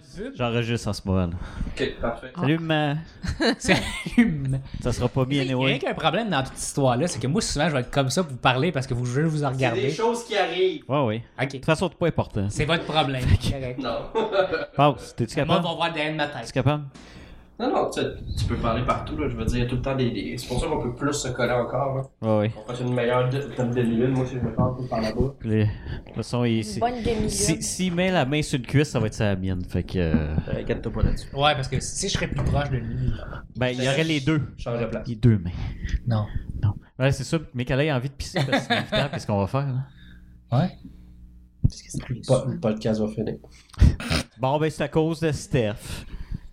18? J'enregistre en ce moment. là. Ok, parfait. Ah. Ah. Salut, ma. Salut. Ça sera pas mis Il y a rien anyway. qu'un problème dans toute cette histoire-là, c'est que moi, souvent, je vais être comme ça pour vous parler parce que vous je vous en C'est des regarder. choses qui arrivent. Ouais, oui. De Ok. toute façon, c'est pas important. C'est votre problème. Correct. Non. Passe. T'es-tu Moi, capable? on va voir derrière ma T'es-tu tête. capable? non, non, tu, tu peux parler partout, là. Je veux dire, il y a tout le temps des. des- C'est pour ça qu'on peut plus se coller encore, là. Ouais, oui. On fait une meilleure de- comme de l'huile, moi, si je me parle tout par là-bas. Puis les- Le son est ici. Bonne demi-lune. Si- S'il met la main sur le cuisse, ça va être sa mienne. Fait que. euh, Inquiète-toi pas là-dessus. Ouais, parce que si je serais plus proche de lui. là. Ben, il y aurait les deux. Change de place. Les deux mains. Non. Non. Ouais, c'est ça. Mais qu'elle ait envie de pisser, parce que c'est inévitable. Qu'est-ce qu'on va faire, là? Ouais. le podcast va finir. Bon, ben, c'est à cause de Steph.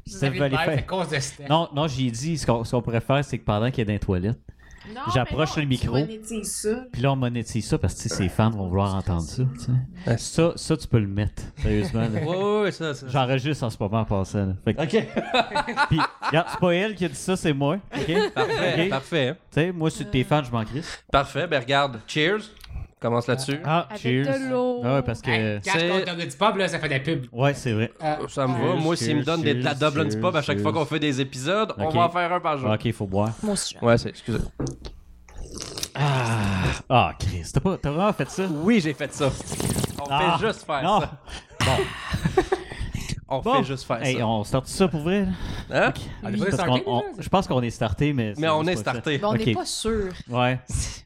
Steph va aller C'est à faire. cause de Steph. Non, non, j'ai dit, ce qu'on ce qu'on pourrait faire, c'est que pendant qu'il est dans les toilettes, Non, J'approche mais non, le tu micro. monétises ça. puis là, on monétise ça parce que tu sais, ses fans vont vouloir entendre ça. tu sais. Ça, ça, tu peux le mettre, sérieusement. là. Ouais, ouais, ça, ça. J'enregistre en ce moment en passant. là. Fait que- Puis, regarde, c'est pas elle qui a dit ça, c'est moi. OK? Parfait, Ok? parfait. hein. Tu sais, moi, sur tes fans, je m'en crisse. Parfait, ben regarde, cheers. Commence là-dessus. Ah, Avec cheers. de l'eau. Ah ouais, parce que. Hey, quand c'est- on te dit pas, là, ça fait de la pub. Ah. Ouais, c'est vrai. Ça me va. Cheers, Moi, s'il me donne des, de la cheers, Dublin du pub à chaque cheers. fois qu'on fait des épisodes, on Ok. va en faire un par jour. Ah, ok, faut boire. Moi aussi, j'en- Ouais, c'est, excusez. Ah, ah Chris, t'as pas- t'as vraiment fait ça? Oui, j'ai fait ça. On Ah, fait juste faire non. ça. On Bon. fait juste faire Hey, ça. on start ça pour vrai? là? Hein? On est pas Parce starté, qu'on- on- déjà? je pense qu'on est starté, mais. c'est- Mais on c'est est pas ça. starté. Mais on n'est Ok. pas sûr. Ouais.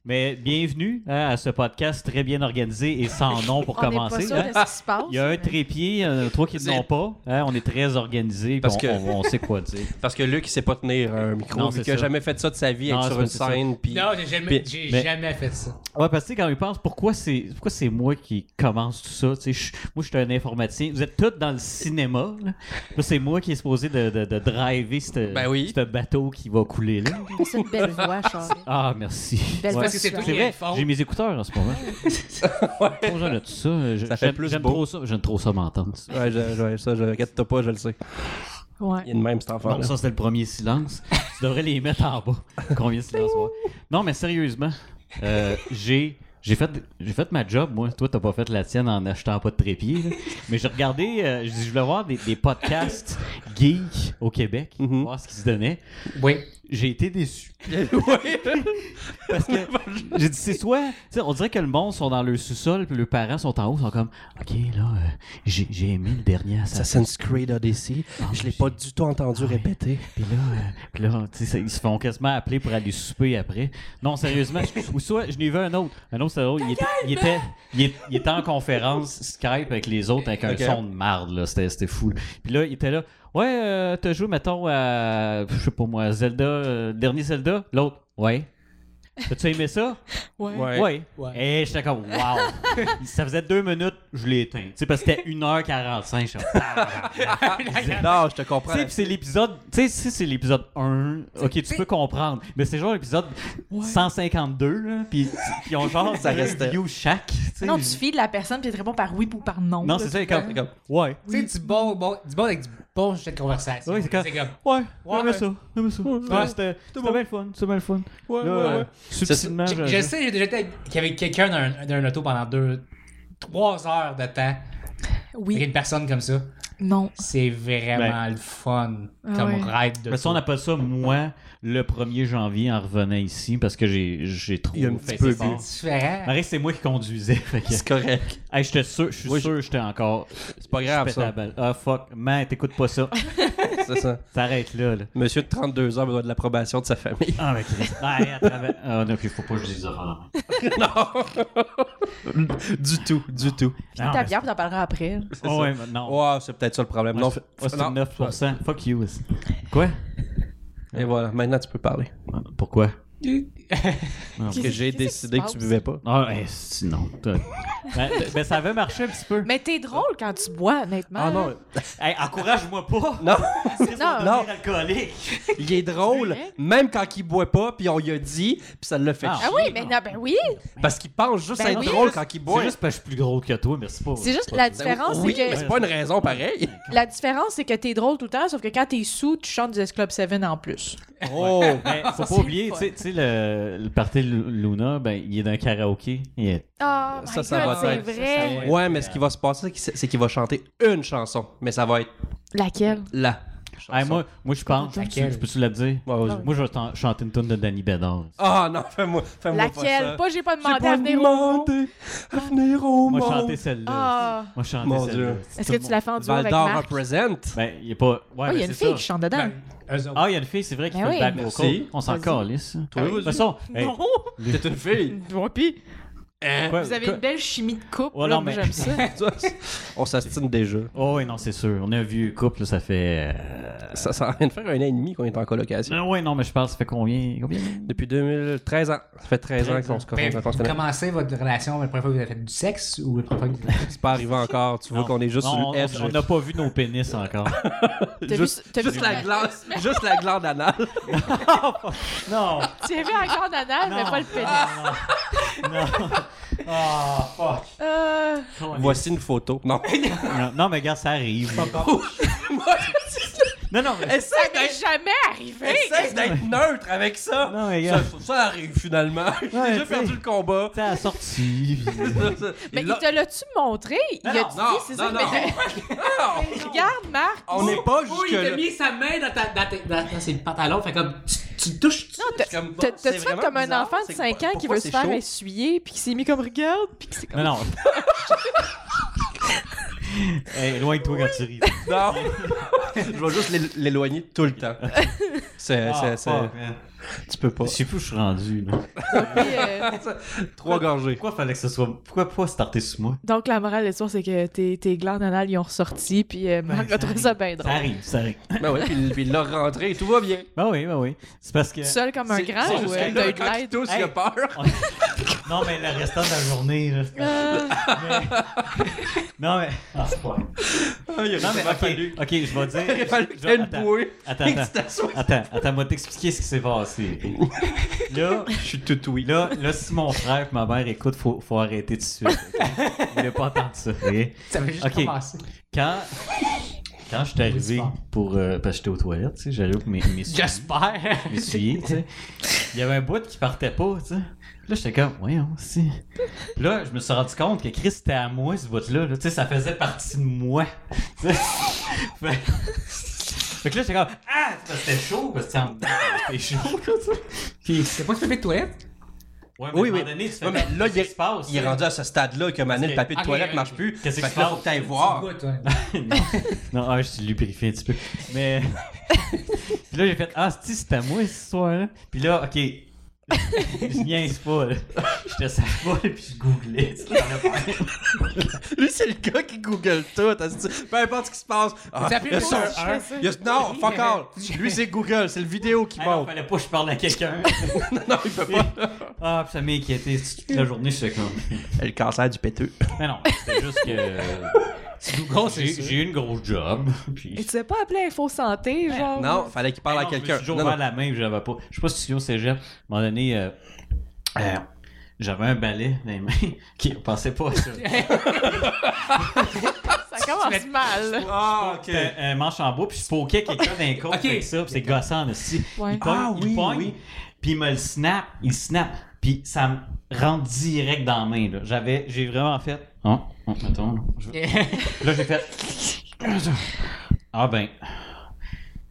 Mais bienvenue hein, à ce podcast très bien organisé et sans nom pour on n'est pas commencer. sûr hein. de ce qui se passe. Il y a un trépied, il y en a trois qui ne C'est- l'ont pas. hein, on est très organisé, Parce on, que- on- on sait quoi dire. Parce que Luc, il sait pas tenir un micro, Non, vu c'est qu'il a ça. jamais fait ça de sa vie, être Non, sur c'est une ça. scène, puis... Non, j'ai jamais, Puis- j'ai mais- jamais fait ça. Ouais, parce que tu sais, quand ils pensent, pourquoi c'est pourquoi c'est moi qui commence tout ça? Tu sais, je- moi, je suis un informaticien. Vous êtes tous dans le cinéma. Là, Là, c'est moi qui est supposé de, de, de driver ce Ben oui. ce bateau qui va couler là. C'est une belle voix, Charles. Ah, merci. Belle Ouais. voix Parce que Ben, c'est toi. suave. C'est vrai, Fond. j'ai mes écouteurs en ce moment. Bon, j'en ai tout ça. Je- Ça fait j'aime- plus J'aime beau. trop ça. J'aime trop ça m'entendre. Ouais, je- ouais, ça, je regarde pas, je le sais. Ouais. Il y a une même, cet enfant Bon, ça, c'était le premier silence. tu devrais les mettre en bas. Combien de silences ouais. Non, mais sérieusement, euh, j'ai. J'ai fait, j'ai fait ma job, moi. Toi, t'as pas fait la tienne en achetant pas de trépied. là. Mais j'ai regardé, euh, je dis, je voulais voir des, des podcasts geeks au Québec, Mhm. voir ce qui se donnait. Oui. J'ai été déçu. Parce que j'ai dit, c'est soit, tu sais, on dirait que le monde sont dans le sous-sol, puis leurs parents sont en haut, sont comme, OK, là, euh, j'ai, j'ai aimé le dernier Assassin's Assassin's Creed Odyssey, je l'ai pas du tout entendu répéter. Puis là, euh, puis là tu sais, ça- ils se font quasiment appeler pour aller souper après. Non, sérieusement. ou soit, je n'ai vu un autre. Un autre, c'est drôle. Il était, il, était, il, est- il était en conférence Skype avec les autres avec un Ok. son de marde. là. C'était c'était fou. Puis là, il était là. Ouais, euh, t'as joué, mettons, à. Je sais pas moi, Zelda. euh, dernier Zelda. L'autre. Ouais. As-tu aimé ça? Ouais. Ouais. Ouais. Ouais. Et j'étais comme, wow. ça faisait deux minutes, je l'ai éteint. Tu sais, parce que c'était 1h45. je suis comme, Ah, Non, je te comprends. tu sais, puis c'est l'épisode, tu sais, si c'est l'épisode 1, ok, tu t'sais- peux comprendre, mais c'est genre l'épisode 152, là, puis puis on genre, Ça ça reste restait. view chaque, tu sais. Non, tu files la personne puis elle te répond par oui ou par non. Non, là, c'est tout ça, le temps. comme, comme, ouais, Tu sais, du bon, bon, du bon avec du bon sujet de conversation. Ouais, c'est quand- comme. ouais, Ouais, j'aimais ça, j'aimais ça. Ouais, c'était, c'était bien le fun, c'était bien le fun. Ouais, ouais, ouais. Subtilement, Je, je sais, j'ai déjà été avec- avec quelqu'un d'un, d'un auto pendant deux, trois heures de temps. Avec Oui. une personne comme ça. Non. C'est vraiment le fun Ah comme ouais. ride de Mais ça, Ben. on appelle ça, moi, le 1er janvier, en revenant ici, parce que j'ai, j'ai trop Il y a un petit fait peu fort. bu. Ben, différent. Marie, c'est moi qui conduisais, fait que- C'est correct. Hey, j'étais sûr, je suis Oui, je- sûr, j'étais encore... C'est pas grave, je pétais la ça. balle. Ah, fuck, man, t'écoutes pas ça. C'est ça. T'arrêtes là, là. Monsieur de 32 ans a de l'approbation de sa famille. Ah, mais Christ. Ah, hey, à travers- Ah, non, ok, faut pas que je dise ça. Non, du tout, du tout. Puis ta bière, puis t'en parleras après. Oh, ouais, mais non. Wow, c'est peut-être ça le problème. Moi, non, c'est- fait- moi, c'est 9%. non. Fuck you. c'est- Quoi? Et Eh voilà, maintenant tu peux parler. Pourquoi? Parce que j'ai Qu'est-ce qui décidé se que tu passe? buvais pas. Ah, eh, si, non. t'as- ben, ben, ça avait marché un petit peu. Mais t'es drôle quand tu bois, honnêtement. Ah non, Hey, encourage-moi pas. non, Non. Non. alcoolique. il est drôle, vrai? même quand il boit pas, puis on lui a dit, puis ça le fait Ah. Ah chier. oui, mais non, ben oui. Parce qu'il pense juste Ben à être oui. drôle quand il boit. C'est juste parce que je suis plus drôle que toi, merci pas. C'est juste la Ben différence, oui, c'est mais que c'est pas une raison pareille. la différence, c'est que t'es drôle tout le temps, sauf que quand t'es sous, tu chantes du S-Club 7 en plus. Oh, Mais Ben, faut c'est pas oublier, le tu fun. sais- tu sais, le, le party Lu- Luna, ben, il est d'un karaoké. Il est- Ah, Ça, my ça God, va c'est être- vrai. ouais, mais ce qui va se passer, c'est qu'il- c'est qu'il va chanter une chanson, mais ça va être Laquelle? Là. Hey, moi, moi je pense. Laquelle? Tu- Je peux-tu la dire? Moi, je vais t'en- chanter une tune de Danny Bédard. Ah non, fais-moi fais Laquelle? Pas, j'ai pas J'ai demandé pas à venir au monde. demandé à venir au Moi, monde. chanter celle-là. Ah. Moi, chanter Mon celle-là. Dieu. Est-ce que tu l'as fait en duo Val avec d'Or Marc? represent. Ben, il est pas. Ouais, Ah, il y ben, a une c'est fille ça. qui chante dedans. Ben, eux autres. Ah, il y a une fille, c'est vrai, qui Ben fait oui. le back Merci. vocal. On s'en Vas-y. calisse. Ben Toi, De toute façon, hey, Non! T'es une fille. Bon, puis, quoi- vous avez quoi- une belle chimie de couple. Ouais, là, non, moi, mais- J'aime ça. On s'astine déjà. Oh, oui, non, c'est sûr. On est un vieux couple, ça fait. euh, Ça, ça vient de faire un an et demi qu'on est en colocation. Ah, ouais, non, mais je parle, ça fait combien Combien Depuis 2013 ans. Ça fait 13 ans qu'on se qu'on Ben, se- qu'on se vous connaît. commencez votre relation la première fois que vous avez fait du sexe ou la première fois que vous avez C'est pas arrivé encore. Tu vois Non. qu'on est juste Non, sur on- le edge. On n'a pas vu nos pénis encore. T'as vu, Juste, t'as vu juste la la- glande, juste la glande anale. non Tu avais encore Nana, mais Non. pas le pénis. Ah, fuck. Euh, Voici une photo. Non. non, non, mais gars, ça arrive. non, non, mais. ça ben, m'est jamais arrivé! Essaye d'être neutre avec ça. Non, mais gars. Ça, ça arrive finalement. J'ai Ouais, déjà t'sais. perdu le combat. T'es à la sortie. Mais Et là- il te l'a-tu montré? Il a non, dit, non, c'est non, ça, non. mais- Non. Mais regarde, Marc. On n'est pas jusque il t'a là. mis sa main dans, ta, dans, tes- dans- dans ses pantalons, fait comme tu, tu le touches. tu- t'as- t'as- T'as-tu fait comme un enfant de 5 ans qui veut se faire essuyer, puis qui s'est mis comme regarde, puis qui s'est comme. Non, non. hey, éloigne-toi quand tu ris. Non. Je vais juste l'é- l'éloigner tout le temps. C'est, Ah, c'est, c'est- Ah, fuck, man. Euh, Tu peux pas. Je sais plus où je suis rendu. Là. Puis, euh, Trois gorgées. Pourquoi fallait que ce soit. Pourquoi pas starter sur moi Donc, la morale de l'histoire, c'est que tes, tes glandes anales, ils ont ressorti, puis euh, Marc ça a trouvé ça bien Ça drôle. arrive, ça arrive. Ben ouais, puis, puis il l'a rentré et tout va bien. Ben oui, ben oui. C'est parce que. Tout seul comme un C'est- grand c'est ou juste euh, que t'as là, eu de quand il l'aide? tousse, il a Hey. peur. Non, mais le restant de la journée. Là, c'est comme- Euh, Non, mais. Ah, c'est pas. Ah, il Non, mais ok, ok, je vais dire. Il a fallu je- qu'il y ait une attends, bouée. Attends, Et que attends. tu t'assoies. Attends, attends, moi t'expliquer ce qui s'est passé. Là, Je suis tout oui. là, là, si mon frère et ma mère écoutent, faut, faut arrêter tout de suite. ok? Il n'a pas entendu ça. ok? Ça fait juste Ok. commencer. Quand, quand je suis arrivé pour. euh, parce que j'étais aux toilettes, tu sais, j'allais pour mes, mes souliers. J'espère. mes souliers, tu sais. Il y avait un bout qui partait pas, tu sais. Là, j'étais comme, voyons, si. Puis Là, je me suis rendu compte que Chris, c'était à moi, ce bout-là. là. Tu sais, ça faisait partie de moi. Tu sais. fait... fait que là, j'étais comme, ah, c'est parce que c'était chaud, parce que c'était en dedans, c'était chaud, là, tu sais. Puis, C'est pas ce papier de toilette? ouais, mais Oui, à un oui. moment donné, tu fais, Ouais, mais ben, là, qu'est-ce qui se passe, Il est là? rendu à ce stade-là que maintenant le papier de Ok, toilette ok. marche plus. Qu'est-ce qui Fait se que là, passe? faut que t'ailles voir. Tu goûtes, ouais. non, non ah, je suis lubrifié un petit peu. Mais. Puis là, j'ai fait Ah, si, c'était à moi ce soir-là. Puis là, OK. je niaise pas, là. J'étais sa folle, puis je googlais. Ah, tu sais, dans le- Lui, c'est le gars qui google tout. asti. Peu importe ce qui se passe. Ah, Ça pue il y a pas, ça, je hein. fais ça. Il y a- Non, fuck all. Lui, c'est Google. C'est le vidéo qui Ah, non, monte. fallait pas que je parle à quelqu'un. Non, il peut pas. Ah, puis ça m'a inquiété. Toute la journée, je suis comme. Le cancer du péteux. Mais non, c'était juste que. J'ai j'ai eu une grosse job. Puis. Et tu n'as pas appelé Info Santé, genre? Non, fallait qu'il parle à Non, je me quelqu'un. suis toujours Non, ouvert non. la main, puis j'avais pas. Je sais pas si tu es au cégep. À un moment donné, euh, euh, j'avais un balai dans les mains qui pensait pas à ça. Ça commence mal. Ah, ok. C'était un manche en bois, puis je poquais quelqu'un d'un côté Ok. avec ça, puis c'est gossant aussi. Ouais. Il pogne, Ah, il oui, pogne, oui. puis il me le snap, il snap, puis ça me rentre direct dans la main. là. J'avais, j'ai vraiment fait. Oh, oh, attends, là, je- Là, j'ai fait. Ah ben.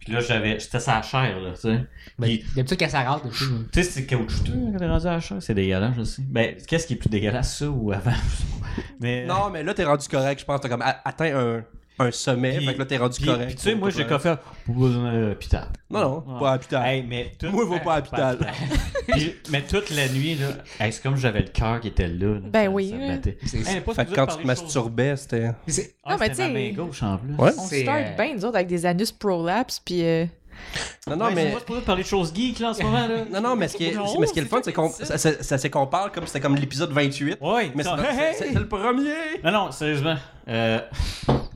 Puis là, j'avais. J'étais sa chair, là, tu sais. Ben. Puis- Ben, D'habitude, quand ça rentre, dessus, je- Tu sais, c'est caoutchouteux quand t'es rendu à la chaise. C'est dégueulasse, je sais. Ben, qu'est-ce qui est plus dégueulasse, ça ou avant? Mais, Non, mais là, t'es rendu correct. Je pense que t'as comme a- atteint un, un sommet. Puis- fait que là, t'es rendu puis- correct. puis tu sais, moi, j'ai Pas de coffé pour besoin de l'hôpital. problème. Non, non, Ouais. pas à putain. euh, Hey, mais tout- Moi, je vais pas à l'hôpital. Puis- mais toute la nuit, là, hey, c'est comme j'avais le cœur qui était là. là. Ben Ça- oui, ça ouais. battait. Hey, mais pas Fait que supposé parler quand tu de te choses- masturbais, c'était. C'est- Ah, Non, mais c'était ma tu sais- main gauche en plus. Ouais. On C'est, start euh, bien, nous autres, avec des anus prolapse, puis... euh, Non, non, Ouais, C'est mais. pas supposé parler de choses geeks, là, en ce moment, là. Non, non, mais ce qui est, Non, mais ce qui est le c'est fun, toi c'est qui qu'on dis ça. ça- ça- ça- c'est qu'on parle comme c'était comme l'épisode 28. Ouais, Mais c'est ça- c'est- Hey, hey! c'était le premier! Non, non, sérieusement. Euh,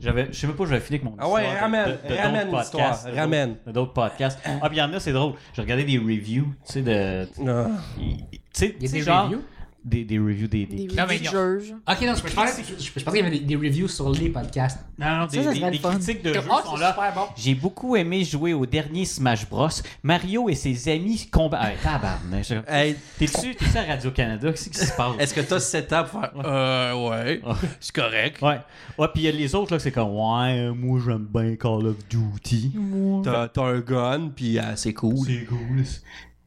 j'avais, je sais même pas où j'avais fini avec mon Ah ouais, histoire de- ramène, de- de d'autres ramène podcasts, l'histoire, de d'autres- ramène. de D'autres podcasts. Ah, puis il y en a, c'est drôle. J'ai regardé des reviews, tu sais, de. Non. Tu sais, Il y a des genre, reviews? des, des reviews des. Des des... Non, mais reviews de non. jeux. genre. Ok, non, je pensais, je pensais qu'il y avait des, des reviews sur les podcasts. Non, non, des, Ça, ça des- serait le des fun. critiques de Comme, jeux Ah, sont c'est là. super bon. J'ai beaucoup aimé jouer au dernier Smash Bros. Mario et ses amis combattent. Ah, tabarnak. je- Hey, T'es-tu t'es-tu à Radio-Canada? Qu'est-ce qui se passe? Est-ce que t'as 7 ans pour faire Euh, ouais, c'est correct. Ouais. Ouais, puis il y a les autres, là, que c'est comme, ouais, moi, j'aime bien Call of Duty. T'as t'as un gun, puis ah, c'est cool. C'est cool.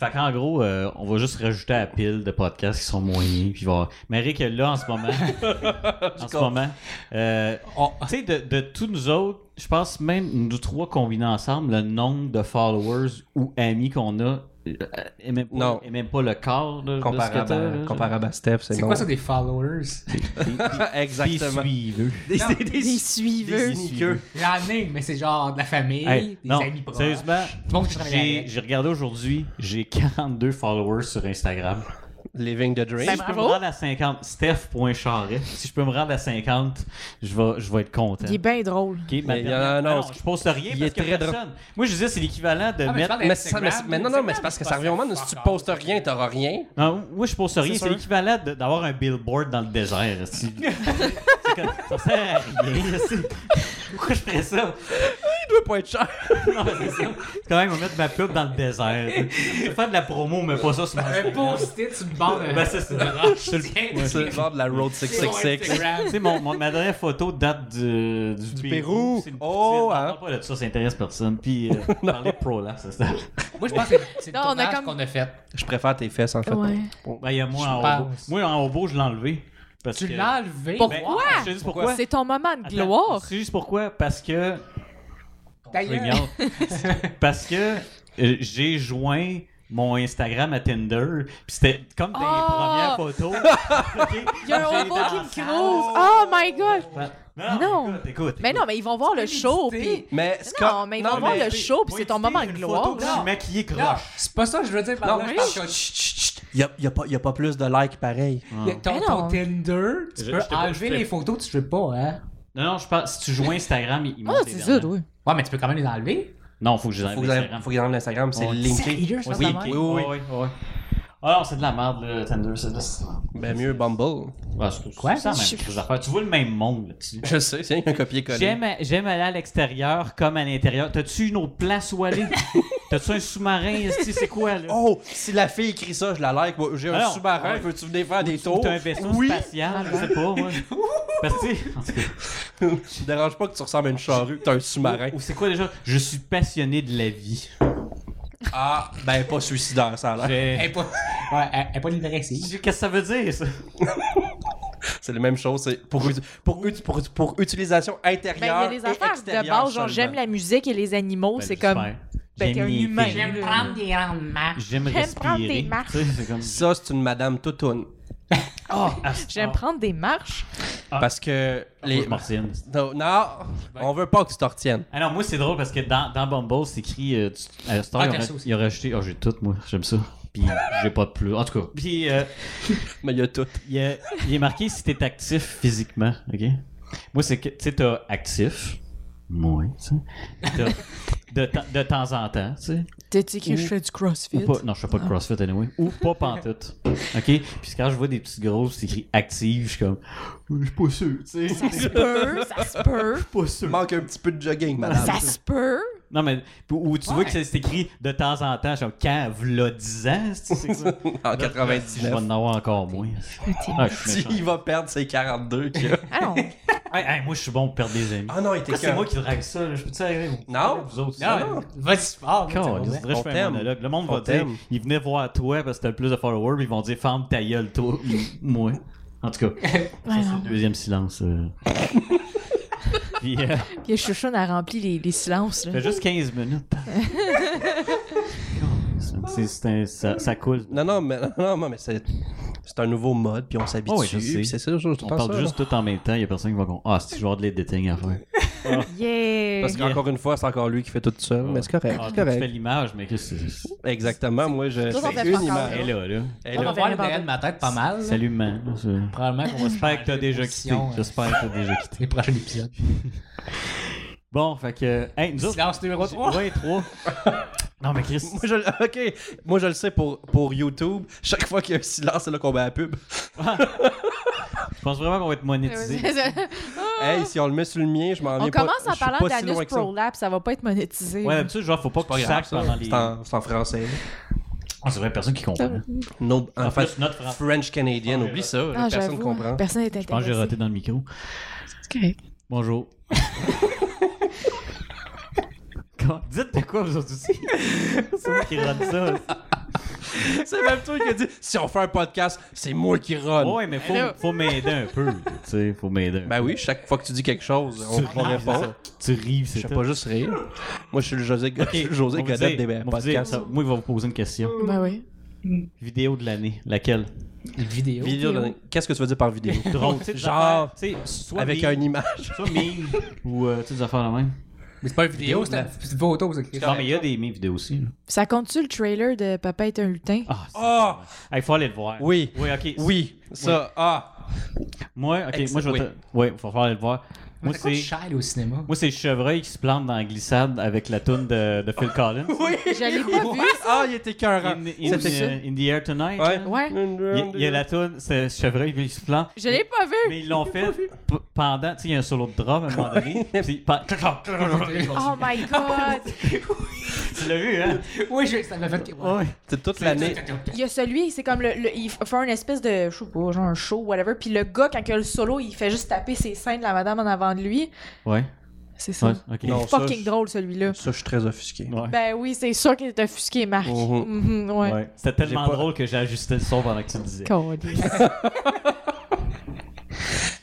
Fait qu'en gros, euh, on va juste rajouter à la pile de podcasts qui sont moyens. Puis il va y avoir- Mais Rick, là, en ce moment, en ce moment, euh, on- tu sais, de, de tous nous autres, je pense même nous trois combinés ensemble, le nombre de followers ou amis qu'on a euh, est même pas, Non. est même pas le quart de, de ce que Comparable, t'as, à- là, genre. comparable à Steph, c'est C'est non. quoi ça, des followers? Des Exactement. suiveux. Des, des, Des suiveurs. sneakers. J'en ai, mais c'est genre de la famille, Hey, des non, amis proches. sérieusement, Du monde qui travaille j'ai avec. j'ai regardé aujourd'hui, j'ai 42 followers sur Instagram. Living the dream. Si Ben, je peux me bravo. rendre à 50, Steph.charret, si je peux me rendre à 50, je vais, je vais être content. Il est bien drôle. Ok, ma Mais il y en a- dernière- non, Ah non, je poste rien il parce est que très drôle. personne. Moi, je disais, c'est l'équivalent de Ah, mais tu mettre. parles Mais, ça, mais, d'Instagram, mais non, non, mais c'est Instagram, parce que tu ça postes revient au moment où fuck si tu all. postes rien, t'auras rien. Non, moi, je poste rien. C'est C'est sûr. l'équivalent de- d'avoir un billboard dans le désert. c'est- c'est comme- ça sert à rien. c'est- Pourquoi je ferais ça? Tu dois pas être cher. Non, mais c'est ça. C'est quand même, on va mettre ma pub dans le désert. Je vais faire de la promo, mais pas ça sur mon Un post-it sur le bord de Ben, ça, c'est de une roche. roche. C'est Tiens, le- C'est le bord de la Road 666. Tu sais, mon, mon- ma dernière photo date du, du, Du Pérou. C'est une Oh, poutine. hein. On parle pas de ça, ça intéresse personne. Puis, euh, parler de prolapse, c'est ça. Moi, je pense que c'est le Non, on a tournage comme- qu'on a fait. Je préfère tes fesses, en fait. Ouais. Ben, il y a moi Je en haut. pense. Moi, en haut, je l'ai enlevé. Parce Tu que... Ben, l'as enlevé. Ben, Pourquoi? Wow. Je te dis pourquoi. C'est ton moment de Attends, gloire. C'est juste pourquoi. Parce que. D'ailleurs, Regarde. Parce que euh, j'ai joint mon Instagram à Tinder, puis c'était comme dans Ah! les premières photos. Il y a un J'ai robot qui me dansé. croise. Oh my god. Non, Non. écoute, écoute. Mais non, mais ils vont voir le show. Puis... Mais Non, mais ils vont voir mais- le show, puis c'est ton moment de une photo gloire. que je suis maquillé non, croche. c'est pas ça que je veux dire par là. Non, Je mais- pense que- Chut, chut, chut. Y a, y a pas, y a pas plus de likes pareil. Y a Ton, Mais ton non. Tinder, tu Mm. Je- je peux t'ai pas- je enlever t'ai- les photos, tu veux pas, hein? Non, non, je pense, si tu joins Instagram, il, il Ah, monte les c'est ça, dernières. oui. Ouais, mais tu peux quand même les enlever. Non, faut que je les enlève Faut que Instagram. j'aille- faut qu'ils enlèvent l'Instagram, c'est Ouais. linké. Sérieux, je pense Oui, que la oui, même. oui. Ouais, ouais, ouais. Ah non, c'est de la merde, le Tinder, c'est de la Ben mieux Bumble. Ouais, c'est- Quoi? C'est ça, même chose à faire. Tu vois le même monde là-dessus. Je sais, c'est un copier-coller. J'aime, j'aime aller à l'extérieur comme à l'intérieur. T'as-tu une autre place où aller? T'as-tu un sous-marin? esti, C'est quoi, là? Oh, si la fille écrit ça, je la like. Moi, J'ai un Alors, sous-marin, ouais. veux-tu venir faire des Ou tours? T'as un vaisseau oui, spatial? Je sais pas, moi. Parce que, tu sais, en tout cas, ça te dérange pas que tu ressembles à une charrue, t'as un sous-marin. ou, ou c'est quoi déjà? Je suis passionné de la vie. Ah, ben pas suicidaire, ça a l'air. Elle est pas, ouais, elle, elle est pas dépressive. Qu'est-ce que ça veut dire, ça? C'est la même chose, c'est pour, ut- pour, ut- pour, ut- pour utilisation Ben, il y a intérieure des et affaires extérieure de base, genre seulement. j'aime la musique et les animaux, Ben, c'est comme j'espère. ben, t'es un les humain. filles. J'aime prendre des rendements. J'aime J'aime prendre des respirer. marches. Tu sais, c'est comme- Ça, c'est une madame toutoune. Ah, j'aime ah, prendre des marches. Ah. Parce que faut les... que je m'en retienne. Non, non, on veut pas que tu te retiennes. Ah non, moi c'est drôle parce que dans, dans Bumble, c'est écrit. euh, tu- euh, Star, Ah, il, t'as a, ça aussi. il a rajouté. Oh, j'ai tout, moi. J'aime ça. Puis j'ai pas de plus. En tout cas. Puis euh, Mais il y a tout. il, y a- il est marqué si t'es actif physiquement. OK? Moi, c'est que. Tu sais, t'as actif. Moi, tu sais. T'as- De, te- de temps en temps, tu sais. T'as-tu écrit je fais du Ou crossfit? pas, non, je fais pas de CrossFit anyway. Ou pas pantoute. OK? Puis quand je vois des petites grosses, c'est écrit active, je suis comme. Je suis pas sûr, tu sais. Ça se peut, ça se peut, pas sûr. Manque un petit peu de jogging, madame. ça se peut. Non, mais où tu vois Ouais. que c'est c'est écrit de temps en temps, genre quand v'là 10 ans, c'est c'est quoi? En Je vais 99. en avoir encore moins. Ah, je suis Si, méchant. il va perdre ses 42 qu'il a. Ah non, Hey, hey, moi, je suis bon pour perdre des amis. Ah non, il était Pourquoi c'est moi qui drague ça. là? Je peux-tu arriver? Vous, Non. Vous autres, ça, là? Non, vas-y fort. là, Caliste, tu je vas On fais un t'aime. monologue. Le monde On va dire, t'aime. ils venaient voir toi parce que t'as le plus de followers, puis ils vont dire, ferme ta gueule, toi, moi. En tout cas, ça, Ouais, c'est non. le deuxième silence. euh. puis, euh, Puis Chouchoune a rempli les, les silences. fait Là. juste 15 minutes. C'est- c'est un- ça, ça coule. Non, non, mais, non, non, non, mais c'est, c'est un nouveau mode, puis on s'habitue. Oh oui, je sais. puis c'est ça, je, je On pense parle ça, juste tout en même temps, il y a personne qui va qu'on. Ah, c'est toujours de l'éditing à faire. là. Yeah! Parce qu'encore une fois, c'est encore lui qui fait tout seul, mais c'est correct, Ah, c'est toi, tu fais correct. l'image, mais qu'est-ce que c'est. Exactement, moi, je, Ça, on c'est fait une pas encore. image. Elle est là, là. Elle est On là. va voir le derrière de ma tête pas mal. Salut, man. Je- Probablement qu'on va se J'espère que t'as déjà quitté. position, euh, J'espère que t'as déjà quitté. Les prochains épisodes. Bon, fait que. Hey, nous autres. Silence numéro 3. Ouais, trois. Non, mais Chris. Moi je, le- ok, moi je le sais pour, pour YouTube. Chaque fois qu'il y a un silence, c'est là qu'on met la pub. Je pense vraiment qu'on va être monétisé. Hey, si on le met sur le mien, je m'en On viens pas. commence en je suis parlant pas si d'anus loin que ça. prolapse, ça va pas être monétisé. Ouais, d'habitude, genre, faut pas que tu sacs pendant les. C'est en, c'est en français. Ah, c'est vrai, personne qui comprend. Je No, en En fait, plus, notre français. French Canadian, oublie ça. Ah, personne j'avoue, comprend. Personne n'est pense que j'ai intéressé. raté dans le micro. C'est correct. Bonjour. Comment- Dites de quoi vous autres aussi? C'est moi qui rate ça. Ben- C'est même toi qui a dit si on fait un podcast, c'est moi qui run. Ouais, mais faut, Hello. faut m'aider un peu. Tu sais, faut m'aider. un Ben peu. oui, chaque fois que tu dis quelque chose, on, Tu on ris, c'est répond. ça. Tu ris, Je c'est fais tout. pas juste rire. Moi, je suis le José, Ok, je suis le José on va Godette dire- des on va dire podcasts. ça. Moi, il va vous poser une question. Ben oui. Vidéo de l'année. Laquelle? Une vidéo. Vidéo de- Qu'est-ce que tu veux dire par vidéo Drôle. tu sais, des Genre, affaires, tu sais, soit Avec meme, une image. Soit meme, ou euh, tu sais, des affaires la même. Mais c'est pas une vidéo, c'est un- c'est une photo. c'est- Non, mais il y a des memes vidéo aussi. là. Ça compte-tu le trailer de Papa est un lutin? Ah, c'est- Ah Ah, il faut aller le voir. Oui. Oui, ok. Oui, ça, ah. Moi, ok, Ex- moi je vais. oui. te- Oui, il faut aller le voir. Moi, Ça coûte c'est. cher aller au cinéma. Moi, c'est le chevreuil qui se plante dans la glissade avec la toune de, de Phil Collins. Oui. J'allais pas vu. Ah, il était cœur. In, in- euh, C'était- in the air tonight. Ouais. là. Ouais. Il y a- il y a la toune, c'est le chevreuil qui se plante. Je l'ai pas vu. Mais ils l'ont fait p- pendant, tu sais, il y a un solo de drum à un moment donné. puis pa- Oh my god! Tu l'as vu, hein? Oui, je- ça m'a fait. ouais. Oui. C'est toute l'année. Il y a celui, c'est comme le, le- il fait un espèce de, je sais pas, genre un show, whatever. Puis le gars, quand il a le solo, il fait juste taper ses seins de la madame en avant de lui. Ouais. C'est ça. ouais, ok. Non, ça, Fucking je- drôle celui-là. Ça, je suis très offusqué. Ouais. Ben oui, c'est sûr qu'il est offusqué, Marc. Mhm. Mhm, ouais. Ouais. C'était tellement J'ai pas- drôle que j'ai ajusté le son pendant que tu le disais. Calisse.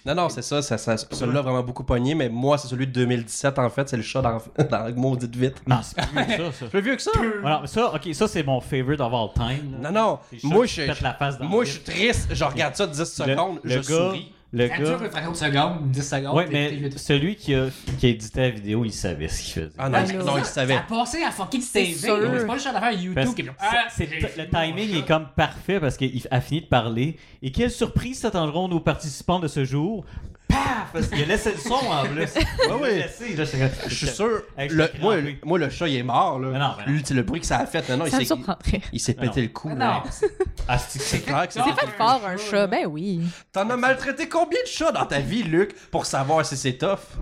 Non, non, c'est ça. ça, ça Celui-là a vraiment beaucoup pogné, mais moi, c'est celui de 2017, en fait. C'est le chat dans, dans Maudite Vite. Non, c'est plus ça, ça. Plus vieux que ça. Alors, ça, ok, ça, c'est mon favorite of all time. là. Non, non. C'est ça Moi, qui je, pète la face dans moi, le je suis triste. Je regarde ça 10 Le- secondes. le je gars, souris. Le Ça dure gars. une fraction de seconde, 10 secondes. Ouais, t'es- t'es- mais t'es- celui qui a, qui a édité la vidéo, il savait ce qu'il faisait. Ah non, Allô? non, il savait. Ça a passé à fucking TV. sûr. C'est pas le genre d'affaire YouTube Parce qui est que comme, Ah, c'est- j'ai c'est- le fini mon timing shot. est comme parfait parce qu'il a fini de parler. Et quelle surprise s'attendront nos participants de ce jour? Paf! Parce qu'il a laissé le son en plus. Il l'a oui. laissé, là, c'est- Je suis sûr. Hey, le- j'étais moi, crampé. le- moi, le chat, il est mort. Là. Mais non, mais non. Lui, c'est le bruit que ça a fait. Non, non, il Ça me s'est- surprendrait. il s'est pété le cou. Ah là. Non, c'est Asti que c'est clair. Clair que c'est- C'est Fait fort un chat, ben oui. T'en as maltraité combien de chats dans ta vie, Luc, pour savoir si c'est tough?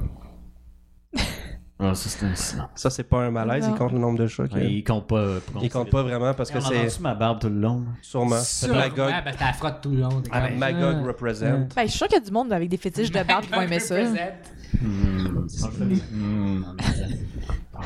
Ah, ça, c'est un silence. Ça, c'est pas un malaise. Non. Il compte le nombre de chats. qu'il y a. Ouais, il compte pas. euh, Il compte pas vraiment parce que On a c'est entendu ma barbe tout le long. sûrement sûrement, Magog. ben, t'as la frotte tout le long. t'es comme, Magog Ah. represent. Ben, je suis sûr qu'il y a du monde avec des fétiches de barbe qui vont aimer ça. Hmm.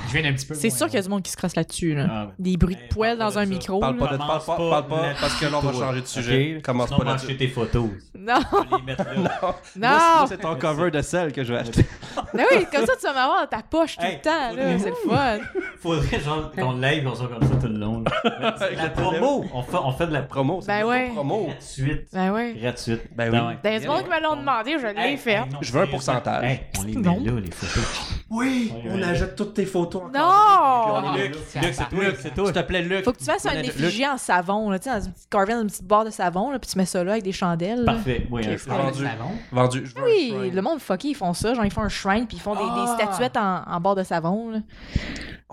Je viens d'un petit peu. C'est loin, sûr là. qu'il y a du monde qui se crasse là-dessus, Ah, là. ben. Des bruits de Hey, poêle parle dans pas un de ça. micro. Parle là. pas de parle pas, parle pas parce que là on va changer de sujet. Ok? Commence Sinon, pas on va là-dessus. acheter tes photos. Non, Je vais les mettre là. Moi, non! c'est ton cover de celle que je vais acheter. Ben oui, comme ça, tu vas m'avoir dans ta poche tout Hey, le temps, là. C'est le fun. Faudrait genre qu'on live, on soit comme ça tout le long. là. Mais c'est la promo! On fait, on fait de la promo Promo, c'est Ben une ouais. promo. gratuite. Ben oui. Gratuite. Ben oui. Ben, il y a du monde qui me l'ont demandé, je l'ai fait. Je veux un pourcentage. on les Non. met là, les photos. Oui, on on achète toutes tes photos Non! Ah, Luc, Luc, c'est toi, c'est toi. S'il te plaît, Luc. Faut que tu fasses un effigie en savon, là, tu sais, dans une petite carving, dans une petite barre de savon, là, puis tu mets ça là avec des chandelles. là. Ah Parfait. Oui, hein. un choix. Avec du Vendu. savon. Vendu. Je veux un Oui, shrine. le monde fucké, ils font ça, genre ils font un shrine, puis ils font des, des Ah! statuettes en, en barre de savon, là.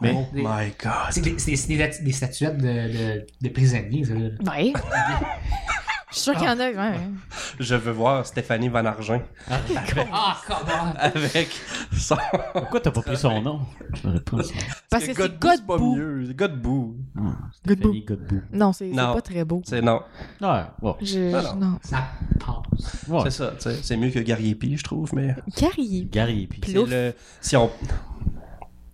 Oh my god. Ah, C'est des, c'est des- c'est des ati- des statuettes de, de, de prisonniers. ça, là. Ouais. Je suis sûre qu'il y en a, ouais. Je veux voir Stéphanie Van Argent Ah, comment? avec son. Pourquoi t'as pas pris son nom? Je me pas. Parce que c'est Godbout, pas Godbout. mieux. Godbout. Fanny Godbout. Non, c'est c'est Non. pas très beau. C'est non. Ouais, bon. Je, Ah je- non. non. Ça passe. Ouais. C'est ça, tu sais. C'est mieux que Gariepi, je trouve, mais. Gary, Gary, puis. C'est Plouf. le- Si on.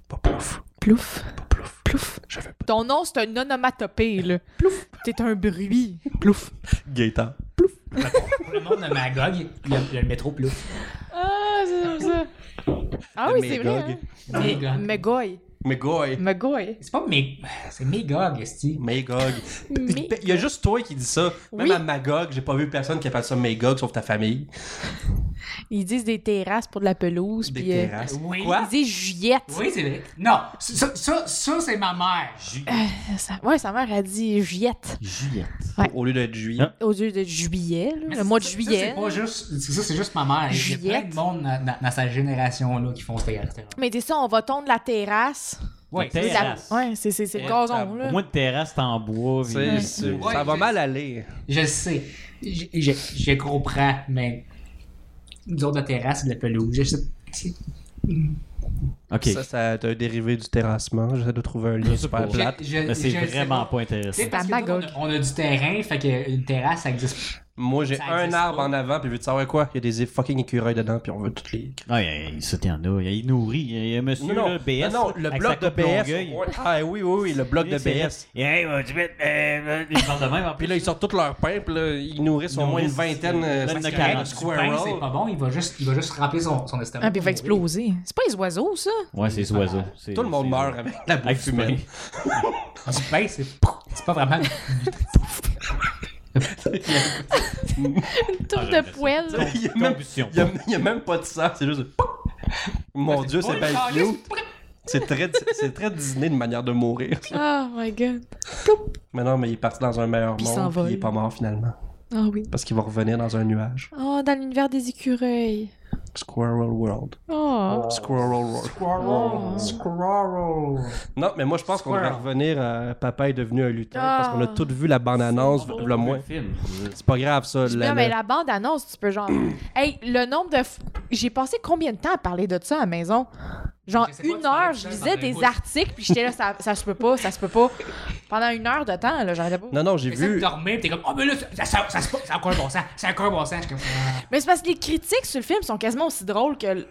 Pas plouf. plouf, Pas plouf. plouf. Je veux Ton nom, c'est un onomatopée, là. Plouf. T'es un bruit. Plouf. Gaëtan. Pour le monde de Magog, il y a, il y a le métro plus. Ah, c'est comme ça. Ah Le oui, c'est vrai. Magog. Hein? Magog. Megoy. Megoy. Megoy. C'est pas Meg... C'est Magog, esti. Magog. Mais- Il y a juste toi qui dis ça. Même Oui. à Magog, j'ai pas vu personne qui appelle ça Magog sauf ta famille. Ils disent des terrasses pour de la pelouse. Des puis, euh, terrasses. Oui. Quoi? Ils disent Juliette. Oui, c'est vrai. Non, ça, ça, ça c'est ma mère. Euh, Ça- ouais, sa mère a dit Juliette. Juliette. Ouais. Au lieu d'être juillet. Hein? Au lieu de juillet, là, le mois de Ça, ça, juillet. C'est pas juste. c'est- Ça, c'est juste ma mère. Il y a plein Juliette. de monde dans, dans- dans sa génération-là qui font ce gars Mais dis ça, on va tondre la terrasse. Ouais, Une c'est C'est ça. la- terrasse. Ouais, c'est c'est- c'est le Ouais, gazon, Au là. moins, une terrasse, c'est en bois. puis- C'est- c'est- Ouais, ça va c'est- mal aller. Je le sais. Je, je, je comprends, mais. Nous autres, la terrasse, c'est de la pelouse. Je sais. c'est- Ok. Ça, ça a un dérivé du terrassement. J'essaie de trouver un lien sais pas. super plate. Je- je- Mais Ben, c'est je sais vraiment pas Tu sais, intéressant. parce que C'est à nous, on, a, on a du terrain, fait qu'une terrasse, ça existe. Moi, j'ai Ça un existe arbre pas. en avant, puis vu de savoir quoi, il y a des fucking écureuils dedans, puis on veut toutes les. Ah, il, il, ça, il y en a. Il il nourrit. Il y a un monsieur, là, BS. non, non, le avec bloc sa de coupe Longueuil. BS. Ouais. Ah oui, oui, oui, le bloc de C'est vrai. BS. Et, hey, va- tu mets, euh, il parle de même. en Puis plus. là, ils sortent tout leur pain, puis là, ils nourrissent au moins une nourrissent, vingtaine, euh, euh, pleine de cinquante carottes. square Pain, c'est roll. pas bon, il va juste, il va juste remplir son, son estomac. Ah, puis il va exploser. C'est pas les oiseaux, ça? Ouais, c'est les oiseaux. C'est- Tout le monde c'est- meurt avec la Avec bouffe du pain. humaine. Du pain, Ah, c'est. C'est pas vraiment. Une Ah, touffe j'aimerais de ça. poêle. là. Il y a même- Combustion. il y a- il y a même pas de sang, c'est juste. Mon dieu, c'est bien cute. C'est très, c'est très Disney de manière de mourir. Oh my god. Mais non, mais il est parti dans un meilleur Puis il monde, puis s'envole. il est pas mort finalement. Ah oui. Parce qu'il va revenir dans un nuage. Oh, dans l'univers des écureuils. Squirrel World. Oh. Squirrel World. Oh. Squirrel. Non, mais moi je pense qu'on va Squirrel. revenir à Papa est devenu un lutin parce qu'on a Ah. toutes vu la bande-annonce, C'est le moins. film. C'est pas grave ça. la- Non, mais la- la bande annonce, tu peux genre. hey, le nombre de. f- J'ai passé combien de temps à parler de ça à la maison? Genre Je sais pas, tu une parlais heure, de je ça lisais pendant des les articles, puis j'étais là, ça, ça se peut pas, ça se peut pas. Pendant une heure de temps, là, j'arrêtais pas. Non, non, j'ai T'essaies de vu. dormir, pis t'es comme, oh, mais là, ça, ça, ça, ça, c'est encore un bon sens. C'est encore un bon sens. Je suis comme, ah. Mais c'est parce que les critiques sur le film sont quasiment aussi drôles que. l-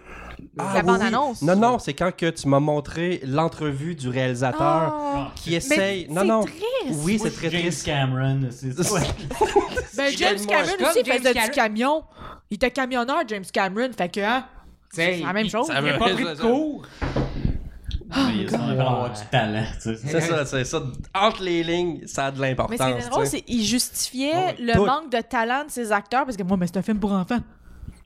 Ah, la oui, bande-annonce. oui. Non, non, c'est quand que tu m'as montré l'entrevue du réalisateur Oh. qui Mais essaye. Non, c'est non. triste. Oui, c'est Moi, très James triste. Cameron. c'est- Ben, James Donne-moi un Cameron scope, aussi il James faisait Cameron. du camion. Il était camionneur, James Cameron. Fait que, hein, Tu sais, c'est la même il- chose. ça Il a veut- pas pris de cours. Mais ils sont encore avoir du talent. tu sais. C'est ça, c'est ça. Entre les lignes, ça a de l'importance. Mais c'est drôle, tu sais. c'est il justifiait Ouais, ouais. le Tout. manque de talent de ses acteurs parce que moi, mais c'est un film pour enfants.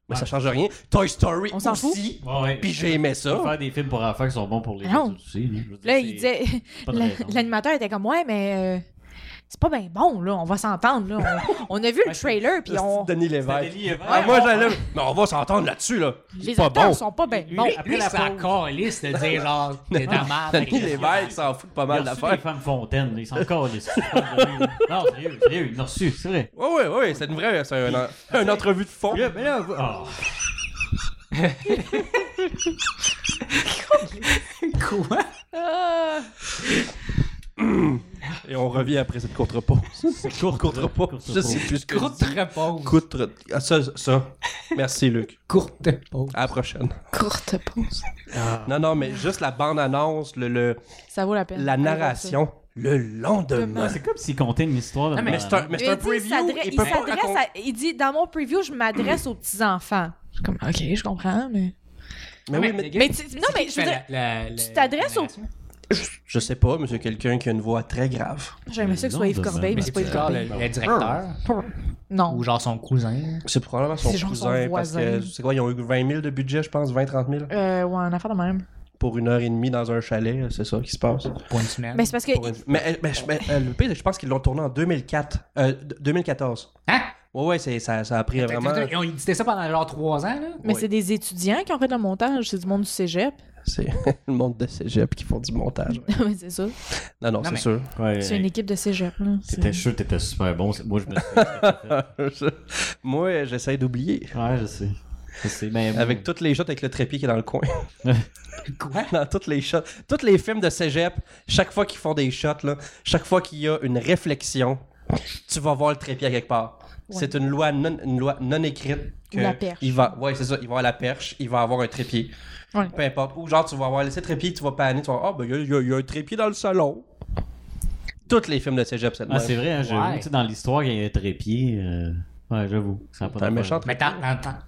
Mais ça change rien. Toy Story On s'en fout. aussi. Ouais, ouais. Puis j'ai aimé Faut ça. Faire des films pour enfants qui sont bons pour les Ah Non. adultes aussi. là. Je veux dire, Là, c'est- il disait, pas de la- raison. l'animateur était comme ouais, mais euh, c'est pas bien bon là, on va s'entendre là. On, on a vu le trailer puis on Denis C'était Lévesque. Denis Lévesque. Ah, moi, j'allais. Mais on va s'entendre là-dessus, là. les pas acteurs bon. sont pas bien Lui, bons. après Lui, la c'est pause. encore lisse de dire, genre, t'es dans la merde. Denis Lévesque s'en fout de pas Il a mal reçu des d'affaires. femmes fontaines, là, ils sont encore les Non, sérieux, sérieux, il l'a reçu, c'est vrai. Oui, oui, oui, c'est une vraie. C'est un en- une entrevue de fond. Puis là, mais là, vous- Ah. oh. Quoi? Ah, Ah, Et on revient après cette courte pause. C'est court, courte pause. courte Ça, c'est pause. plus que- Courte repose. Courte. Ah, ça, ça. Merci, Luc. Courte repose. À la prochaine. courte pause. Non, non, mais juste la bande-annonce, le, le- Ça vaut la peine. la narration, le lendemain. Ah, c'est comme s'il contait une histoire de Non, mais Mais c'est un, mais Il c'est un dit, il preview. s'adresse- Il il peut pas s'adresse raconter- à- il dit dans mon preview, je m'adresse aux petits enfants. Je suis comme ok, je comprends mais. Mais oui, mais Mais tu- non mais je veux dire, tu t'adresses au- je sais pas, mais c'est quelqu'un qui a une voix très grave. j'aimerais ça que ce soit Yves Corbeil mais c'est pas Yves genre Corbeille. le, le directeur Non. ou genre son cousin. C'est probablement son C'est genre cousin. son parce que, voisin. c'est quoi, ils ont eu 20 000 de budget, je pense, 20-30 000 Euh, ouais, une affaire de même. pour une heure et demie dans un chalet, euh, c'est ça qui se passe. Pour une semaine. Mais c'est parce que Pour une- Mais, elle- mais, je- mais, elle- le pire, c'est que je pense qu'ils l'ont tourné en 2004, euh, d- 2014. Hein? Ouais, ouais, c'est, ça, ça a pris T'as- vraiment. t'as- Ils ont dit ça pendant genre trois ans, là. mais Ouais. c'est des étudiants qui ont fait le montage, c'est du monde du cégep. C'est le monde de cégep qui font du montage. Ouais, c'est ça. Non, non, Non, c'est mais- sûr. C'est une équipe de cégep là. C'est- T'étais sûr, t'étais super bon. Moi, je me Moi, j'essaie d'oublier. Ouais, je sais. Je sais, mais. Avec toutes les shots avec le trépied qui est dans le coin. Quoi? dans toutes les shots. Tous les films de cégep, chaque fois qu'ils font des shots, là, chaque fois qu'il y a une réflexion, tu vas voir le trépied à quelque part. Ouais. C'est une loi non, une loi non écrite. Que La perche. Il va, ouais, c'est ça. Il va à la perche, il va avoir un trépied. Ouais. Peu importe. Ou genre, tu vas avoir laissé le trépied, tu vas paner, tu vas Ah, ben, il y a- il y, a- il y a un trépied dans le salon. Tous les films de cégep, c'est Ah, c'est vrai, hein, j'avoue. Ouais. Tu sais, dans l'histoire, il y a un trépied. euh, Ouais, j'avoue. Ça a pas un d'affaire. méchant Mais trépied. t'en, t'en, t'en-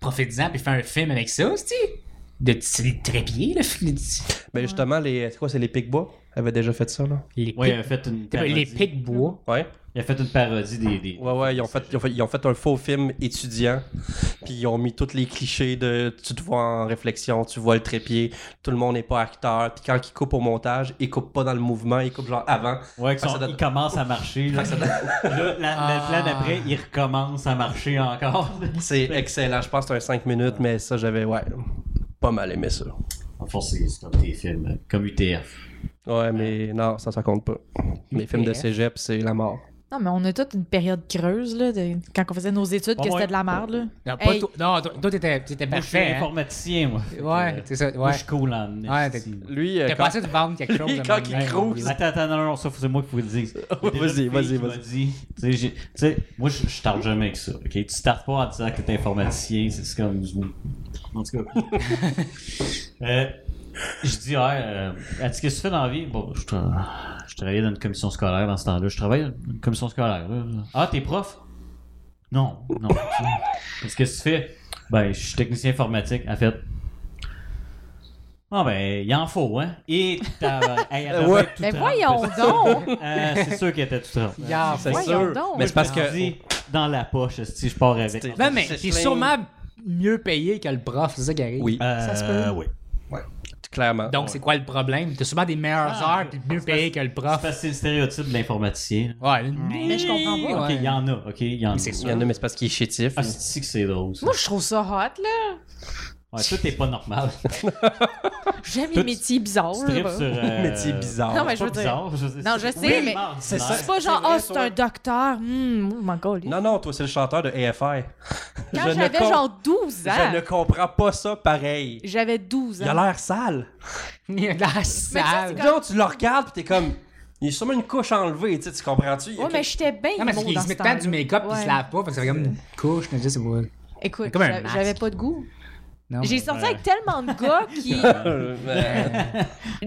Profite-en puis fais un film avec ça, aussi. De c'est des trépieds, là. Les, Mais Ben, justement, les, c'est quoi, c'est les Picbois avaient déjà fait ça, là. les pics. Ouais, il a fait une T'as pas- parodie. les pics bois. Ouais. Il a fait une parodie des. des... Ouais, ouais, ils ont, fait, ils, ont fait, ils ont fait un faux film étudiant, puis ils ont mis tous les clichés de tu te vois en réflexion, tu vois le trépied, tout le monde n'est pas acteur, puis quand ils coupent au montage, ils coupent pas dans le mouvement, ils coupent genre avant. Ouais, qu'ils Ah, sont- ça donne- ils commencent à marcher. Là, Là, la- Ah. le plan d'après, ils recommencent à marcher encore. C'est excellent, je pense que c'est un 5 minutes, mais ça j'avais, ouais, pas mal aimé ça. En fait, c'est c'est comme tes films, euh, comme UTF. Ouais, mais non, ça, ça compte pas. Mes films de UPF. cégep, c'est la mort. Non, mais on a toute une période creuse, là, de- quand on faisait nos études, Ah que Bon, c'était ouais. de la merde, là. Non, pas Hey. toi- non, toi, toi, t'étais t'étais Moi, je suis parfait. hein. informaticien, moi. Fait que, Ouais, euh, c'est ça. Moi, Ouais. je suis cool en Ouais, esti. Lui, euh, T'as quand- passé de hein. vendre quelque chose. Lui, à un quand moment il donné. crouse. Attends, attends, non, non, ça, c'est moi qu'il faut le dire. Ouais, vas-y, vas-y, vas-y. vas-y. Tu sais, j'ai- tu sais, moi, je, je starte jamais avec ça. ok? Tu startes pas en disant que t'es informaticien, c'est c'est comme. En tout cas. Euh, je dis, ouais, euh, elle dit, qu'est-ce que tu fais dans la vie? Bon, je, tra- je travaillais dans une commission scolaire dans ce temps-là. Je travaille dans une commission scolaire. là. Ah, t'es prof? Non, non. Qu'est-ce que tu fais? Ben, je suis technicien informatique. En fait, ah ben, il en faut, hein? Et t'as... hey, elle devait Ouais. être tout Mais trempe, Ben voyons parce- donc! Euh, c'est sûr qu'elle était tout trempe. Regarde, c'est Voyons sûr. donc. Mais c'est parce que. Dit, dans la poche, si je pars avec. C'était- Ben, mais C'est t'es plein. sûrement mieux payé que le prof, c'est ça qui arrive. Oui, Euh, Ça se peut. Oui. clairement. Donc, c'est quoi le problème? T'as sûrement des meilleures Ah, heures puis mieux payé que le C'est Ah. prof. parce que c'est le stéréotype de l'informaticien. Ouais, Mais je comprends pas. Ok, il y en a, ok, il y en a. c'est Il y en a, mais c'est parce qu'il est chétif. Ah, c'est que c'est drôle. ça. Moi, je trouve ça hot, là. Ouais, toi, t'es pas normal. J'aime Toi, les tu- métiers bizarres, Tu là. tripes bah. sur. euh, métier bizarre. Non, mais c'est je veux pas dire- bizarre, je veux dire, Non, je c'est- sais, Oui, mais marre, c'est ça. C'est pas genre, vrai, ah, c'est toi. un docteur. Hum, oh my God. Non, non, toi, c'est le chanteur de AFI. Quand ne j'avais com- genre 12 ans, Je ne comprends pas ça pareil. j'avais 12 Il a ans. l'air sale. Il y en a la c'est salle. comme- Non, tu le regardes pis t'es comme. Il y a sûrement une couche enlevée, tu sais, tu comprends-tu? Il y a Ouais, mais quelque- j'étais bien Non, mais c'est immonde qu'il dans se ce met tant temps-là. du make-up puis il Ouais. se lave pas, fait que ça fait comme une couche, je me dis, c'est pas. Écoute, comme un j'avais- masque. j'avais pas de goût. Non, J'ai mais- sorti ouais. avec tellement de gars qui. Euh, mais-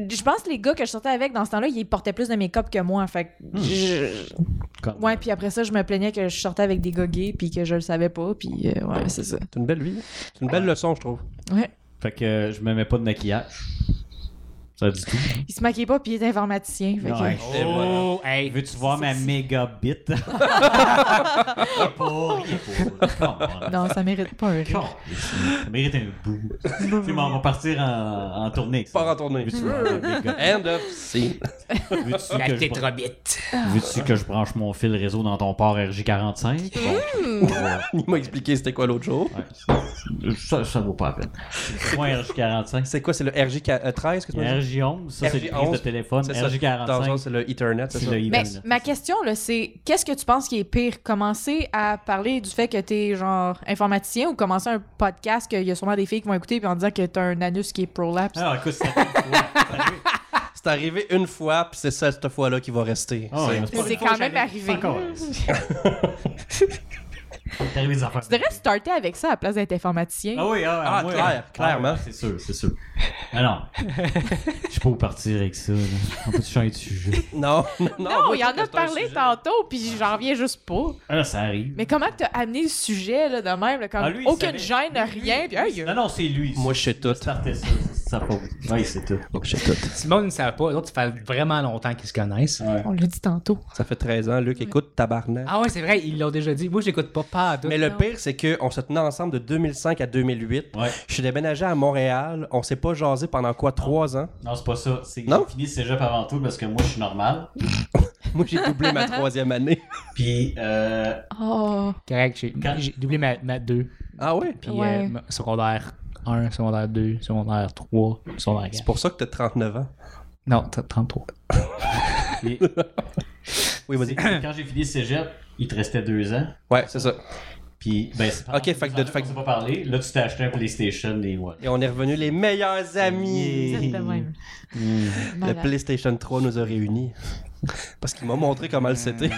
Je pense que les gars que je sortais avec dans ce temps-là, ils portaient plus de make-up que moi. Fait que Hmm. je- Comme- Ouais, puis après ça, je me plaignais que je sortais avec des gars gays puis que je le savais pas. Puis euh, ouais, c'est ça. C'est une belle vie. C'est une belle leçon, je trouve. Ouais. Fait que euh, je me mets pas de maquillage. Ça dit tout. Il se maquillait pas puis il était informaticien. Fait que- Ouais. Et voilà. Oh, hey. Veux-tu voir ma méga bite? Pour, Non, ça mérite pas un rire. Ça mérite un bout. Tu sais, on va partir en, en tournée. Part en tournée. Veux-tu voir ma méga bite? End of scene. Veux-tu que, La je... bran- tétrabite. Veux-tu que je branche mon fil réseau dans ton port RJ45? Bon, voilà. Il m'a expliqué c'était quoi l'autre jour. Ouais. ça, ça vaut pas la peine. C'est quoi un RJ45? C'est quoi, c'est le RJ13 euh, que tu m'as dit? RJ11, ça c'est le prise RJ11, de téléphone. C'est ça. Dans le sens, RJ45, c'est le Ethernet, c'est c'est ça? le Mais Ethernet. ma question, là, c'est qu'est-ce que tu penses qui est pire? Commencer à parler du fait que t'es genre informaticien ou commencer un podcast qu'il y a sûrement des filles qui vont écouter puis en disant que t'as un anus qui est prolapse? Alors Ah, écoute, ça fait une fois. C'est arrivé une fois, puis c'est ça, cette fois-là, qui va rester. Ah ouais, C'est- mais c'est pas- c'est faut quand jamais- même arrivé. Pas encore. Je C'est arrivé des affaires. devrais starter avec ça à la place d'être informaticien. Ah oui, ah, Ah, moi, clair, ah, clairement. C'est sûr, c'est sûr. Mais non. Je sais pas où partir avec ça. là. On peut changer de sujet. Non, non, non. Non, moi, il je en trouve que a c'est un parlé sujet. tantôt, puis j'en reviens juste pas. Ah, là, ça arrive. Mais comment que t'as amené le sujet, là, de même, là, comme Ah, lui, il aucune savait. gêne, Lui, rien, lui, puis hey, euh, Non, non, c'est lui. Moi, je sais tout. je partais ça. Ça pas. Oui, c'est tout. Je sais tout. Si le monde ne savait pas, l'autre, ça fait vraiment longtemps qu'ils se connaissent. on l'a dit tantôt. Ça fait 13 ans, Luc, écoute, tabarnak. Ah ouais, c'est vrai, ils l'ont déjà dit. Moi, j'écoute pas, pas à tout. Mais Mais le Non. pire, c'est qu'on se tenait ensemble de 2005 à 2008. Ouais. Je suis déménagé à Montréal. On s'est pas jasé pendant quoi, trois ans? Non, c'est pas ça. C'est Non? j'ai fini le cégep avant tout parce que moi, je suis normal. Moi, j'ai doublé ma troisième année. Puis, euh, Oh, Correct, j'ai Quand- j'ai doublé ma, ma 2. Ah ouais? Puis Ouais. euh, ma- secondaire 1, secondaire 2, secondaire 3, secondaire 4. C'est pour ça que t'as 39 ans. Non, t- 33. puis- Oui, c'est- vas-y. quand j'ai fini le cégep, il te restait deux ans. Ouais, c'est ça. Puis, ben, c'est Ok, fait que de- fait que- On s'est pas parlé. Là, tu t'es acheté un PlayStation et voilà. Et on est revenus les meilleurs vous êtes amis. de même. Hmm. Le Malade. PlayStation 3 nous a réunis. Parce qu'il m'a montré comment le c'était.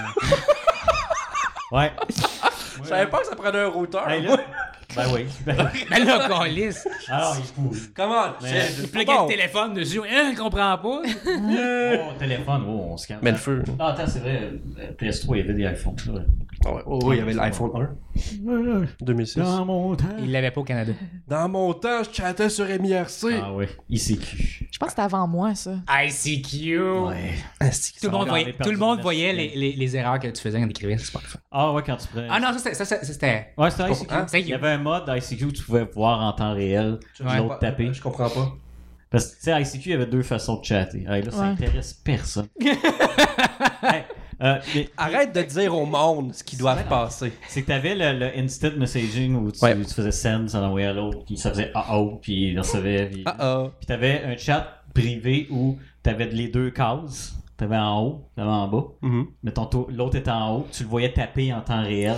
Ouais. Je savais pas que ça prenait un routeur. Hey, là- Ben oui. Mais là, qu'on lisse. Alors, il est pourri. Comment? Mais- C'est- Il pluguait Bon. le téléphone dessus. Hein, je comprends pas. Oh, téléphone, oh, on se calme. Mais le feu. Non, attends, c'est vrai, euh, PS3, il y avait des iPhones. c'est vrai. Ouais, oh, oui, il y avait l'iPhone 1. 2006. mon temps. Il l'avait pas au Canada. Dans mon temps, je chattais sur MIRC. Ah oui, ICQ. Je pense que c'était avant moi, ça. ICQ. Ouais. Tout le, monde encore voyait, des tout le personnes monde de voyait les, Sydney. les, les erreurs que tu faisais quand tu écrivais. C'est pas le fun. Ah ouais, quand tu prenais. Ah non, ça, c'est- ça, ça, c'était. Ouais, c'était ICQ. Hein? C'est Il y avait un mode d'ICQ où tu pouvais voir en temps réel Ouais. l'autre taper. Je comprends pas. Parce que, tu sais, ICQ, il y avait deux façons de chatter. Hey, là, ça Ouais. intéresse personne. Hey, Euh, mais Arrête de dire au monde ce qu'ils doivent passer. c'est que t'avais le, le instant messaging où tu, Ouais. tu faisais send, ça l'envoyait à l'autre, puis ça faisait ah oh, puis il recevait. Puis, Ah ah. puis t'avais un chat privé où t'avais les deux cases. T'avais en haut, t'avais en bas. Mhm. Mettons, toi, l'autre était en haut, tu le voyais taper en temps réel.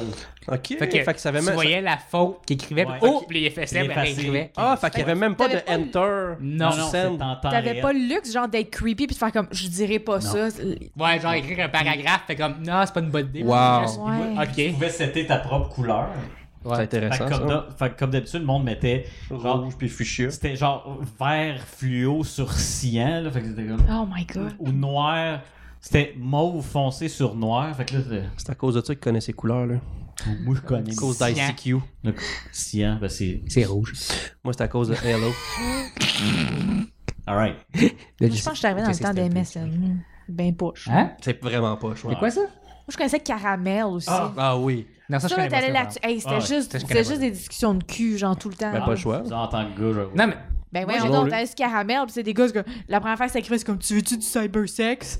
Ok. Fait, Fait que, que ça avait tu même. voyais la faute qu'il écrivait, Ouais. puis oh, puis il effaçait, Il puis il effaçait. écrivait. Ah, fait qu'il y avait même pas de T'avais pas le- enter. Non, du non, send. c'était en temps T'avais réel. pas le luxe, genre, d'être creepy puis de faire comme, je dirais pas ça. C'est- Ouais, genre écrire un paragraphe, fait comme, non, c'est pas une bonne idée. Wow. Juste- Ouais. Tu Ah. Ok. pouvais setter ta propre couleur. C'est Fait que intéressant. comme ça. d'hab- fait que comme d'habitude, le monde mettait genre Rouge puis fuchsia. C'était genre vert fluo sur cyan, là, fait que c'était comme... Oh my god. Ou noir, c'était mauve foncé sur noir, fait que là, c'était- C'est à cause de ça qu'ils connaissent ces couleurs là. Moi, je connais À cause Cyan. d'ICQ. le cyan, ben c'est... C'est rouge. Moi, c'est à cause de Hello. Alright. Je Je pense que je suis arrivée dans le temps des MSN. Ben push. Moi, Hein? c'est vraiment pas chouette. C'est quoi ça? je connaissais Caramel aussi. Ah oui. Non, ça, Ça, je là, connais pas t'allais ça, là-dessus. Hey, c'était Ah ouais, juste, ça, je c'était connais juste pas. des discussions de cul, genre, tout le temps. Ah, Ben, pas le choix. Ça, en tant que gars, j'avoue. Non, mais Ben Moi, ouais, j'ai- on t'as ce caramel, pis c'est des gars, c'est que la première fois que ça écrivait, c'est comme tu veux-tu du cybersex?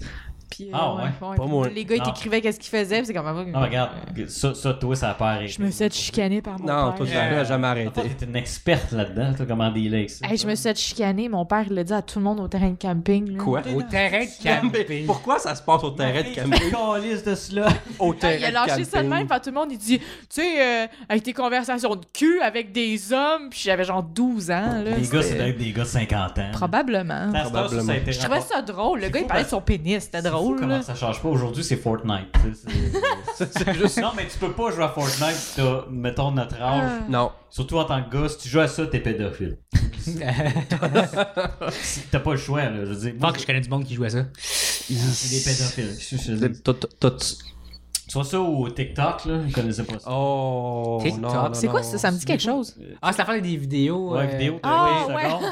Puis, euh, Ah ouais, pas moi. Les gars, ils Non. t'écrivaient qu'est-ce qu'ils faisaient, pis c'est comme, ah, Non, mais regarde, ça, ça, toi, ça a pas arrêté. je me suis fait chicaner par mon Non, père. toi, tu n'as jamais Toi, arrêté. t'es une experte là-dedans, toi, comment dealer avec ça. Hey, je me suis fait chicaner, mon père il le dit à tout le monde au terrain de camping. là. Quoi? au terrain de camping. Pourquoi ça se passe au terrain de camping? calisse de cela. Au Ah, terrain il a de lâché ça de camping. même, pis à tout le monde, il dit, tu sais, euh, avec tes conversations de cul avec des hommes, puis j'avais genre 12 ans, là. Les gars, c'est d'être des gars de 50 ans. Probablement. Ça, ça, ça, ça a été Je trouvais ça drôle, le C'est gars, fou, il parlait parce- de son pénis, c'était C'est fou drôle, comment là. ça change pas. Aujourd'hui, c'est Fortnite. tu sais, c'est- C'est juste. non, mais tu peux pas jouer à Fortnite si t'as, mettons, notre Ah. âge. Non. Surtout en tant que gars, si tu joues à ça, t'es pédophile. Si T'as pas le choix, là. Je veux dire, moi, Fuck, je connais du monde qui joue à ça. c'est des pédophiles. Je- je- je- Tout- tout- tout- Soit ça ou TikTok, là, ils connaissaient pas ça. Oh. TikTok. non, non, C'est quoi non. ça? Ça me dit quelque chose. Ah, c'est la fin des vidéos. Oh, Ouais, euh, vidéo, t'as Ah, 20 ouais. secondes.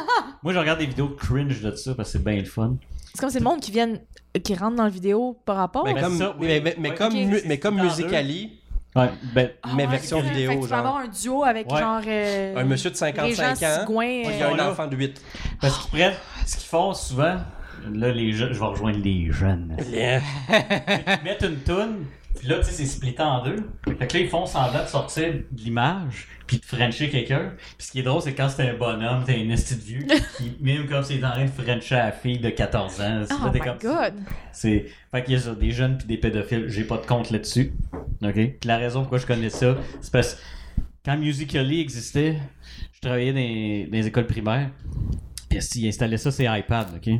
Moi, je regarde des vidéos cringe de ça parce que c'est bien le fun. C'est comme c'est le monde qui viennent, qui rentre dans le vidéo par rapport. Mais Ben, comme, ça, oui. mais, mais- mais Ouais. comme, Ok. mu- mais comme Dans Musicali, Ouais, ben, Ah mais ouais, version c'est ça. vidéo, Fait que tu vas genre. avoir un duo avec Ouais. genre. euh, un monsieur de 55 Régent ans, Sigouin, il y euh, a un Voilà. enfant de 8. parce qu'ils prennent, ce qu'ils font souvent, là, les jeunes, je vais rejoindre les jeunes. Ils mettent une toune, puis là, tu sais, c'est splitté en deux. Fait que là, ils font semblant de sortir de l'image, puis de frencher quelqu'un. Puis ce qui est drôle, c'est quand c'est un bonhomme, t'es un esti de vieux, puis même comme c'est en train de frencher la fille de 14 ans. c'est Oh là, t'es my comme- god! C'est... Fait qu'il y a ça, des jeunes puis des pédophiles, j'ai pas de compte là-dessus. OK? Puis la raison pourquoi je connais ça, c'est parce que quand Musical.ly existait, je travaillais dans les, dans les écoles primaires, puis s'ils installaient ça, c'est iPad, OK?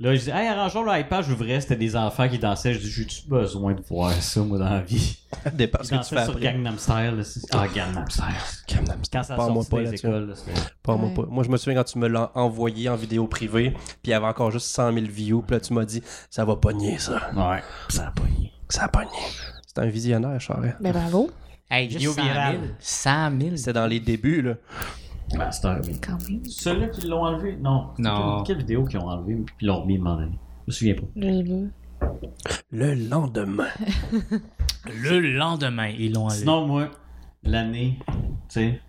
Là, je disais, hey, arrangeons le iPad, j'ouvrais, c'était des enfants qui dansaient. Je dis, j'ai-tu besoin de voir ça, moi, dans la vie? Dépend Ils ce que tu dansaient fais sur après. Gangnam Style. là, c'est- Ah, Gangnam Style. Gangnam Quand ça Parle-moi sortit pas des là-dessus. écoles, là, c'était- Pas, moi, Ouais. pas. Moi, je me souviens quand tu me l'as envoyé en vidéo privée, puis il y avait encore juste 100 000 views, puis là, tu m'as dit, ça va pogner, ça. Ouais, ça a pogné. Ça va pogner. C'est un visionnaire, Charest. Ben bravo! Hey, Vidéo juste 100 000. virale. 100 000. C'était dans les débuts, là. Ben, c'était un- Quand même. Ceux-là qui l'ont enlevé Non. Non. Quelle vidéo qu'ils ont enlevé puis ils l'ont remis à un moment donné? Je me souviens pas. Le lendemain. Le lendemain, ils l'ont enlevé. Sinon, moi, l'année, tu sais,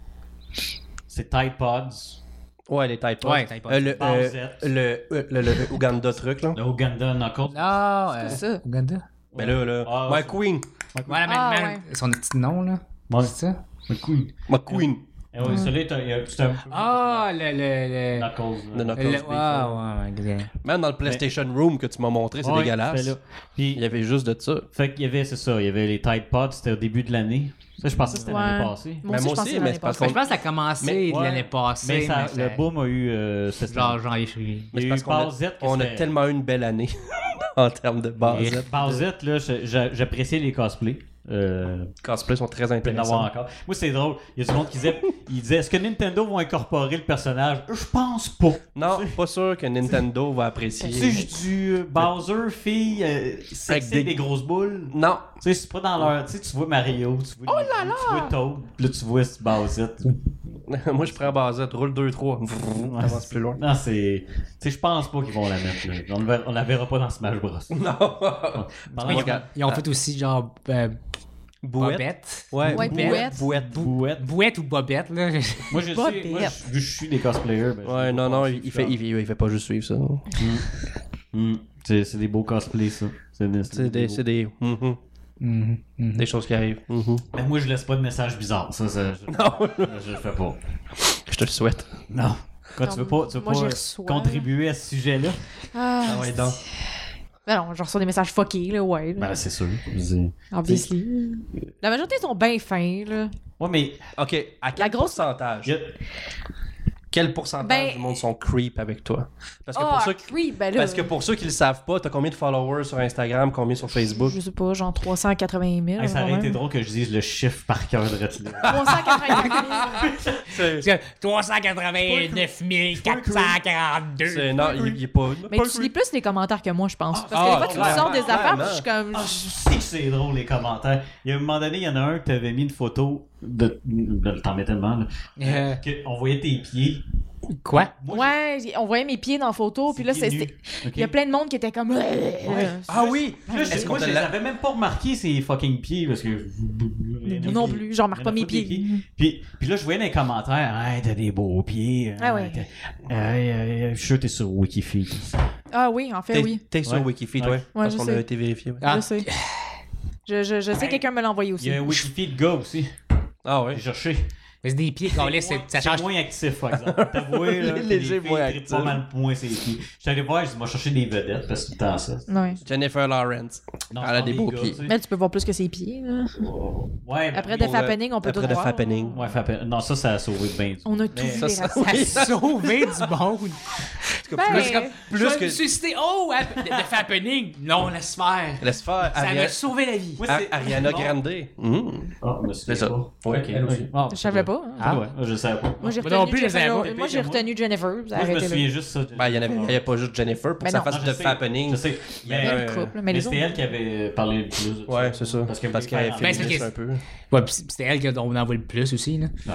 c'est Tide Pods, Ouais, les Tide Pods. Ouais, Tide Pods. Euh, le, euh, Bowsette. le, euh, le, le, le Ouganda truc, là. le Uganda Knuckles. Non, C'est euh, ça. Ouganda. Mais là, là. Ah, ouais, c'est- Queen. Voilà, mais Ah, man- son petit nom, là. Ouais. C'est ça? Le Queen. Ma Queen. Eh oui, celui-là, est un- il y a- c'est un. Ah, le. le, le... Knuckles. De là. notre le- ouais, ouais, ouais, ouais. Même dans le PlayStation Room que tu m'as montré, c'est Ouais, dégueulasse. c'était là. Il Puis, y avait juste de ça. fait qu'il y avait, c'est ça, il y avait les Tide Pods, c'était au début de l'année. Ça, je pensais que c'était l'année Ouais. passée. Moi Ben, moi aussi, je aussi, pensais que mais l'année c'est parce passée. Mais je pense que ça a commencé Mais- ouais. l'année passée. Mais ça, ça- le boom a eu. euh, cette Genre année. janvier, Il y février. a c'est eu parce qu'on a- Bowsette qui On a s'est- tellement eu une belle année en termes de base. Et Bowsette, là, je- j'a- j'appréciais les cosplays. Euh, Cosplay sont très peut en avoir intéressants. encore. Moi, c'est drôle. Il y a du monde qui disait, il disait est-ce que Nintendo vont incorporer le personnage Je pense pas. Non, pas sûr que Nintendo va apprécier. Tu sais, j'ai du euh, Bowser, fille, euh, sexy Avec avec des- des... grosses boules. Non. Tu sais, c'est pas dans leur. Tu sais, tu vois Mario, tu vois, oh là là! Tu vois Toad, puis là, tu vois ce Bowsette. Moi, je prends Bazette. Roule 2-3. Avance plus loin. Non, c'est. Tu sais, je pense pas qu'ils vont la mettre. là. On, le verra- on la verra pas dans Smash Bros. Non. Pendant Ils ont, regarde. ils ont fait aussi genre euh, Bouette. Bobette. Ouais, Ouais, bouette. Bouette. Bouette. la bouette. Bouette ou Bobette, là. Moi, je sais. Moi, je, vu que je suis des cosplayers. ben, je Ouais, sais pas non, non, si il, je fait, suis il, il fait pas juste suivre ça. Hmm. C'est c'est des beaux cosplays, ça. C'est des, c'est C'est des des, beaux- c'est des, mhm, Mhm, mhm. des choses qui arrivent. Mhm. Mais moi, je laisse pas de message bizarre. Ça, ça, je... Non. je le fais pas. Je te le souhaite. Non. Quand Non, tu veux pas, tu veux moi, pas j'y euh, reçois. contribuer à ce sujet-là. Ah, ouais, c'est- donc. Ben non, je reçois des messages fuckés, là, ouais. là. Ben, c'est sûr. Ouais, Ben, Obviously. La majorité sont bien fins, là. mais Ok, à quel La grosse- pourcentage je- Quel pourcentage Ben- du monde sont creep avec toi Parce que, Ah, pour, ceux qui... oui, ben là. Parce que pour ceux qui le savent pas, t'as combien de followers sur Instagram, combien sur Facebook Je sais pas, genre 380 000. Hey, ça aurait quand été même. drôle que je dise le chiffre par cœur de Rattler. 384 000. C'est. Parce que 389 442. c'est- Non, il, il est pas. Mais tu lis plus les commentaires que moi, je pense. Parce que Ah, des fois, tu clairement, me sors des affaires, puis je suis comme. Ah, je sais que c'est drôle les commentaires. Il y a un moment donné, il y en a un qui t'avait mis une photo de. de- T'en mets tellement, là. Euh, que on voyait tes pieds. quoi? Moi, Ouais, j'ai- on voyait mes pieds dans la photo, puis là, pieds c'est- nus. c'est- Ok. il y a plein de monde qui était comme. Ah oui Là, je- Est-ce qu'on moi, te je les l'a- avais même pas remarqué ces fucking pieds parce que. Moi non plus, j'en remarque pas mes pieds. Puis, puis là, je voyais dans les commentaires, hey, t'as des beaux pieds. Ah ouais. t'as- Hey, hey, hey, je suis sûr que t'es sur Wikifeet. Ah oui, en fait, T'es oui. t'es sur Ouais. Wikifeed, Ouais. ouais. parce je qu'on sais. a été vérifié. ouais. Ah. Je sais. Je, je, je sais, quelqu'un me l'a envoyé Il aussi. y a un Wikifeet gars aussi. Ah ouais. J'ai cherché. Mais c'est des pieds qu'on laisse, c'est- ça C'est change. moins actif, par exemple. T'avouer, là, que les Léger, filles moins trippent actif. pas mal moins ses pieds. J'étais allé voir, je dis, moi, chercher des vedettes parce que c'est tout le temps ça. Ouais. Jennifer Lawrence. Non, Elle a je des parle beaux gars, pieds. tu sais. Mais tu peux voir plus que ses pieds. là. Ouais, Après oui, The Fappening, on peut Après tout The voir. Fappening. Ouais, Fappening. Non, ça, ça a sauvé bien du On a tout vu ça, les ça- racistes. Ça a sauvé du monde. Ben, Là, c'est comme, Plus je vais que- me suicider. Oh, app- de, de happening. Non, laisse faire. Laisse faire. Ça Aria- m'a sauvé la vie. Moi, Ar- c'est- Ariana Non. Grande. Mhm. Ah, mais c'est ça. Ouais, Ouais, elle aussi. je savais pas. hein. Ah, ouais, je savais pas. Moi, j'ai Moi non retenu plus, je savais Jennifer. pas. Moi, j'ai retenu Jennifer. vous Moi, je me arrêtez là. souviens juste ça. Ben, il n'y avait pas juste Jennifer pour Ben que ça non. fasse Non, je The sais, Fappening. Je sais. Il y Mais- avait Le couple, mais Mais les autres. c'était elle qui avait parlé le plus. de Ouais, ça. c'est ça. Parce qu'elle voulait qu'elle faire est fait- enlever- féministe un peu. Ouais, pis c'était elle qui- on envoie le plus aussi. Là. Ouais.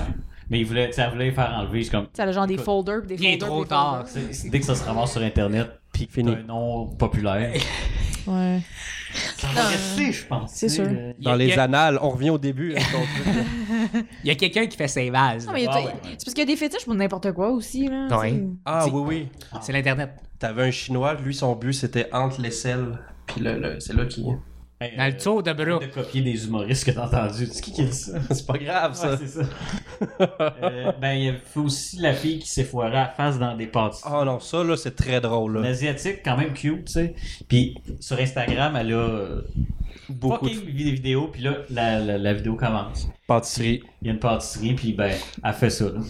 Mais il voulait, tu sais, elle voulait faire enlever. C'est comme. Ça a le genre des folders, des Il est folders, trop des folders. tard. c'est- c'est- Dès que ça se ramasse sur Internet, pis que t'as Fini. un nom populaire, Ouais. ça va rester, je pense. C'est tu sais, sûr. euh, Il y a- Dans il y les a- annales, on revient au début. hein, ton truc. Il y a quelqu'un qui fait ses vases. Non, mais il y a- Ah, ouais, ouais. c'est parce qu'il y a des fétiches pour n'importe quoi aussi. Là, Ouais. tu sais. Ah oui, oui. C'est l'Internet. T'avais un chinois, lui, son but c'était entre l'aisselle. Puis le, le- c'est là qu'il. hey, Dans le euh, tour de bras. de copier des humoristes que t'as entendus. C'est qui qui a dit ça? c'est pas grave Ah, ça. Ouais, c'est ça. Euh, ben, il y a fait aussi la fille qui s'est foirée à la face dans des pâtisseries. oh non, ça là, c'est très drôle. là. L'asiatique, quand même cute, tu sais. Puis sur Instagram, elle a euh, Beaucoup fucking vi- vidéos, puis là, la, la- la vidéo commence. de pâtisserie. Il y a une pâtisserie, puis ben, elle fait ça. là.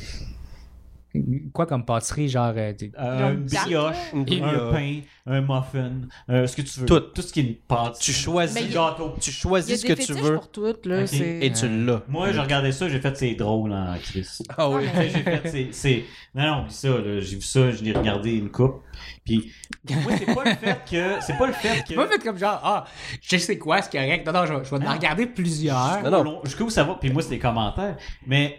Quoi comme pâtisserie, genre. euh, des- Euh, Une une tarte, brioche, là. Une un brioche. pain, un muffin, euh, ce que tu veux. Tout. ce qui est une Tu pâtisserie. Mais choisis, il y a- gâteau. tu Il y a choisis ce que des tu fétiches veux pour toutes. Là, Ok. c'est... et tu l'as. Moi, j'ai regardé ça, j'ai fait c'est drôle en Christ. Ah oui. Tu sais, j'ai fait, c'est- c'est. Non, non, oublie ça, là. J'ai vu ça, je l'ai regardé une coupe. Puis. Moi, c'est pas le fait que. C'est pas le fait que. Moi, fait comme genre, ah, je sais quoi, c'est correct. Non, non, je, vais- je vais en regarder plusieurs. Non, Non, non. non. Jusqu'où ça va, puis moi, c'est des commentaires. Mais.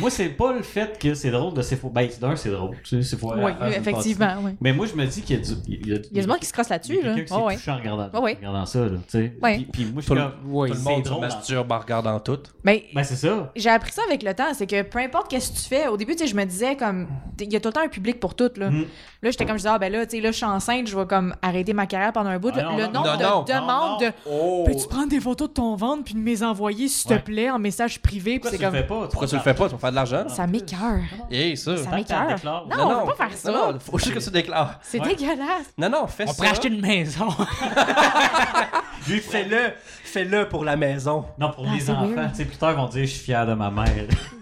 Moi, c'est pas le fait que c'est drôle de ces faux. Ben, d'un, c'est drôle. Tu sais, c'est faux. Oui, effectivement. ouais. Mais moi, je me dis qu'il y a du. Il y a, Il y a du monde qui se crosse là-dessus. il y a Là. quelqu'un qui s'est Oh, ouais. touché en regardant, Ah ouais. en regardant ça, là. Tu sais. Ouais. Puis, puis moi, je suis Tout le- comme. Oui, Tout le c'est monde se drôle, hein. masturbe en regardant tout. Mais Ben, c'est ça. j'ai appris ça avec le temps. C'est que peu importe qu'est-ce que tu fais, au début, tu sais, je me disais comme. Il y a tout le temps un public pour toutes. Là, Mm. là j'étais comme, je disais, ah ben là, tu sais, là, je suis enceinte, je vais comme arrêter ma carrière pendant un bout. Ah le non, le non, nombre non, de non, Oh. demandes non, de. Peux-tu prendre des photos de ton ventre puis de mes envoyer, s'il Ouais. te plaît, en message privé? Puis Pourquoi c'est tu le comme. fais pas? Pourquoi tu le fais pas? Tu vas faire de l'argent? Ça m'écoeure. Eh, ça. Ça Tant que t'en m'écoeure. déclares. Non, Non, on non, peut pas faire ça. Non, non, faut juste que tu déclares. C'est Ouais. dégueulasse. Non, non, fais On ça. pourrait acheter une maison. Lui, fais-le. Fais-le pour la maison. Non, pour Ah, les c'est enfants. weird. Tu sais, plus tard, ils vont dire, je suis fier de ma mère.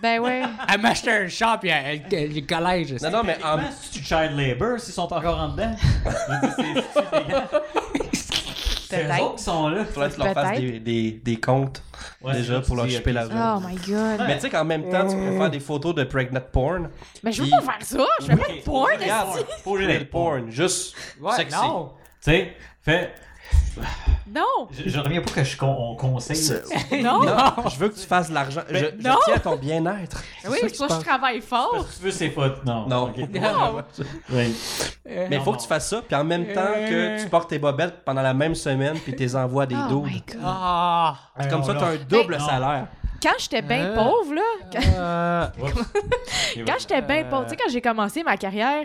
Ben ouais. Elle m'a acheté un shop et elle- elle- le collège. Non, non, mais en- Comment si tu child labor s'ils sont encore en dedans? Je veux dire, c'est- c'est- C'est eux autres qui sont là. faudrait que tu leur fasses des, des, des comptes Ouais, déjà c'est pour ça, leur tu dis, choper ok, la Oh my god. Mais tu sais qu'en même temps, tu pourrais faire des photos de pregnant porn. Mais je veux Puis- pas faire ça. Je fais pas de porn. Regarde, Pas obligé pregnant d'être porn. porn, juste Ouais, sexy. non. Tu sais, fait. Non. Je, je reviens pas que je con- on conseille. Non. Non, je veux que tu fasses de l'argent. Je, je Oh! non. tiens à ton bien-être. Oui, c'est pour ça que je travaille fort. Parce que tu veux ces photos. Non. Non. ok. Non. Ouais. Mais il faut non. que tu fasses ça, puis en même temps que tu portes tes bobettes pendant la même semaine, puis tes envoies des Euh. Oh dos. my god. Ah. Ouais, Comme on ça, l'a- t'as un double Ben- salaire. Quand j'étais bien Euh. pauvre, là. Quand, Euh, Oups. Et quand voilà. j'étais bien pauvre, tu sais, quand j'ai commencé ma carrière,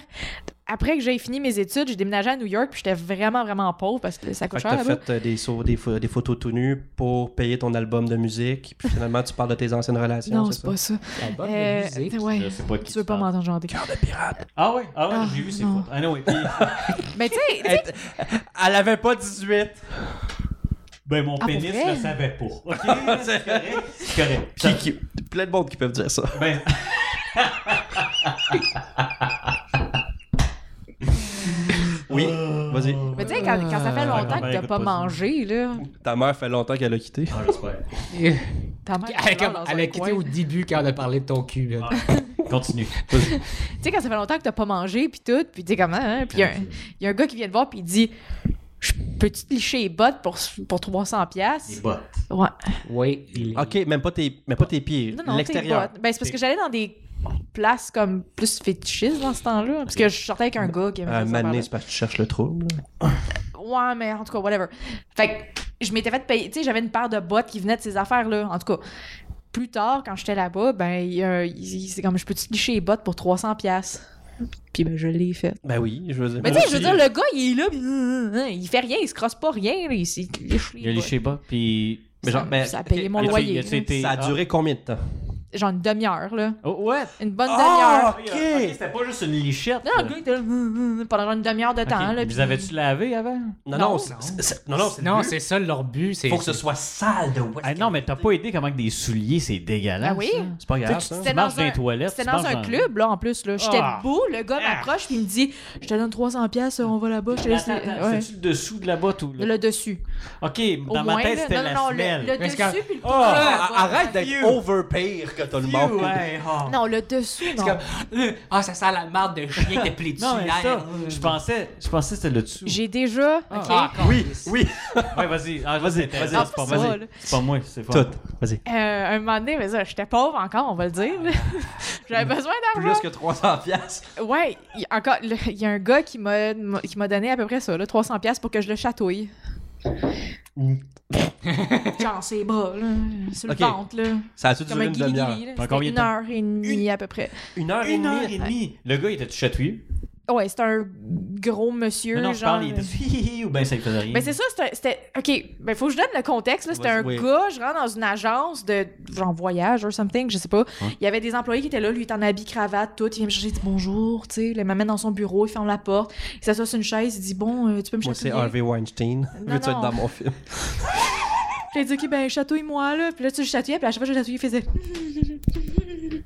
après que j'ai fini mes études, j'ai déménagé à New York, puis j'étais vraiment, vraiment pauvre parce que ça Fait coûte que cher t'as là-bas. fait euh, des, sau- des, pho- des photos tout nues pour payer ton album de musique, puis finalement tu parles de tes anciennes relations. Non, c'est pas ça. L'album de Euh, musique. Je ouais. sais pas de qui Tu veux pas parles. m'entendre chanter. Ah oui, ah ouais, Ah, j'ai vu ces non. photos. Ah non, et puis, Mais tu sais, Elle, elle avait pas 18. ben mon Ah, pour pénis vrai? le savait pas. OK, c'est correct. C'est correct. Qui- qui- plein de monde qui peuvent dire ça. Ben, Oui, vas-y. mais tu sais, quand, quand ça ma fait longtemps grand-mère que t'as pas écoute pas ça. mangé, là, Ta mère fait longtemps qu'elle a quitté. ah, j'espère. Elle a ta mère. pleure comme- dans elle un a quitté coin. au début quand on a parlé de ton cul. là. Ah. Continue. Tu sais, quand ça fait longtemps que t'as pas mangé, puis tout, puis tu sais comment, hein? Puis il y, a un- y a un gars qui vient te voir, puis il dit Je Peux-tu te licher les bottes pour, pour 300$? Les piastres? bottes. Ouais. Oui. il- Ok, même pas tes, même pas tes pieds, Non, non, l'extérieur. tes bottes. Ben, c'est parce que j'allais dans des places comme plus fétichistes dans ce temps-là. Parce que je sortais avec un gars qui aimait À un ça, cette moment donné, affaire-là. Euh, c'est parce que tu cherches le trouble. Ouais, mais en tout cas, whatever. Fait que je m'étais fait payer. Tu sais, j'avais une paire de bottes qui venait de ces affaires-là. En tout cas, plus tard, quand j'étais là-bas, ben, il y a- il- il- c'est comme je peux-tu te licher les bottes pour 300$? piastres? Puis ben, je l'ai fait. Ben oui, je veux dire. Mais tu sais, je veux dire, le gars, il est là, puis, il fait rien, il se crosse pas rien, là, il s'est liché les Il a bottes. liché bas, puis. Mais genre, ça, ben, ça a payé mon y a-tu- y loyer. a-tu là. été- Ça a duré combien de temps? Genre une demi-heure, là. Oh, what? Une bonne Ah! demi-heure. Ok, Ok. c'était pas juste une lichette. Non, hein, le gars, il était là, pendant genre une demi-heure de Ok, temps. Là, Vous puis- avez-tu lavé avant? Non, Non, non, c'est- c'est- c'est- non, non, c'est- Non, c'est ça leur but. c'est- faut que ce soit sale de West. Ah non, mais t'as pas idée comment que des souliers, c'est dégueulasse. hein. Ah oui? ça. C'est pas grave, Tu ça. sais, C'était tu marches dans dans les un- toilettes. C'était tu dans marches un club, là, en plus. là. J'étais Ah. debout, le gars Ah. m'approche, puis il me dit Je te donne 300$, on va là-bas, je te laisse. Attends, les- attends, ouais. C'est-tu le dessous de la botte ou le... Le dessus. Ok, Au dans moins, ma tête, là. c'était Non, la non, non, semelle. le, le Mais dessus, c'est quand- puis le. Oh, Ah, Ah, Arrête Dieu. d'être oh, over pire que tout le Phew, monde. ouais, ah. Non, le dessus, non. C'est comme, euh, Ah, ça sent la marde de chien que t'as plié dessus Non, mais hier. ça, je pensais, je pensais que c'était le dessous. J'ai déjà. ok. Ah, Oui, oui. Ouais, vas-y, ah, vas-y, vas-y, Ah, c'est pas, ça, vas-y. là. C'est pas moi, c'est pas Tout. moi. Vas-y. Euh, un moment donné, mais ça, j'étais pauvre encore, on va le dire. là. Hmm. J'avais besoin d'argent. Plus que 300 piastres. Ouais, il y a encore, le- il y a un gars qui m'a qui m'a donné à peu près ça, là, 300 pièces pour que je le chatouille. Genre ses bras, là, sur le Ok. ventre, là, Ça a-tu comme duré un une guili demi-heure? là. Pendant C'était combien de Une temps? heure et demie à peu près. Une heure Une heure et demie. Le gars, il était-tu chatouillé? Ouais, c'était un gros monsieur, Non, non, je genre. euh, parle, il était hi, hi, hi, ou bien ça lui faisait rien. Mais Ben, c'est ça, c'était- c'était. Ok, ben faut que je donne le contexte. là. C'était Vas-y, un oui. gars, je rentre dans une agence de genre voyage or something, je sais pas. Il y avait des employés qui étaient là, lui il était en habit cravate, tout. Il vient me chercher, il dit bonjour, tu sais. là, Il m'amène dans son bureau, il ferme la porte, il s'assoit sur une chaise, il dit bon, euh, tu peux me Moi, c'est chatouiller. Harvey Weinstein. Non, Veux-tu être non. dans mon film? Puis il dit ok, ben chatouille-moi là. Puis là, tu le chatouillais, puis à chaque fois que je le chatouillais, il faisait.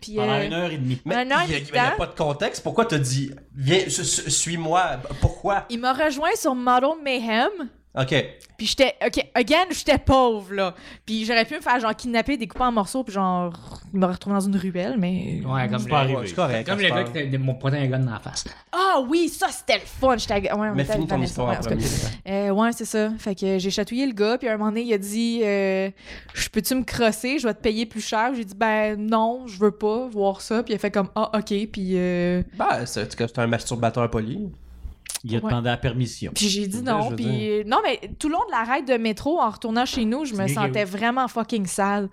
puis Pendant euh, une heure et demie. Mais Un an il y a- et mais il y a dedans. pas de contexte. Pourquoi t'as dit, viens, su- su- suis-moi? Pourquoi? il m'a rejoint sur Model Mayhem. Ok. Puis j'étais, ok, again, j'étais pauvre, là. Puis j'aurais pu me faire, genre, kidnapper, découper en morceaux, puis genre, me retrouver dans une ruelle, mais. Ouais, comme C'est le- pas arrivé. Ouais, C'est correct. Comme on le se gars parle. qui t'a- m'a pointé un gun dans la face. Ah oui, ça, c'était le fun. J'étais, à- ouais, on Mais était finis avec ton Vanessa, histoire ouais, en en tout cas. premier. Euh, ouais, c'est ça. Fait que j'ai chatouillé le gars, puis à un moment donné, il a dit euh, Je Peux-tu me crosser Je vais te payer plus cher. J'ai dit Ben non, je veux pas voir ça. Puis il a fait comme Ah, ok. Puis, euh, Bah, c'est en tout cas, c'est un masturbateur poli. Il a Ouais. demandé la permission. puis j'ai dit Ouais, non. je veux Puis, dire. euh, non, mais tout le long de la ride de métro, en retournant chez nous, je me C'est sentais vraiment fucking sale.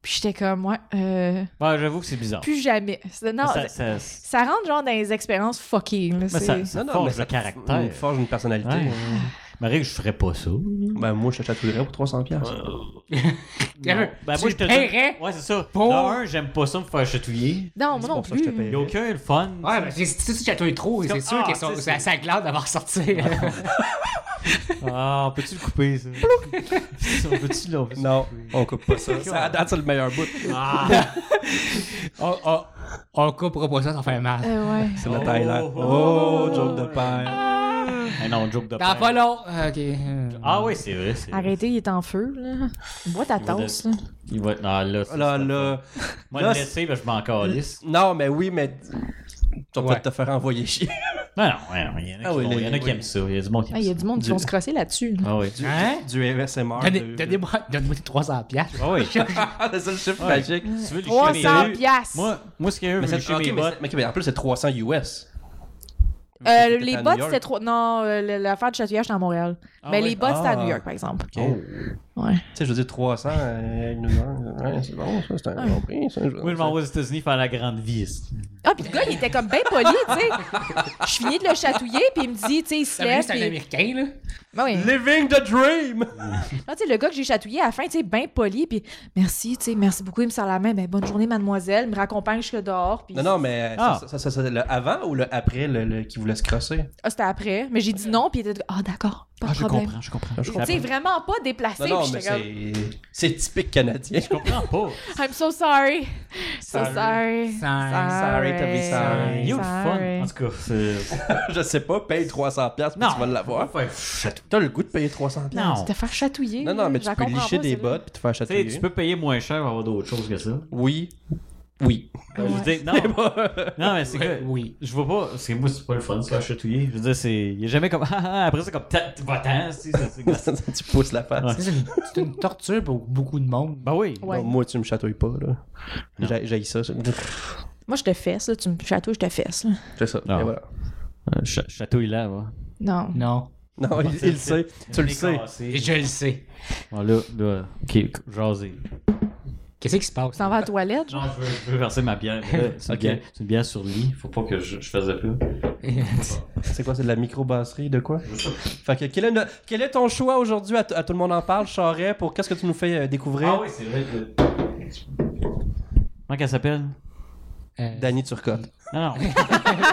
Puis j'étais comme Ouais, euh, Ouais, j'avoue que c'est bizarre. plus jamais. C'est- Non, ça, ça, Ça rentre genre dans les expériences fucking. Là, mais ça, c'est- ça forge le Il caractère. forge une personnalité. Ouais. Marie, je ferais pas ça. Ben, moi, je te chatouillerais pour 300 piastres. Non. Ben, Tu moi, je te le donne- paierais? Ouais, c'est ça. Pour- Dans un, j'aime pas ça me faire chatouiller. Non, moi C'est non pour ça que je te Il plus. y a paye. aucun fun. Ouais, mais si tu chatouilles trop, C'est c'est comme- sûr ah, que tu son- sais, ça c'est- ça glande d'avoir sorti. Ah, peux-tu le couper, ça? ça peut-tu le Non, on coupe pas ça. ça à date, c'est le meilleur bout. Ah, on, on, on coupera pas ça, ça fait mal. Euh, ouais. C'est le Oh, Tyler. oh, Oh, oh, joke oh. de père. Eh non, joke de T'as père. pas long. Ah, Ok. euh. Ah oui, c'est vrai. c'est vrai. Arrêtez, il est en feu. Là. Bois ta va tasse. de- là. Il va... Ah là, ça, Oh Là, ça- là. Moi, là, le laisser, ben, je m'en calisse. Non, mais oui, mais. Tu vas Ouais. peut-être te faire envoyer chier. Non, Ben non, ouais, non, il y en a qui, Ah oui, vont- les- il y en a qui oui. aiment ça. Il y a du monde qui Ah, Il y a aime du monde qui Dieu. vont se crosser là-dessus. là. ça. Ah oui. Du, Hein? du ASMR. Donnez- de- Donnez-moi donne-moi tes 300 piastres. Ah oui. c'est ça le chiffre Ouais. magique. Tu veux licher 300 mes- piastres. Moi, moi, ce qu'il y a, Mais, veut c'est- licher ok, mes mais, bottes. c'est- mais ok, mais en plus, c'est 300 US. Euh, T'étais à les New bottes, York. c'était trop. Non, euh, l'affaire de chatouillage, c'était à Montréal. Ah mais ouais? les bottes, c'était à Ah. New York, par exemple. Oh. Ok. Ouais. Tu sais, je veux dire, 300, euh, il nous demande, ouais, c'est bon, ça, c'est un bon prix. Ça, je- Moi, je m'en vais aux États-Unis faire la grande vie. Ah, puis le gars, il était comme bien poli, tu sais. Je finis de le chatouiller, puis il me dit, tu sais, il se Ça veut dire que lève. c'est un Puis... américain, là. Ben oui. Living the dream! Non, tu sais, le gars que j'ai chatouillé à la fin, tu sais, bien poli, puis merci, tu sais, merci beaucoup, il me serre la main, ben bonne journée, mademoiselle, il me raccompagne jusque dehors, puis. Non, non, mais Ah. ça, ça, ça, c'est le avant ou le après le, le- qui voulait se crosser? Ah, c'était après, mais j'ai dit non, puis il était, ah, d'accord, pas de je problème. comprends, je comprends. je Tu sais, vraiment pas déplacé, Non, non, puis mais j'étais comme, c'est c'est typique canadien. Je comprends pas. I'm so sorry. So Sorry. sorry. Sorry to be sorry. You fun. sorry. En tout cas, c'est. je sais pas, paye 300$ piastres, puis Non. tu vas l'avoir. Ouais, pff, T'as le goût de payer 300$? piastres? Non. Tu te faire chatouiller. Non, non, mais tu je la peux comprends licher pas, des celle-là. bottes puis te faire Tu sais, chatouiller. tu peux payer moins cher avoir d'autres choses que ça. Oui. Oui. Je veux dire, non, non, mais c'est que. Oui. Je vois pas, parce que moi, c'est pas le fun de se faire chatouiller. Je veux dire, c'est. Il est jamais comme. Ah, ah, après, c'est comme. T'as- Va-t'en, tu sais, ça, c'est glaçant. tu pousses la face. Ça, C'est une, c'est une torture pour beaucoup de monde. Ben oui. Ouais. Non, moi, tu me chatouilles pas, là. Non. J'ai j'haïs ça. ça. Moi, je te fesse, là. Tu me chatouilles, je te fesse, là. C'est ça. Non. Et voilà. Euh, ch- Chatouille-la, va. Non. Non. Non, il, il le sait. Tu le sais. Et je le sais. Bon, là, là. Ok, jasé. Qu'est-ce qui se passe? Tu t'en vas à la toilette? Genre, je veux, je veux verser ma bière. mais là, C'est une, Ok. bière- c'est une bière sur le lit. Faut pas que je, je fasse de pub. C'est quoi, c'est de la microbrasserie de quoi? Fait que, quel est, no- quel est ton choix aujourd'hui à, t- à Tout le monde en parle, Charret, pour qu'est-ce que tu nous fais euh, découvrir? Ah oui, c'est vrai que. Comment qu'elle s'appelle Euh, Danny Turcotte. Non, non.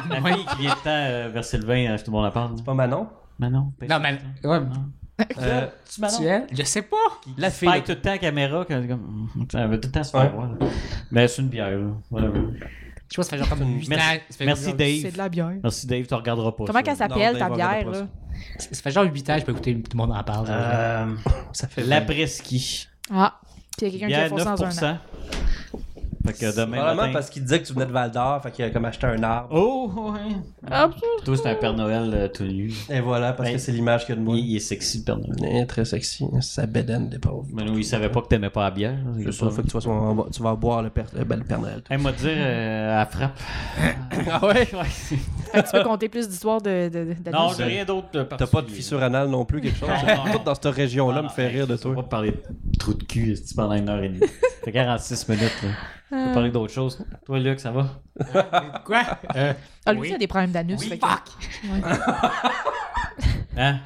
la fille qui vient de temps euh, verser le vin à tout le monde à part. là. Pas Manon? Manon. non, mais. Ouais, Ah. Euh, Tu tu es? Je sais pas. la fille. tout le temps à la caméra. Quand, comme, Mm, elle veut tout le temps se faire Ouais. voir. là. Mais c'est une bière. Là. Whatever. Je pense que ça fait genre comme 8 Merci, ans. ça fait merci genre- C'est Dave. de la bière. Merci Dave, tu regarderas pas. Comment ça. qu'elle s'appelle, Non, ta Dave, bière, regarde là? Ça fait genre 8 ans, je peux écouter tout le monde en parle. Euh, Ça fait la vingt. presqu'île. Ah. Puis il y a Il quelqu'un y qui a a foncé dans un an. 9%. Fait que demain Probablement matin. parce qu'il disait que tu venais de Val d'Or, fait qu'il a comme acheté un arbre. Oh, ouais. Ah, pff, Puis Toi, c'est un Père Noël euh, tout nu. Et voilà, parce Ben, que c'est l'image qu'il y a de Il, moi. il est sexy, le Père Noël. Il est très sexy, sa bédaine des pauvres. Mais nous, il savait pas que t'aimais pas la bière. là. Il C'est a ça, pas- fait que tu vas, on va- tu vas boire le Père, euh, ben, le Père Noël. Elle m'a dit, euh, elle frappe. Ah ouais? Ouais. fait que tu peux compter plus d'histoires de, de, de- Non, d'animaux. j'ai rien d'autre. euh, T'as pas de fissure anale non plus, quelque chose? Non, non, Tout dans cette région-là me fait rire de On Ah, va pas toi. parler de trou de cul esti, pendant une heure et demie. Ça fait 46 minutes. Là. On peut parler d'autre chose. Toi, Luc, ça va? Quoi? Euh, Ah, lui, Oui. il a des problèmes d'anus. fait que- Hein?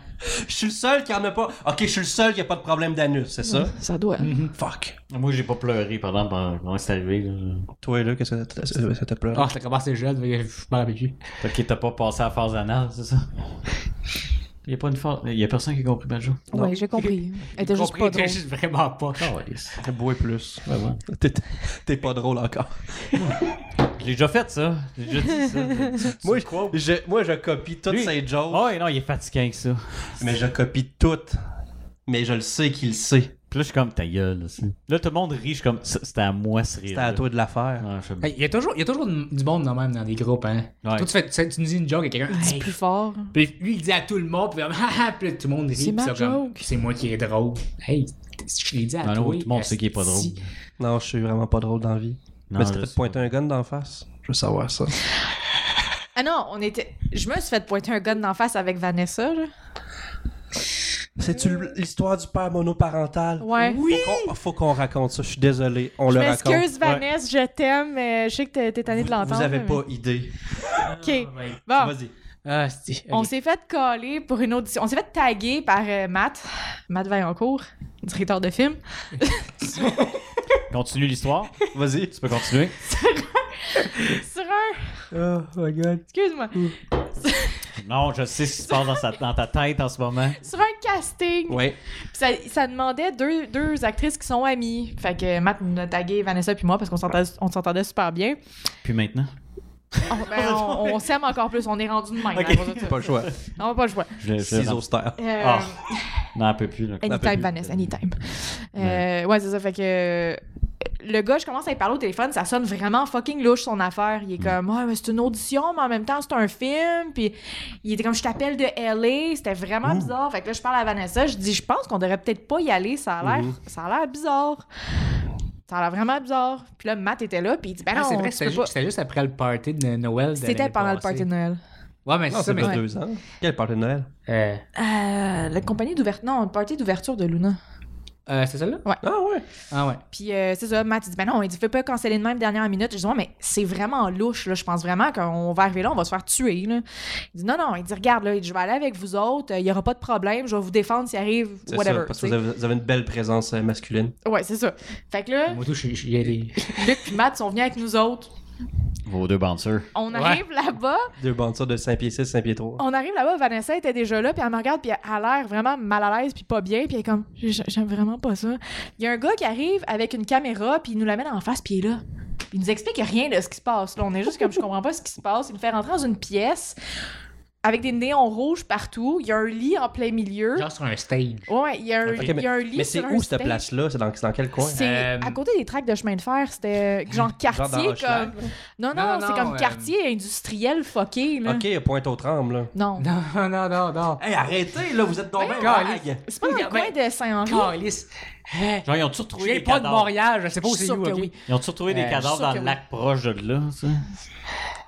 Je suis le seul qui en a pas. Ok, je suis le seul qui a pas de problème d'anus, c'est ça? Ça doit. Mm-hmm. Fuck. Moi, j'ai pas pleuré pendant pendant- pendant que c'est arrivé. Là. Toi, là, qu'est-ce que ça te- ça te plaît? Ah, ça commence jeune, fait que je m'en rappelle plus. Fait qu'il t'a pas passé à la phase anale, c'est ça? Il y a pas une phase. Il y a personne qui a compris, Badjo. Ouais, j'ai compris. Elle était juste Compris, pas t'es drôle. juste vraiment pas. Ah T'es beau et plus. Ouais, ouais. T'es- T'es pas drôle encore. Je l'ai déjà fait, ça. J'ai déjà dit ça. Tu- tu- Moi, je, moi, je copie toutes Lui- ces jokes, Oh, et non, il est fatiguant avec ça. mais je copie toutes. Mais je le sais qu'il le sait. Puis là, je suis comme, ta gueule. Là, c'est- là, tout le monde rit. Je suis comme, Ça, c'était à moi ce rire. C'était à toi de la faire. Ouais, je sais bien. Hey, Il y a toujours, il y a toujours du monde dans même dans des groupes, hein. Ouais. Toi, tu, fais, tu, sais, tu nous dis une joke à quelqu'un. Il dit Hey. plus fort. Puis lui, il dit à tout le monde, puis, comme, Ah, ah, puis là, tout le monde rit. C'est puis ma comme, joke. C'est moi qui est drôle. Hey, t- je l'ai dit à Non, non, toi. tout le monde sait qu'il est pas drôle. Si- Non, je suis vraiment pas drôle dans la vie. Non, mais tu je t'as sais fait pointer un gun d'en face. Je veux savoir ça. Ah non, on était. Je me suis fait pointer un gun d'en face avec Vanessa, là. C'est-tu l- l'histoire du père monoparental? Ouais. Oui! Faut qu'on, faut qu'on raconte ça. Je suis désolé. On Je le raconte. m'excuse, Ouais. Vanessa, je t'aime, mais je sais que t'es- t'es tannée de l'entendre. Vous avez mais- pas idée. Ok. Ouais. Bon, Vas-y. Ah, c'est. on ok. s'est fait coller pour une audition. On s'est fait taguer par euh, Matt, Matt Vaillancourt, directeur de film. Continue l'histoire. Vas-y. Tu peux continuer. Sur un. Oh my god. Excuse-moi. Non, je sais ce qui se passe dans, sa- dans ta tête en ce moment. Sur un casting. Ouais. Puis Ça, ça demandait deux, deux actrices qui sont amies. Fait que Matt nous a tagué Vanessa puis moi parce qu'on s'entendait, on s'entendait super bien. Puis maintenant, On, ben, on- on s'aime encore plus. On est rendu de même. hein, Pas le choix. on va pas le choix. je le je le- Ciseaux style. Euh, Ah, non, elle peut plus. Là. Elle peut Anytime, plus. Vanessa, anytime. Euh, ouais, c'est ça. Fait que euh, le gars, je commence à lui parler au téléphone, ça sonne vraiment fucking louche son affaire. Mm. Il est comme, ouais, mais c'est une audition, mais en même temps, c'est un film. Puis il était comme, je t'appelle de LA. C'était vraiment Mm. bizarre. Fait que là, je parle à Vanessa, je dis, je pense qu'on devrait peut-être pas y aller. Ça a l'air, Mm-hmm. ça a l'air bizarre. Ça a l'air vraiment bizarre. Puis là, Matt était là, puis il dit, ben Ah, non, c'est vrai, tu c'était peux ju- pas. c'était juste après le party de Noël. de C'était l'année pendant le passée. party de Noël. Ouais, mais c'est Non, ça, c'est mais. pas deux ans. Quelle partie de Noël? Euh, Euh, la compagnie d'ouverture. Non, le party d'ouverture de Luna. Euh, c'est celle-là? Ah ouais. Ah ouais. Puis euh, c'est ça, Matt il dit ben non, il dit fais pas canceller de même dernière minute. Je dis ouais, mais c'est vraiment louche là, je pense vraiment qu'on va arriver là, on va se faire tuer là. Il dit non non, il dit regarde là, il dit, je vais aller avec vous autres, euh, il y aura pas de problème, je vais vous défendre s'il arrive C'est ça, whatever. parce que tu vous sais. avez, vous avez une belle présence euh, masculine. Ouais, c'est ça. Fait que là, Moi, tout, je suis- je suis allé. Luc puis Matt sont venus avec nous autres. Vos deux bouncers. On arrive là-bas, Deux bandes ça, de 5 pieds 6, 5 pieds 3. on arrive là-bas, Vanessa était déjà là, puis elle me regarde, puis elle a l'air vraiment mal à l'aise, puis pas bien, puis elle est comme, J- j'aime vraiment pas ça. Il y a un gars qui arrive avec une caméra, puis il nous la met en face, puis il est là. Il nous explique rien de ce qui se passe. Là, on est juste comme, je comprends pas ce qui se passe. Il nous fait rentrer dans une pièce avec des néons rouges partout. Il y a un lit en plein milieu. Genre sur un stage. Ouais, il y a un, Ok, il y a un lit Mais c'est sur où un cette stage. place-là? C'est dans, c'est dans quel coin? C'est Euh, à côté des tracts de chemin de fer, c'était genre Genre dans quartier Hochelag, comme. Non, Non, non, non, c'est non, comme euh, quartier industriel fucké, là. Ok, pointe aux trembles, là. Non. Non, non, non, non. Hey, arrêtez, là, vous êtes dans Ben, vague. C'est pas dans le Regarde, coin de Hein? Saint-Henri. Ah, Calice. Eh, Genre, ils ont-tu Ah, Je retrouvé viens des pas de cadavres? Montréal, je sais pas où Je suis c'est sûr où, que ok? oui. Ils ont-tu retrouvé Euh, des je suis cadavres sûr dans que le oui. lac proche de là, ça?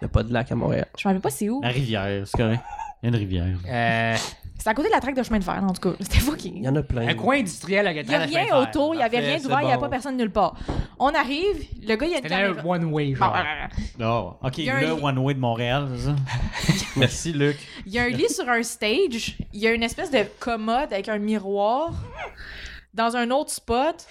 Il n'y a pas de lac à Montréal. Je me rappelle pas c'est où. La rivière, c'est correct. Il y a une rivière. Euh, C'est à côté de la traque de chemin de fer, en tout cas. C'était Il fucking. y en a plein. un coin industriel avec Il n'y Euh, a rien autour, il n'y avait Parfait, rien d'ouvert, il c'est n'y a bon. pas personne nulle part. On arrive, le gars, il y a une C'était un caméra. one way, Bon, euh, genre. Non. Ah OK, y a un le lit. One Way de Montréal, c'est ça? Merci, Luc. Il y a un lit sur un stage, il y a une espèce de commode avec un miroir. Dans un autre spot,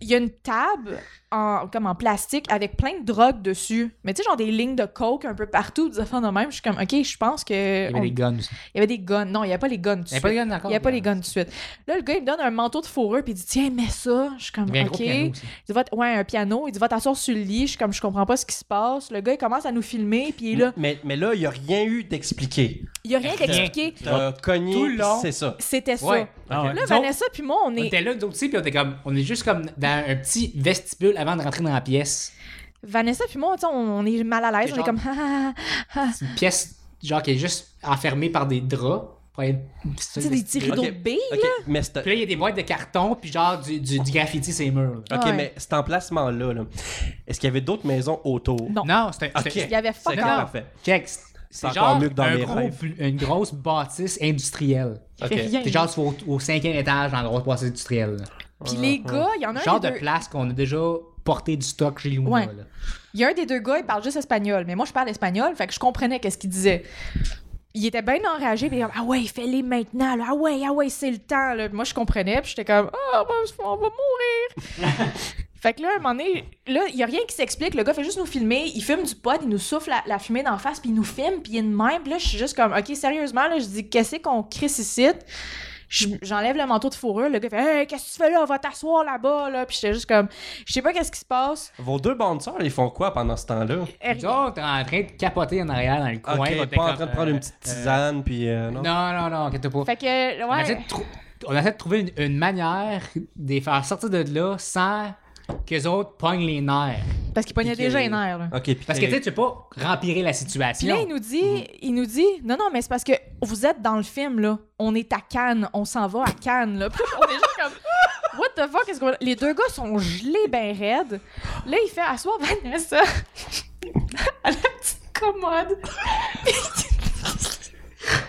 il y a une table en, comme en plastique avec plein de drogues dessus. Mais tu sais, genre des lignes de coke un peu partout, des affaires de même. Je suis comme, OK, je pense que. Il y on- avait des guns. aussi. il y avait des guns. Non, il n'y avait pas les guns. tout de Il n'y avait pas suite. de guns encore. Il n'y a pas les guns tout de suite. Là, le gars, il me donne un manteau de fourrure, puis il dit Tiens, mets ça. Je suis comme Il y avait un OK. gros piano Il aussi. dit Va t- Ouais, un piano. Il dit Va t'asseoir sur le lit. Je suis comme Je comprends pas ce qui se passe. Le gars, il commence à nous filmer, puis il est là. Mais, mais là, il n'y a rien eu d'expliqué. Il n'y a rien Rien. d'expliqué. T'as cogné, Tout le long. c'est ça. C'était ça. Ouais. Ah ouais. Là, Nous Vanessa, puis moi, on On est. était là, nous autres aussi, puis on était comme. On est juste comme dans un petit vestibule avant de rentrer dans la pièce. Vanessa, puis moi, tu sais, on, on est mal à l'aise. Et On est genre- comme Ah, ah, ah, ah. C'est une pièce, genre, qui est juste enfermée par des draps. Pour être- Tu sais, des petits Puis rideaux Ok. de billes. Ok, mais c'est là, il y a des boîtes de carton, puis genre du, du, du graffiti sur les murs. là. ok, Ouais. mais cet emplacement-là, là, est-ce qu'il y avait d'autres maisons autour? Non. Non, c'était. c'était- Il y avait fuck C'est all. parfait. Check, c'est- C'est c'est encore genre mieux que dans un mes gros rêves. bu- une grosse bâtisse industrielle. Il fait Ok. rien. C'est genre tu vas au, au cinquième étage dans la grosse bâtisse industrielle. là. Puis les gars, il y en a un. Genre des de deux- place qu'on a déjà porté du stock chez Luna. Ouais. là. Il y a un des deux gars, il parle juste espagnol, mais moi je parle espagnol, fait que je comprenais qu'est-ce qu'il disait. Il était bien enragé, puis il était comme, ah ouais, fais-les maintenant, là. ah ouais, ah ouais, c'est le temps. Là. Puis Moi je comprenais, puis j'étais comme, ah, ben, on va mourir. fait que là, à un moment donné, là, il y a rien qui s'explique, le gars fait juste nous filmer, il fume du pot, il nous souffle la, la fumée d'en face, puis il nous filme, puis il est de même, puis là je suis juste comme, ok, sérieusement, là, je dis, qu'est-ce qu'on crisse ici? Je- J'enlève le manteau de fourrure, le gars fait Hey, qu'est-ce que tu fais là? Va t'asseoir là-bas, là. Puis j'étais juste comme, je sais pas qu'est-ce qui se passe. Vos deux bandes sœurs, ils font quoi pendant ce temps-là? Elle- Nous autres, t'es en train de capoter en arrière dans le coin. ok, on était pas en comme, train de prendre euh, une petite tisane, puis euh, euh, non? Non, non, non, inquiète pas. Fait que, on, essaie ouais. de trou- on essaie de trouver une, une manière de les faire sortir de là sans que les autres pognent les nerfs. Parce qu'il pognait Puis déjà que- les nerfs, là. Ok, puis Parce que tu sais, tu peux pas rempirer la Puis là, situation. il nous dit, il nous dit, non, non, mais c'est parce que vous êtes dans le film, là. On est à Cannes, on s'en va à Cannes, là. Puis on est juste comme, what the fuck, est-ce qu'on- Les deux gars sont gelés ben raides. Là, il fait asseoir Vanessa à la petite commode.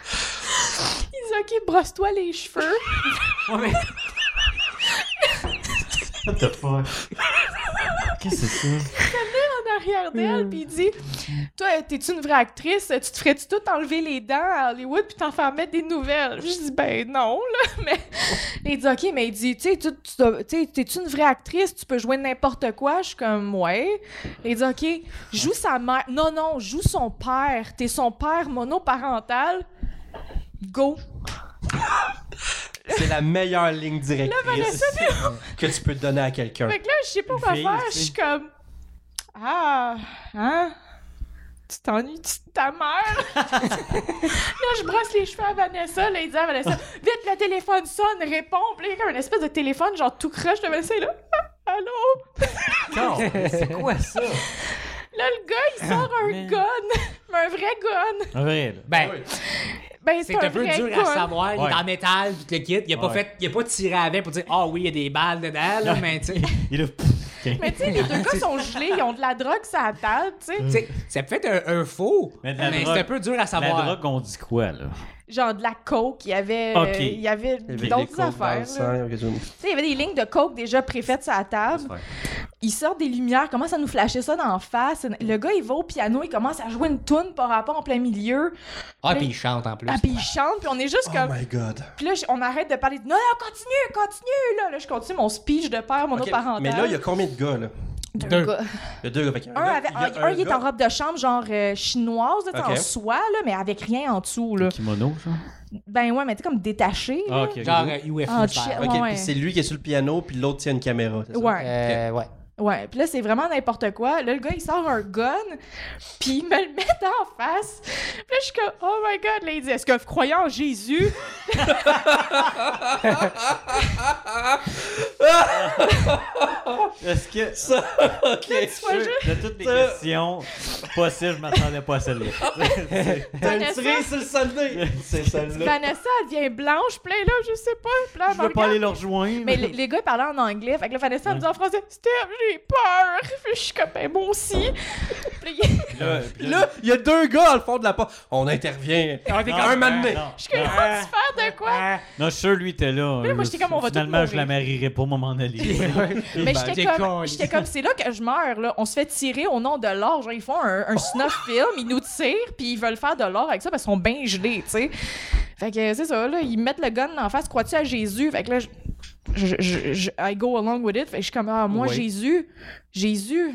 il dit, OK, brosse-toi les cheveux. Ouais, mais- What the fuck? Qu'est-ce que c'est ça? en arrière d'elle, puis il dit Toi, t'es-tu une vraie actrice Tu te ferais-tu tout enlever les dents à Hollywood puis t'en faire mettre des nouvelles Puis Je dis Ben non, là. Mais il dit Ok, mais il dit Tu sais, tu- tu dois- tu sais, t'es-tu une vraie actrice Tu peux jouer n'importe quoi Je suis comme Ouais. Il dit Ok, joue sa mère. Non, non, joue son père. T'es son père monoparental. Go. c'est la meilleure ligne directrice que tu peux donner à quelqu'un. Fait que là, je sais pas quoi fille, faire. tu Je sais. suis comme Ah, hein Tu t'ennuies de ta mère Là, je brosse les cheveux à Vanessa. Là, il dit à Vanessa Vite, le téléphone sonne, réponds. Puis là, il y a comme une espèce de téléphone, genre tout croche de Vanessa. est là, Ah, allô c'est quoi ça? Là, le gars, il sort un man. gun, mais un vrai gun. Un vrai, Ah là. ben, Ben, c'est un peu vrai dur à gun. savoir. Il Ouais. est en métal, tout le kit. Il a pas, Ouais. fait, il a pas tiré avec pour dire Ah oui, il y a des balles dedans, là, mais tu sais. Il a... Pff, Mais tu sais, les deux gars sont gelés, ils ont de la drogue sur la table, tu sais. T'sais, ça peut être un, un faux, Mais mais, de la drogue- c'est un peu dur à La savoir. drogue, on dit quoi, là? Genre de la coke, il y avait, euh, Ok. il y avait Avec les d'autres courbes dans affaires. le là. sang, il y a quelque chose- Tu sais, il y avait des lignes de coke déjà préfaites sur la table. Il sort des lumières, commence à nous flasher ça dans la face. Le gars, il va au piano, il commence à jouer une toune par rapport en plein milieu. Ah, puis il chante en plus. Ah, puis il chante, puis on est juste comme... Oh my god. Puis là, je- on arrête de parler de non, non, continue, continue. Là, là je continue mon speech de père Ok, monoparental. Mais là, il y a combien de gars, là? Deux deux. gars. Il y a deux gars. fait qu'il y a Un, gars- avec- il y a un- un, il est gars- en robe de chambre, genre euh, chinoise, là, tu sais, en Ok. soie, là, mais avec rien en dessous. Là. Kimono, genre? Ben ouais, mais t'es comme détaché. là. Ah, ok. Genre ok. euh, UFO. Ah, faire. chill. Ok, Ouais, ouais. puis c'est lui qui est sur le piano, puis l'autre tient une caméra. c'est ça? Ouais, Euh, ouais. ouais. Puis là, c'est vraiment n'importe quoi. Là, le gars, il sort un gun, puis il me le met en face. Puis là, je suis comme, oh my god, là, il dit, est-ce que vous croyez en Jésus? Est-ce que ça, ok, sûr, vois euh, de toutes les questions possibles, je m'attendais pas à celle-là. Ah, T'as une Vanessa? cerise sur le salé! C'est celle-là. Vanessa, elle devient blanche, plein là, je sais pas. Puis là, elle je me veux pas regarde. aller leur rejoindre. Mais les, les gars parlaient en anglais. Fait que là, Vanessa me dit en français Steph, j'ai peur. Puis je suis comme, ben, moi aussi. Puis là, Puis là, puis Là, Ben, il y a deux gars à le fond de la porte. On intervient. Non, un moment donné. Ah, non, je suis comme, non. vas-tu faire de Ah. quoi Ah. Non, je suis sûr, lui, était là. Puis là, moi, j'étais comme, on va tous Finalement, je la mourir. marierai pas, maman aller. Mais j'étais Ben, comme, décolle. j'étais comme, c'est là que je meurs. Là. On se fait tirer au nom de l'or. Genre, ils font un, un snuff film, ils nous tirent, puis ils veulent faire de l'or avec ça parce qu'ils sont bien gelés, tu sais. Fait que c'est ça, là, ils mettent le gun en face, crois-tu à Jésus? Fait que là, je, je- je- je- I go along with it. Fait que je suis comme, ah, moi, Oui. Jésus, Jésus,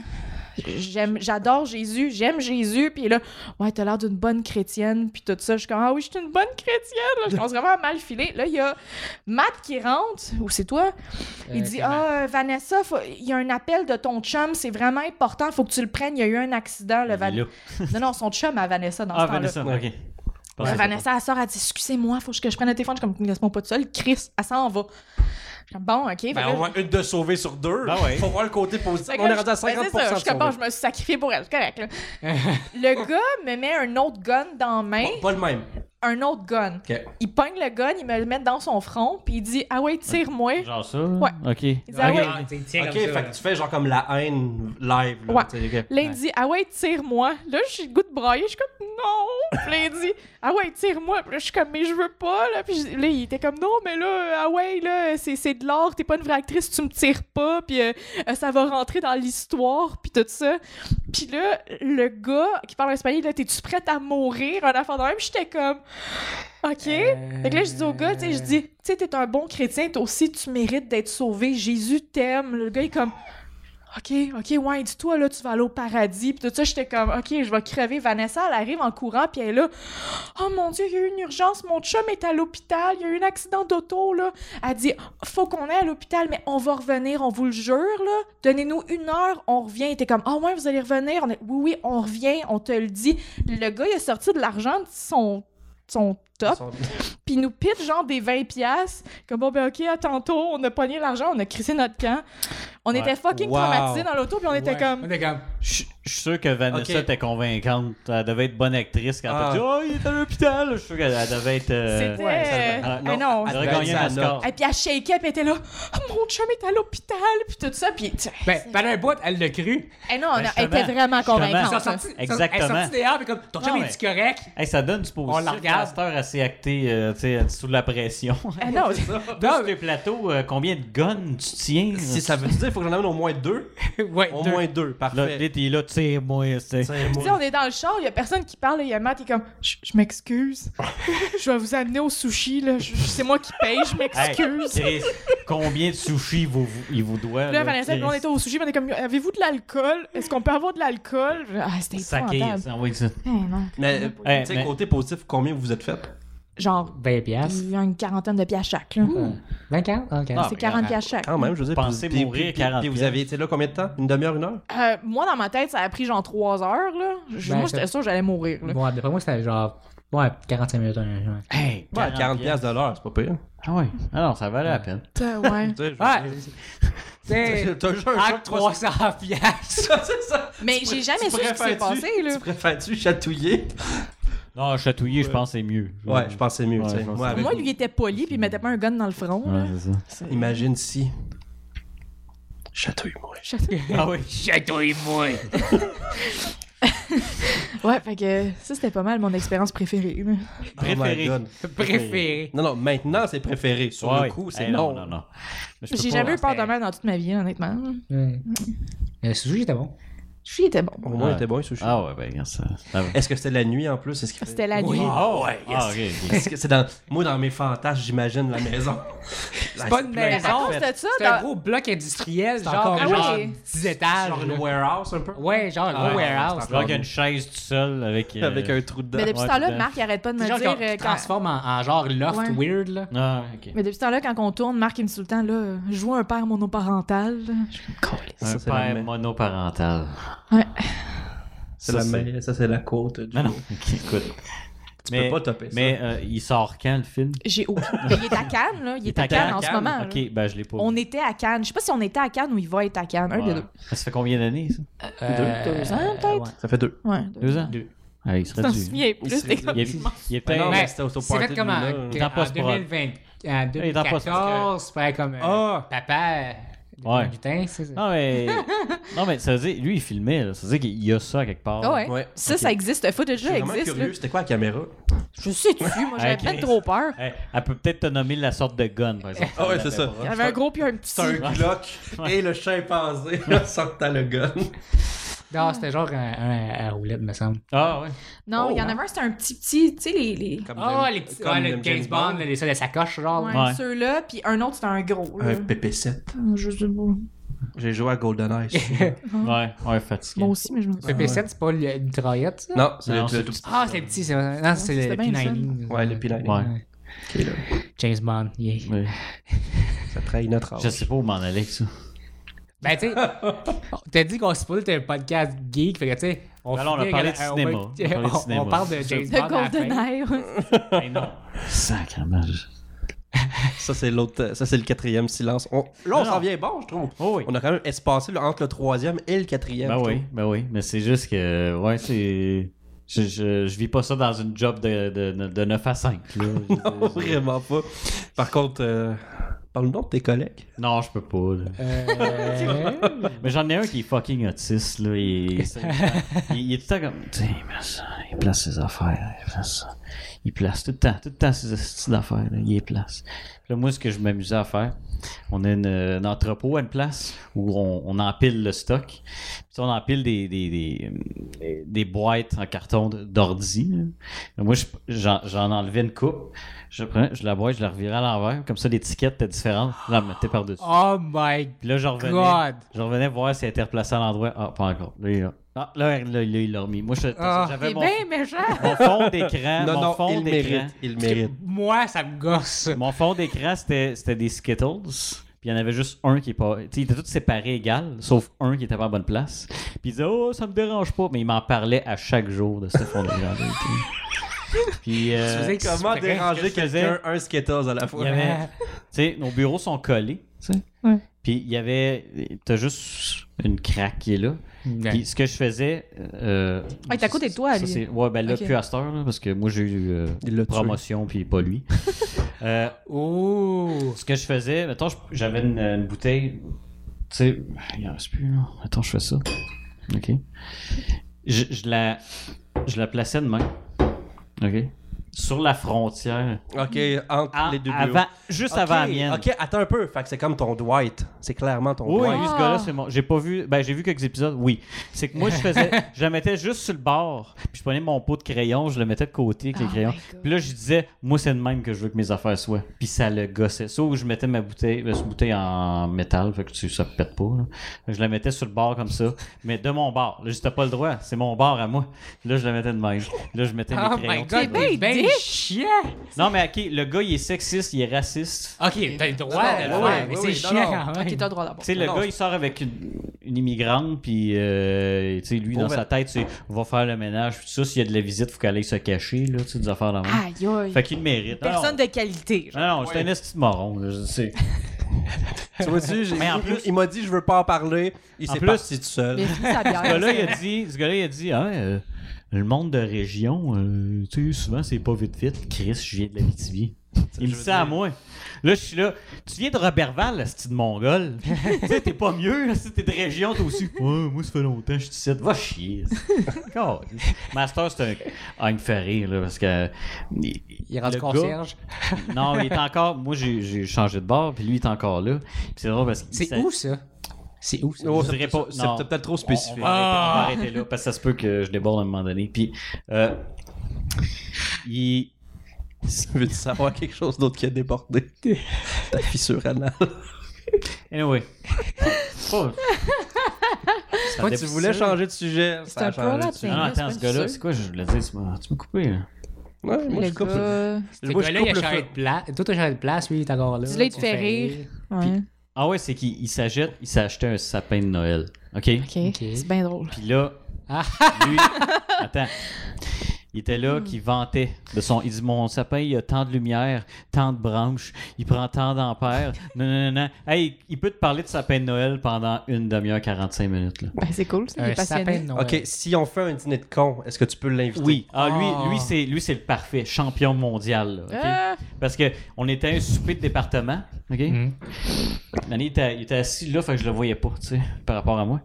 j'aime, j'adore Jésus, j'aime Jésus. Puis là, ouais, t'as l'air d'une bonne chrétienne, puis tout ça. Je suis comme, ah oui, je suis une bonne chrétienne. Là, je commence vraiment à mal filer. Là, il y a Matt qui rentre, ou c'est toi? Il dit Clément. Ah, euh, Vanessa, faut- il y a un appel de ton chum, c'est vraiment important, faut que tu le prennes. Il y a eu un accident, le Van- Là. Non, non, son chum à Vanessa dans Ah, ce temps-là. Vanessa, ok. Là, Pensez pas. Vanessa, elle sort, elle dit Excusez-moi, faut que je prenne le téléphone. Je suis comme Laisse-moi pas tout seul. Chris, elle s'en va. Je suis comme, Bon, ok. Fait que Ben, là, au moins une de sauvée sur deux. Ben ouais. Faut voir le côté positif. fait que On là, est rendu à 50 ben, c'est ça, Je, suis comme, Bon, de je me suis sacrifiée pour elle, c'est correct. là. le gars me met un autre gun dans la main, Pas le même. un autre gun. Ok. Il pogne le gun, il me le met dans son front, puis il dit Ah ouais, tire-moi. Genre ça? Ouais. Ok. Il dit, ah ouais. Ah, t'sais, tiens Ok, comme ça, fait là. que tu fais genre comme la haine live. Là, Ouais. tu sais, ok. Là, il dit, ah ouais, tire-moi. Là, j'ai le goût de brailler. Je suis comme, non. Puis là, il dit, ah ouais, tire-moi. Puis là, je suis comme, mais je veux pas. Là, puis je- là, il était comme, non, mais là, ah ouais, là, c'est, c'est de l'art. T'es pas une vraie actrice, tu me tires pas. Puis euh, euh, ça va rentrer dans l'histoire. Puis tout ça. Puis là, le gars qui parle espagnol, là, t'es-tu prête à mourir? Un affaire de même. J'étais comme, OK. Fait que là, je dis au gars, tu sais, je dis, tu sais, t'es un bon chrétien, toi aussi, tu mérites d'être sauvé. Jésus t'aime. Le gars, il est comme, OK, OK, ouais, dis-toi, là, tu vas aller au paradis. Puis tout ça, j'étais comme, OK, je vais crever. Vanessa, elle arrive en courant, puis elle est là, Oh mon Dieu, il y a eu une urgence, mon chum est à l'hôpital, il y a eu un accident d'auto, là. Elle dit, Faut qu'on aille à l'hôpital, mais on va revenir, on vous le jure, là. Donnez-nous une heure, on revient. Il était comme, Ah ouais, vous allez revenir. On est, oui, oui, on revient, on te le dit. Le gars, il a sorti de l'argent de son, son Euh, top puis il nous pitch genre des 20 pièces comme bon ben OK à tantôt on a pogné l'argent on a crissé notre camp on Ouais. était fucking Wow. traumatisés dans l'auto puis on était Ouais. Euh, comme On était comme. Je je suis sûr que Vanessa Ok. était convaincante. Elle devait être bonne actrice quand Ah. elle dit Oh, il est à l'hôpital. Je suis sûr qu'elle devait être. euh, c'était ouais, ça Eh, va. Ah, non, non. Elle devait gagner Ça, un Oscar. Et puis elle shake up, elle était là, oh, mon chum est à l'hôpital, puis tout ça, puis tu- Ben, pendant un bout, elle l'a cru. Eh non, on Ben, a- elle était justement, vraiment justement. Elle est convaincante. sortie- elle est Exactement. Ah, sortie dehors, puis comme, ton chum Non, est-tu correct? Hey, ça donne du positif. On la regarde. Pasteur assez acté, euh, tu sais, sous la pression. Eh non, Dans tes plateaux, euh, combien de guns tu tiens? Si ça veut dire, il faut que j'en amène au moins deux. Ouais, Au deux. moins deux, Là, parfait. là, t'es là, tire-moi. c'est- C'est tu moi. sais, on est dans le char, il y a personne qui parle, il y a Matt, il est comme, je je m'excuse, je vais vous amener au sushi, là, Je- c'est moi qui paye, je Hey, m'excuse. Chris, combien de sushis vous, vous- il vous doit? Puis là, Vanessa, puis Chris? on était au sujet, on est comme, avez-vous de l'alcool? Est-ce qu'on peut avoir de l'alcool? Ah, c'était Saké, épouvantable. ça, oui, ça. Eh non. Mais euh, Eh, tu sais, mais- côté positif, combien vous vous êtes fait Genre, 20 piastres. il y a une quarantaine de pièces chaque, là. 24? Ok. Ah, C'est mais 40 quand- pièces chaque. Quand même, je veux dire. Pensez puis- mourir puis- puis- 40 Puis vous avez été là combien de temps Une demi-heure, une heure Euh, moi, dans ma tête, ça a pris genre 3 heures, là. Je- Ben, moi, j'étais c'est- sûre que j'allais mourir, là. Bon, d'après moi, c'était genre. Ouais, 45 minutes. Hey, Ouais, 40 piastres de l'heure, c'est pas pire. Ah ouais. Ah non, ça valait la peine. Ah! Putain, ouais. Tu sais, je- Ouais! T'as- C'est. T'as juste un choc Acte 300 piastres! c'est ça. Mais j'ai jamais su ce qui s'est préfères-tu- passé, là. Tu préfères-tu chatouiller? Non, chatouiller, je pense, c'est mieux. Ouais, je pensais mieux, Ouais, tu sais. je pense Moi, que- avec- Moi, lui, il était poli, puis il mettait pas un gun dans le front, là. Oh Ouais, c'est ça. Imagine si. Chatouille-moi. Ah oui. Chatouille-moi! Ouais, fait que ça, c'était pas mal mon expérience préférée. là. Préféré. Préféré. Non, non, maintenant, c'est préféré. Sur Ouais, le ouais. coup, c'est Eh non. Non, non, non. Mais je peux J'ai pas- jamais eu peur c'était- de mal dans toute ma vie, honnêtement. Hum. Le sujet était bon. Sushi était bon. Au moins, Ouais. il était bon, il sushi. Ah ouais, ben, regarde ça. Ah, ouais. Est-ce que c'était la nuit en plus? Est-ce qu'il fait- C'était la nuit. Ah ouais, yes. Ah, ok, ok. Est-ce que c'est dans... Moi, dans mes fantasmes, j'imagine la maison. C'est Ah, pas une ben, À maison. cause de ça, C'est un dans- gros bloc industriel, genre, encore un genre genre- 10 étages. Genre là. une warehouse un peu? Ouais, genre un gros Ouais. warehouse. Genre qu'il y a une chaise tout seul avec. euh, Avec un trou dedans. mais depuis Ouais, ce temps-là, puis dans- Marc, il arrête pas de me C'est genre dire. qu'on euh, quand- transforme en, en genre loft Ouais. weird, là. Ah, ok. Mais depuis ce temps-là, quand on tourne, Marc, il me dit tout le temps, là, euh, joue un père monoparental. Je suis comme, Colin. Ça, Un c'est la père ma- monoparental. Ouais. C'est Ça, Ah la ma- Ça, c'est la côte du... Non, non. ok, Écoute. Tu peux pas topper ça. Mais euh, il sort quand le film J'ai aucune. Mais il est à Cannes, là. Il est à à Cannes, Cannes en ce Cannes, moment. là. Ok, ben je l'ai pas. On vu. était à Cannes. Je sais pas si on était à Cannes ou il va être à Cannes. Un Ouais. des deux. Ça fait combien d'années ça Euh, deux ans, peut-être? ouais. Ça fait deux. Ouais, deux. Deux ans. Deux. Ah, il Je t'en serait dû. souviens plus. Il t'es s'est- comme- Il est, il est Mais non, peut-être. mais Mais c'était au c'est fait party comme de en, Luna. Dans en post-prod. 2020, en est dans post-prod. 2014, c'est comme euh, Ah! papa Ouais. du lutin, c'est ça. Non mais, non, mais ça veut dire, lui, il filmait. là. Ça veut dire qu'il y a ça quelque part. Ah ouais. Ouais, Ça, ok. ça existe. Le footage Je suis vraiment existe. là. curieux. C'était quoi la caméra? Je sais-tu, moi, j'avais Ok. même trop peur. Eh, elle peut peut-être te nommer la sorte de gun, par exemple. Ah ouais, c'est ça. Il y avait un gros puis un petit. C'est un Glock et le chimpanzé sortant le gun. Non, c'était genre un, un, un roulette, me semble. Ah ouais. Non, Oh, il y en hein. avait un, c'était un petit, petit, tu sais, les, les... Ah, les petits, ouais, le James Bond, là, les ça, les sacoches, genre. Ouais, là. Ouais. ceux-là, puis un autre, c'était un gros. Là. Un PP7. je sais pas. J'ai joué à GoldenEye. Ouais, ouais, fatigué. Moi aussi, mais je me Le PP7, c'est pas le- une mitraillette, ça? non, c'est Non, le, c'est le tout tout Ah, c'est petit, c'est Non, c'est le c'était bien le P90. Ouais, le P90. Ouais. petit, là. James Bond, yeah. Ouais. Ça trahit notre âge. Je sais pas où m'en aller avec ça. Ben, tu sais, t'as dit qu'on se spoil, t'es un podcast geek, fait que, tu sais, on, Ben là, on a finit parlé avec- de on- cinéma. On a parlé on- de on- cinéma. On parle de C'est James Bond. Le à la fin. GoldenEye. ouais. Mais non. Sacrement. Ça, c'est l'autre. euh, Ça, c'est le quatrième silence. On- Là, Non, on s'en non. vient bon, je trouve. Oh oui. On a quand même espacé là, entre le troisième et le quatrième. Ben je oui, trouve. ben oui. Mais c'est juste que, ouais, c'est. Je, je, je vis pas ça dans une job de, de, de 9 à 5. là. Non, vraiment pas. Par contre, euh, parle-nous de tes collègues. non, je peux pas. là. Euh, Mais j'en ai un qui est fucking autiste. Là, il, il- il est tout le temps comme. Tu sais, il met ça, il place ses affaires, il place ça. Il place tout le temps, tout le temps ses astuces d'affaires, là, il les place. Puis là, moi, ce que je m'amusais à faire, on a une, euh, un entrepôt à une place où on, on empile le stock. Puis on empile des, des, des, des boîtes en carton de- d'ordi. là. Moi, je- j'en j'en enlevais une coupe, je prenais, je la boîte, je la revirais à l'envers. Comme ça, l'étiquette était différente. Je la mettais par-dessus. oh my Puis là, je revenais. god! Je revenais voir si elle était replacée à l'endroit. Ah, pas encore. Là, il l'a- Ah, là, là, il l'a- il l'a remis. Moi, je- Ah. j'avais T'es mon, bien méchant. mon fond d'écran. Euh, non, mon non, fond il d'écran. mérite. Il Parce que mérite. Moi, ça me gosse. Mon fond d'écran, c'était c'était des Skittles. Puis il y en avait juste un qui est pas. Tu sais, ils étaient tous séparés égal, sauf un qui était pas à bonne place. Puis il disait, oh, ça me dérange pas. Mais il m'en parlait à chaque jour de ce fond d'écran. Puis. euh, Tu faisais que- Comment c'est vrai, déranger ce que je faisais- quelqu'un un Skittles à la fois? Il y avait, tu sais, nos bureaux sont collés, tu sais. Ouais. Puis il y avait, t'as juste une craque qui est là. Ouais. Puis ce que je faisais, euh, Ah, il était à côté de toi, ça, lui. c'est- ouais, ben là Ok. plus à cette heure là, parce que moi j'ai eu euh, Il l'a tué. promotion puis pas lui. Euh, Oh! ce que je faisais, mettons, je- j'avais une, une bouteille, tu sais, il en reste plus là. Attends, je fais ça. Ok. Je, je la, je la plaçais de main. Ok. Sur la frontière. Ok, entre En- Ah, les deux bureaux. Ah, avant, juste Ok, avant la mienne. Ok, attends un peu. Fait que c'est comme ton Dwight. C'est clairement ton Oui, Dwight. lui, ce gars-là, c'est mon. J'ai pas vu. Ben, j'ai vu quelques épisodes, oui. C'est que moi, je faisais. je la mettais juste sur le bord. Puis je prenais mon pot de crayon, je le mettais de côté avec les Oh crayons. my God. Puis là, je disais, moi, c'est de même que je veux que mes affaires soient. Puis ça le gossait. Sauf que je mettais ma bouteille, ben, cette bouteille en métal, fait que tu- ça pète pas. là. Fait que Je la mettais sur le bord comme ça. Mais de mon bord. Là, j'étais pas le droit. C'est mon bord à moi. Là, je la mettais de même. Là, je mettais Oh mes crayons. my god, T'es t'es bien bien dick. chiant! Non, mais OK, le gars, il est sexiste, il est raciste. Ok, t'as le Non, droit, de le ouais, faire, ouais, mais ouais, c'est ouais, chiant non, non. quand même. Ok, t'as le droit d'abord. Tu sais, le Non, gars, c'est- il sort avec une, une immigrante, puis euh, tu sais, lui, dans Pauvre. sa tête, c'est on va faire le ménage, puis tout ça. S'il y a de la visite, faut qu'elle aille se cacher, là, tu sais, des affaires dans le Aïe, aïe. Fait qu'il le mérite. Non, Personne de qualité. genre. Non, non, non c'est un esti de moron, là, je sais. Tu vois-tu, j'ai- Mais en plus- il m'a dit je veux pas en parler. Il En s'est plus- parti tout seul. Mais finis sa bière. Ce gars-là, il a dit, ce gars-là, il a dit, hein, euh, le monde de région, euh, tu sais, souvent, c'est pas vite-vite. Chris, je viens de la BTV. Il me dit ça à oh, moi. Là, je suis là. Tu viens de Robertval, là, c'est de Mongol. tu sais, t'es pas mieux, là, si t'es de région, toi aussi. Ouais, moi, ça fait longtemps, que je suis ici. Va chier. God. Master, c'est un. Ah, il me fait rire, là, parce que. Il, Il est rendu le gars- concierge. non, il est encore. Moi, j'ai- j'ai changé de bar, puis lui, il est encore là. Puis c'est drôle parce que. C'est ça- où ça? C'est où ça? Oh, je dirais pas- C'est non. peut-être trop spécifique. On va, arrêter, on va arrêter là parce que ça se peut que je déborde à un moment donné. Puis, euh, il- Veux-tu savoir quelque chose d'autre qui a débordé? Ta fissure anale. Anyway. Oh. Ça Moi, dé- tu voulais changer de sujet. C'est un peu changé de là, sujet. Non, non, C'est attends, pas ce gars-là, sûr. c'est quoi je voulais dire? Tu m'as tu m'as coupé, là. Ouais, moi, Le je coupe le- gars... Le moi, je gars-là, coupe il a le changé feu. de place. Toi, t'as changé de place, lui, il est encore là. Celui-là, il te On fait rire. Ouais. Ah ouais, c'est qu'il il s'achète, il s'est acheté un sapin de Noël. OK? OK. C'est bien drôle. Puis là, Ah. lui, attends, il était là qui vantait de son. Il dit Mon sapin, il a tant de lumière, tant de branches, il prend tant d'ampères. Non, non, non, non. Hey, il peut te parler de sapin de Noël pendant une demi-heure, 45 minutes. Là. Ben, c'est cool, ça. Il Un est passionné. sapin de Noël. Ok, si on fait un dîner de con, est-ce que tu peux l'inviter? Oui. Ah, Ah. lui, lui c'est lui c'est le parfait champion mondial. là, OK? Ah! Parce que on était à un souper de département, OK? Mhm. Mané, il était, il était assis là, fait que je le voyais pas, tu sais, par rapport à moi.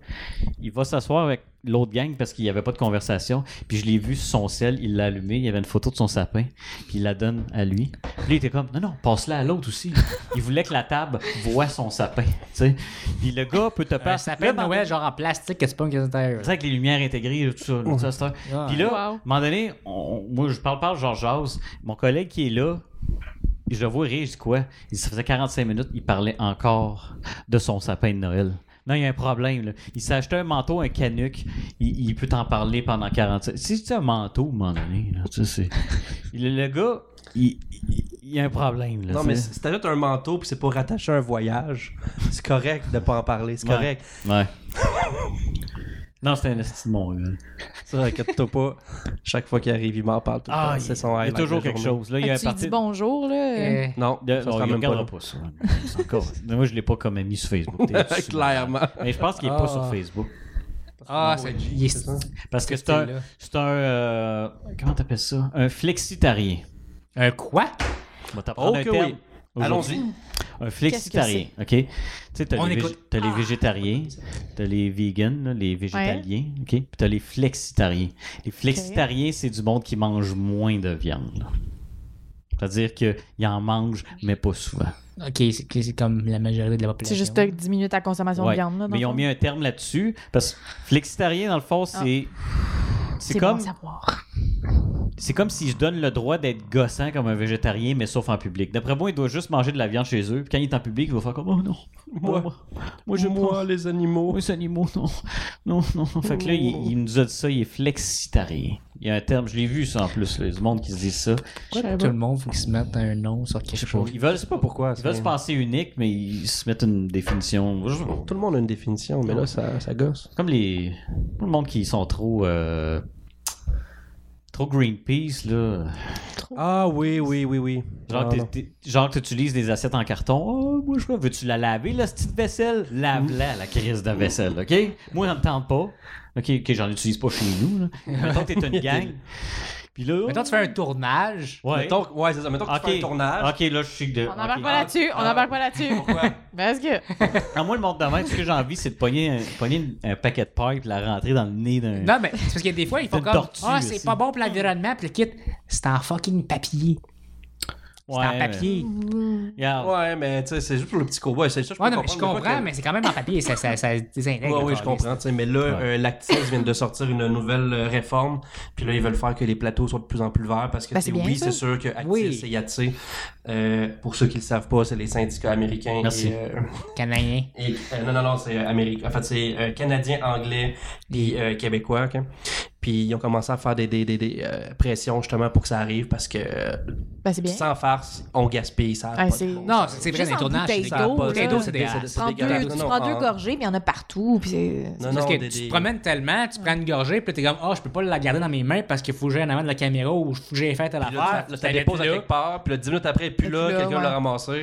Il va s'asseoir avec l'autre gang parce qu'il n'y avait pas de conversation. Puis je l'ai vu sur son sel, il l'a allumé, il y avait une photo de son sapin, puis il la donne à lui. Puis là, il était comme, non, non, passe-la à l'autre aussi. Il voulait que la table voie son sapin, tu sais. Puis le gars peut te Un passer... sapin de Noël, genre en plastique, que tu pognes à l'intérieur. C'est vrai que les lumières intégrées, tout ça, là, tout ça, c'est un- Ah. Puis là, Wow. à un moment donné, on- moi, je parle, parle, genre jase. Mon collègue qui est là, je le vois rire, je dis quoi? Il dit, ça faisait 45 minutes, il parlait encore de son sapin de Noël. Non, il y a un problème. Là. Il s'est acheté un manteau, un canuc. Il, il peut t'en parler pendant 45... Si c'est un manteau, à un moment donné, là, tu sais, c'est- le, le gars, il, il- il y a un problème. Là, Non, tu mais sais. si t'ajoutes un manteau puis c'est pour rattacher un voyage, c'est correct de pas en parler, c'est Ouais. correct. Ouais. non, c'est un esti de mongol. Ça, inquiète-toi pas. Chaque fois qu'il arrive, il m'en parle tout le temps. C'est son Ah, il y a highlight toujours de la quelque journée. chose. Là, il y a Ah, un Tu lui parti... dis bonjour, là. Euh, Non, De, ça non, sera il même pas regardera là. pas, ça. hein. C'est encore- Mais Moi, je l'ai pas comme ami sur Facebook. T'es dessus. Clairement. Mais je pense qu'il est pas Ah. sur Facebook. Ah, c'est. il est- Parce que Qu'est-ce c'est un. que c'est, là? C'est un. euh, comment t'appelles ça Un flexitarien. Un quoi? On va t'apprendre Oh, un que terme. oui. aujourd'hui. Un flexitarien, ok? Tu sais, t'as On les, vég- écoute. t'as les végétariens, t'as les vegans, là, les végétaliens, ok? Puis t'as les flexitariens. Les flexitariens, c'est du monde qui mange moins de viande. là. C'est-à-dire qu'ils en mangent, mais pas souvent. Ok, c'est que c'est comme la majorité de la population. C'est juste euh, 10 minutes à consommation Ouais. de viande, là. dans Mais ils le ont fond. Ah. mis un terme là-dessus parce que flexitarien, dans le fond, c'est. C'est C'est comme, bon à savoir. c'est comme si je donne le droit d'être gossant comme un végétarien, mais sauf en public. D'après moi, il doit juste manger de la viande chez eux. Puis quand il est en public, il va faire comme Oh non, Moi. moi, je moi, les animaux. Moi, ces animaux, non. Non, non. Fait que là, il, il nous a dit ça, il est flexitarien. Il y a un terme, je l'ai vu ça en plus, là, du monde qui se dit ça. Je savais Tout pas. le monde faut qu'ils se mettent un nom sur quelque chose. Ils veulent, Je sais pas pourquoi. ils veulent c'est- se penser unique, mais ils se mettent une définition. Je sais pas. Tout le monde a une définition, mais là, ça, ça gosse. C'est comme les. Tout le monde qui sont trop. euh, Trop Greenpeace, là. Ah oui, oui, oui, oui. Genre, Ah, t'es- non. t'es- genre que tu utilises des assiettes en carton. Oh, moi, je veux, veux-tu la laver, la petite vaisselle? Mm. Lave-la, la crise de vaisselle, OK? Moi, on me tente pas. OK, OK, j'en utilise pas chez nous, là. Mettons que t'es une gang. Puis là. Mettons, tu fais un tournage. Ouais. Mettons, que- ouais, c'est ça. Mettons que OK. tu fais un tournage. OK, là, je suis de. On n'embarque OK. pas là-dessus, on Ah. n'embarque pas là-dessus. Pourquoi? Parce que. Ah, moi, le monde de main, ce que j'ai envie, c'est de pogner un, pogner une- un paquet de paille puis la rentrer dans le nez d'un. Non, mais c'est parce que des fois, ils font une comme. tortue Ah, c'est aussi. pas bon pour l'environnement. Puis le kit, c'est en fucking papier. C'est en Ouais, papier. mais- Regarde. Ouais, mais tu sais, c'est juste pour le petit cowboy. C'est ça, je Ouais, peux non, mais je comprendre, comprends, pas mais c'est quand même en papier. Ça, ça, ça se que- désintègre. Ouais, oui, je comprends, tu sais, mais là, euh, l'actis vient de sortir une nouvelle euh, réforme, puis là, ils veulent faire que les plateaux soient de plus en plus verts, parce que, Ben, tu sais, c'est bien oui, ça. c'est sûr que Actis Oui. et Yatsé, euh, pour ceux qui le savent pas, c'est les syndicats américains Merci. et, euh, Canadien. Et, euh, non, non, non, c'est euh, américain. En fait, c'est euh, canadien, anglais, puis euh, québécois. ok? Puis ils ont commencé à faire des, des, des, des, euh, pressions justement pour que ça arrive parce que euh, Ben, c'est bien. sans farce, on gaspille ça. a Ah, pas de c'est- bon Non, sens. c'est c'est vrai, Juste dans les en tournages. bouteille c'est ça a d'eau, pas de là. Bouteille d'eau, c'est c'est- dégueulasse. c'est Prends deux, dégueulasse. tu Non, prends non, deux en- gorgées, puis il y en a partout. Puis c'est. Non, Parce non, que des- tu des- te promènes tellement, tu prends une gorgée, puis t'es comme, ah, je peux pas la garder dans mes mains parce qu'il faut que j'aille en avant de la caméra ou faut que j'aille faire telle Puis Là, affaire. tu- là, T'as tu déposes à quelque part, puis là, 10 minutes après, plus Et là, puis là, quelqu'un ouais. l'a ramassé.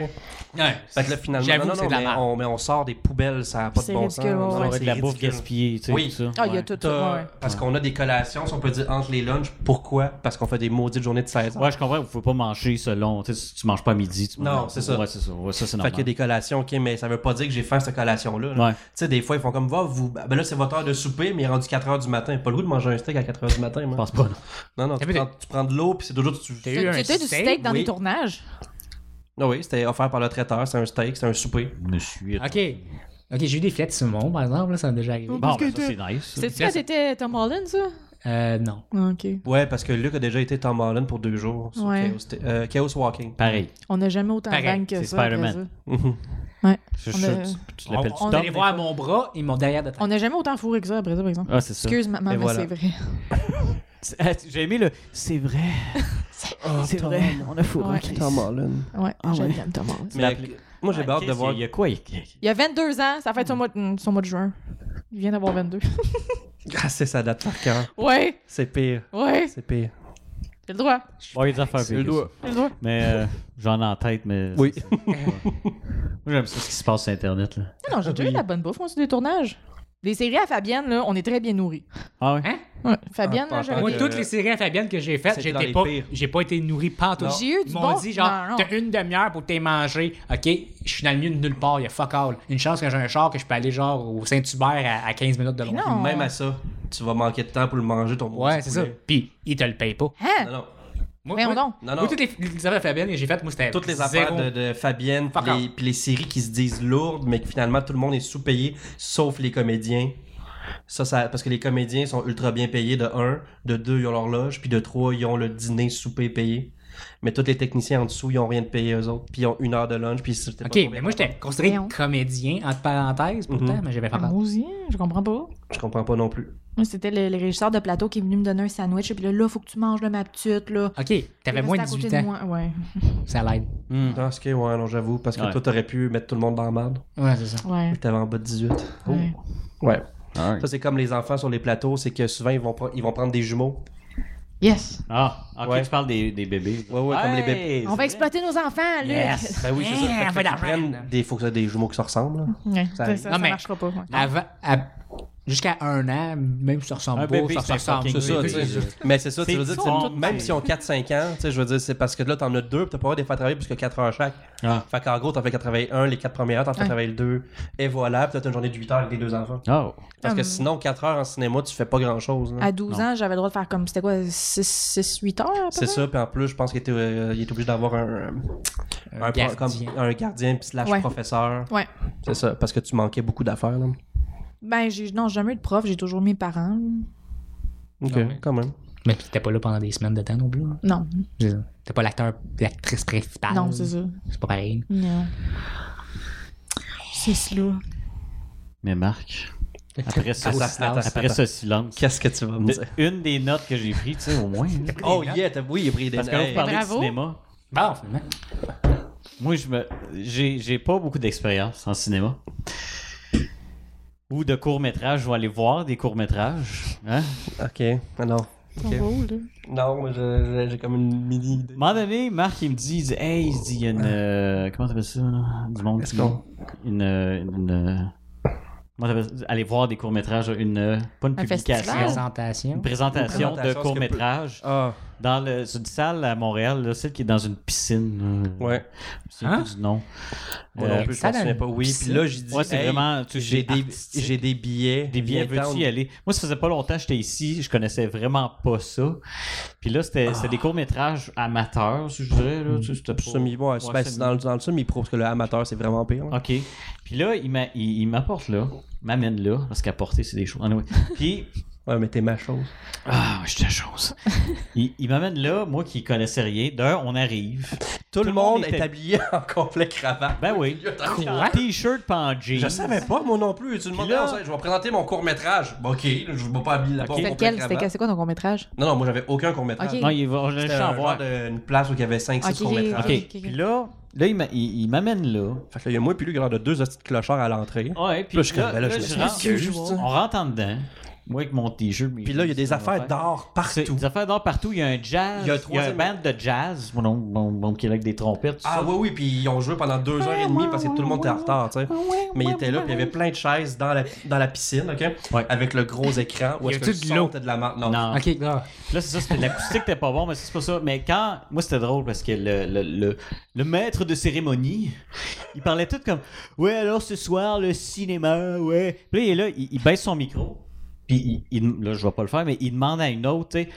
Fait que là, finalement, J'avoue non, non, que c'est non, de la mais, merde. on, mais on sort des poubelles, ça n'a pas de C'est bon ridicule, sens. Ça ouais, Non, va c'est être de la bouffe ridicule. gaspillée, tu sais, Oui. tout ça. Ah, il y Ouais. a tout T'as- ça. ouais. Parce qu'on a des relation, si on peut dire, entre les lunchs. Pourquoi? Parce qu'on fait des maudites journées de 16 heures. Ouais, je comprends, vous pouvez pas manger selon. Tu sais, si tu manges pas à midi, tu Non, manges- c'est ça. Ouais, c'est ça. Ouais, ça, c'est Fait normal. qu'il y a des collations, ok, mais ça veut pas dire que j'ai faim à cette collation-là. là. Ouais. Tu sais, des fois, ils font comme, va, vous, ben là, c'est votre heure de souper, mais il est rendu 4 heures du matin. Pas le goût de manger un steak à 4 heures du matin, Je moi. pense pas. non. Non, non, tu T'as vu prends, tu prends de l'eau, puis c'est toujours. Tu... T'as Tu eu un as du steak dans oui. les tournages? Ah oui, c'était offert par le traiteur, c'est un steak, c'est un souper. Je me suis. Ok. Ok, j'ai eu des fêtes de saumon, par exemple, là, ça m'a déjà arrivé. Bon, ben, ça, c'est nice. C'était-tu quand t'étais Tom Holland, ça? Euh, non. Ah, OK. Ouais, parce que Luc a déjà été Tom Holland pour deux jours sur Ouais. Chaos, euh, Chaos Walking. Pareil. On n'a jamais autant de Pareil, bang que c'est ça. après Spider-Man. ça. Mhm. Je- On je- a- tu- Tu On, l'appelles-tu on Tom, allait des voir à fois? mon bras, ils m'ont derrière de tête. On n'a jamais autant fourré que ça après ça, par exemple. Ah, c'est ça. Excuse maman, Et mais voilà. c'est vrai. Ah, J'ai aimé le. C'est vrai. C'est vrai. On a fou. Ouais. Holland. Ouais, Ah j'aime ouais. bien Tom Holland. Mais moi, j'ai hâte de voir. Il Ah, y a quoi il- Il y a 22 ans, ça fait son mois, de- mm, son mois de juin. Il vient d'avoir 22. Ah, c'est ça date par cœur. ouais, C'est pire. ouais, C'est pire. j'ai le droit. Bon, il y a des affaires C'est pires que lourd. ça. J'ai le droit. Mais euh, j'en ai en tête, mais. Oui. Moi, j'aime ça ce qui se passe sur Internet. Là. Non, non, j'ai déjà eu de la bonne bouffe, moi, sur des tournages. Des séries à Fabienne, là, on est très bien nourris. Ah ouais? Hein? Ouais. Fabienne, Ah, là, pas j'avais- encore. Euh, Moi, toutes les séries à Fabienne que j'ai faites, c'était dans j'étais les pas, pires. j'ai pas été nourri pantoute. Non. J'ai eu du Ils m'ont bon. dit, genre, Non, non. t'as une demi-heure pour t'y manger. OK, je suis dans le milieu de nulle part, il y a fuck all. Une chance que j'ai un char que je peux aller, genre, au Saint-Hubert à, à 15 minutes de Mais loin. non. Même à ça, tu vas manquer de temps pour le manger, ton Ouais, maudit c'est ça. poulet. Puis, ils te le payent pas. Hein? ah. Non, non. Moi, Voyons moi- donc. Non, non. moi, toutes les, les affaires à Fabienne que j'ai faites, moi, c'était Toutes les zéro. affaires de, de Fabienne, puis Fuck les, puis les séries qui se disent lourdes, mais que finalement tout le monde est sous-payé, sauf les comédiens. Ça, ça, parce que les comédiens sont ultra bien payés de 1, de 2, ils ont l'horloge, puis de 3, ils ont le dîner souper payé. Mais tous les techniciens en dessous, ils ont rien de payé eux autres, puis ils ont une heure de lunch, puis c'était pas Mhm. OK, combien. mais moi, j'étais considéré Voyons. Ah, comédien, entre parenthèses, pourtant, mais j'avais pas Un mousien, je comprends pas. Je comprends pas non plus. Moi, c'était le, le régisseur de plateau qui est venu me donner un sandwich. Puis là, là, faut que tu manges, là, ma petite, là. OK, t'avais Il moins de restait à 18 côté de ans. moi, Ouais, Ça l'aide. Ah, ok, ouais, non, j'avoue, parce que Ouais. toi, t'aurais pu mettre tout le monde dans la merde. Ouais, c'est ça. ouais. mais T'avais en bas de 18. ouais. Ouais. Ah, Ça, c'est comme les enfants sur les plateaux, c'est que souvent, ils vont, pre- ils vont prendre des jumeaux. Yes. Ah, ok, Ouais. tu parles des, des bébés. Ouais, ouais, comme les bébés. On va exploiter nos enfants, Luc. Yes! Ben oui, Eh, c'est Yeah, ça. on fait Fait que de la ils prennent reine. des, faut que ça des jumeaux qui se ressemblent. là. Ouais, Ça ça, arrive. ça, Non, ça mais- marchera pas. ouais. Avant, à- jusqu'à un an, même si ça ressemble Un pas, bébé, ça c'est se ressemble. fucking C'est ça, Oui, tu sais. oui, oui. Mais c'est ça, tu C'est veux dire, tout c'est- bon, même c'est- si on 4-5 ans, tu sais, je veux dire, c'est parce que là, t'en as deux, puis t'as pas le droit de les faire travailler plus que 4 heures chaque. Ah. Fait qu'en gros, t'en fais qu'à travailler un, les 4 premières heures, t'en fais Ouais. travailler le deux, et voilà, puis t'as une journée de 8 heures avec les deux enfants. Oh. Parce que Hum. Ah, sinon, 4 heures en cinéma, tu fais pas grand chose. À 12 Non. ans, j'avais le droit de faire comme, c'était quoi, 6-8 heures? à peu C'est ça, puis en plus, je pense qu'il était, euh, il est obligé d'avoir un, un, Un pro- comme gardien. un gardien, puis slash Ouais. professeur. Ouais. C'est ça, parce que tu manquais beaucoup d'affaires. Là. Ben, j'ai, non, j'ai jamais eu de prof, j'ai toujours mes parents. Ok, Non, mais- quand même. Mais puis t'es pas là pendant des semaines de temps non plus. hein. Non, Je veux dire, T'es pas l'acteur, l'actrice Ah. principale. non, c'est ça. C'est pas pareil. Non. C'est cela. Mais Marc, après, ce, Attends, attends, attends. après ce silence, Qu'est-ce que tu vas me de- dire? une des notes que j'ai prises, tu sais, au moins. là. Oh yeah, t'as- oui, il a pris des Parce que là, vous hey. parlez de bravo. cinéma. Bon, finalement. Moi, je me, j'ai, j'ai pas beaucoup d'expérience en cinéma. Ou de courts-métrages. Je vais aller voir des courts-métrages. Hein? Ok, Ah non. Ok. beau, là. Non, mais je- je- j'ai comme une mini idée. À un moment donné, Marc, il me dit, il dit, hey, il dit, il y a une, euh, comment t'appelles ça, là? du monde Est-ce qui- qu'on- une, euh, une, euh, comment t'appelles ça? aller voir des courts-métrages, une, euh, pas une Un publication, festival? une Présentation. Une présentation de présentation, courts-métrages Ah, dans le, c'est une salle à Montréal, là, celle qui est dans une piscine. euh, ouais. Je me souviens Hein? plus du nom. Moi Euh, non plus, je m'en ça, souviens la- pas. Oui, puis là, j'ai dit, ouais, c'est hey, vraiment, tu sais, ah, j'ai des, artistique. j'ai des billets. Des billets, Viens veux-tu t'en- y aller? Moi, ça faisait pas longtemps que j'étais ici, je connaissais vraiment pas ça. Puis là, c'était c'était des courts-métrages amateurs, si je dirais. Là, tu sais, c'était pas- Ah. Semi, ouais, c'est- ben, c'est dans, le- dans le semi-pro, parce que le amateur, c'est vraiment pire. là. OK. Puis là, il m'a- il- il m'apporte là, m'amène là, parce qu'apporter, c'est des choses. Anyway. Puis, Ouais, mais t'es ma chose. ah, j'étais chose. il il m'amène là, moi qui connaissais rien. D'un, on arrive. Tout, le monde était- est habillé en complet cravate. Ben oui. Quoi? T-shirt, pas en jeans. Je savais pas, moi non plus. Tu me demandais, là- ah, ça, je vais présenter mon court-métrage. Bon, ok, là, je vais pas habiller là-bas en C'était complet quel? C'était cravate. quel? C'est quoi ton court-métrage? Non, non, moi, j'avais aucun court-métrage. Ok. Non, il va, je l'ai C'était juste en un voir. genre de- une place où il y avait 5-6 Ok, courts-métrages. OK. Ok, ok. Puis là, là il m'a- il il m'amène là. Fait que là, il y a moi puis lui qui a l'air de deux hosties de clochards à l'entrée. Ouais, puis Là, je suis là, comme, ben là, là, je me je hein. suis rentre- excuse, tu sais. on rentre en dedans. Moi, avec mon t-shirt. mes Puis là, il y a jeans, des mon affaires affaire. d'art C'est- partout. Des affaires d'or partout. Il y a un jazz. Il Il y y a un a, un troisième- band de jazz. Mon oncle, mon, mon qui est là avec des trompettes. tout Ah ça. oui, oui, puis ils ont joué pendant deux heures et demie parce que tout le monde était en retard, tu sais. Mais ils étaient là, puis il y avait plein de chaises dans la, dans la piscine, OK? Ouais. Avec le gros écran où Y est-ce que avait-tu le son de l'eau? était de la merde. Non. Non. Ok, là. Là, c'est ça, c'était l'acoustique était pas bon, mais c'est pas ça. Mais quand. Moi, c'était drôle parce que le, le, le, le maître de cérémonie, il parlait tout comme Ouais, alors ce soir, le cinéma, ouais. Puis là, il, est là, il, il baisse son micro. Puis il, il- là, je vais pas le faire, mais il demande à une autre, tu sais.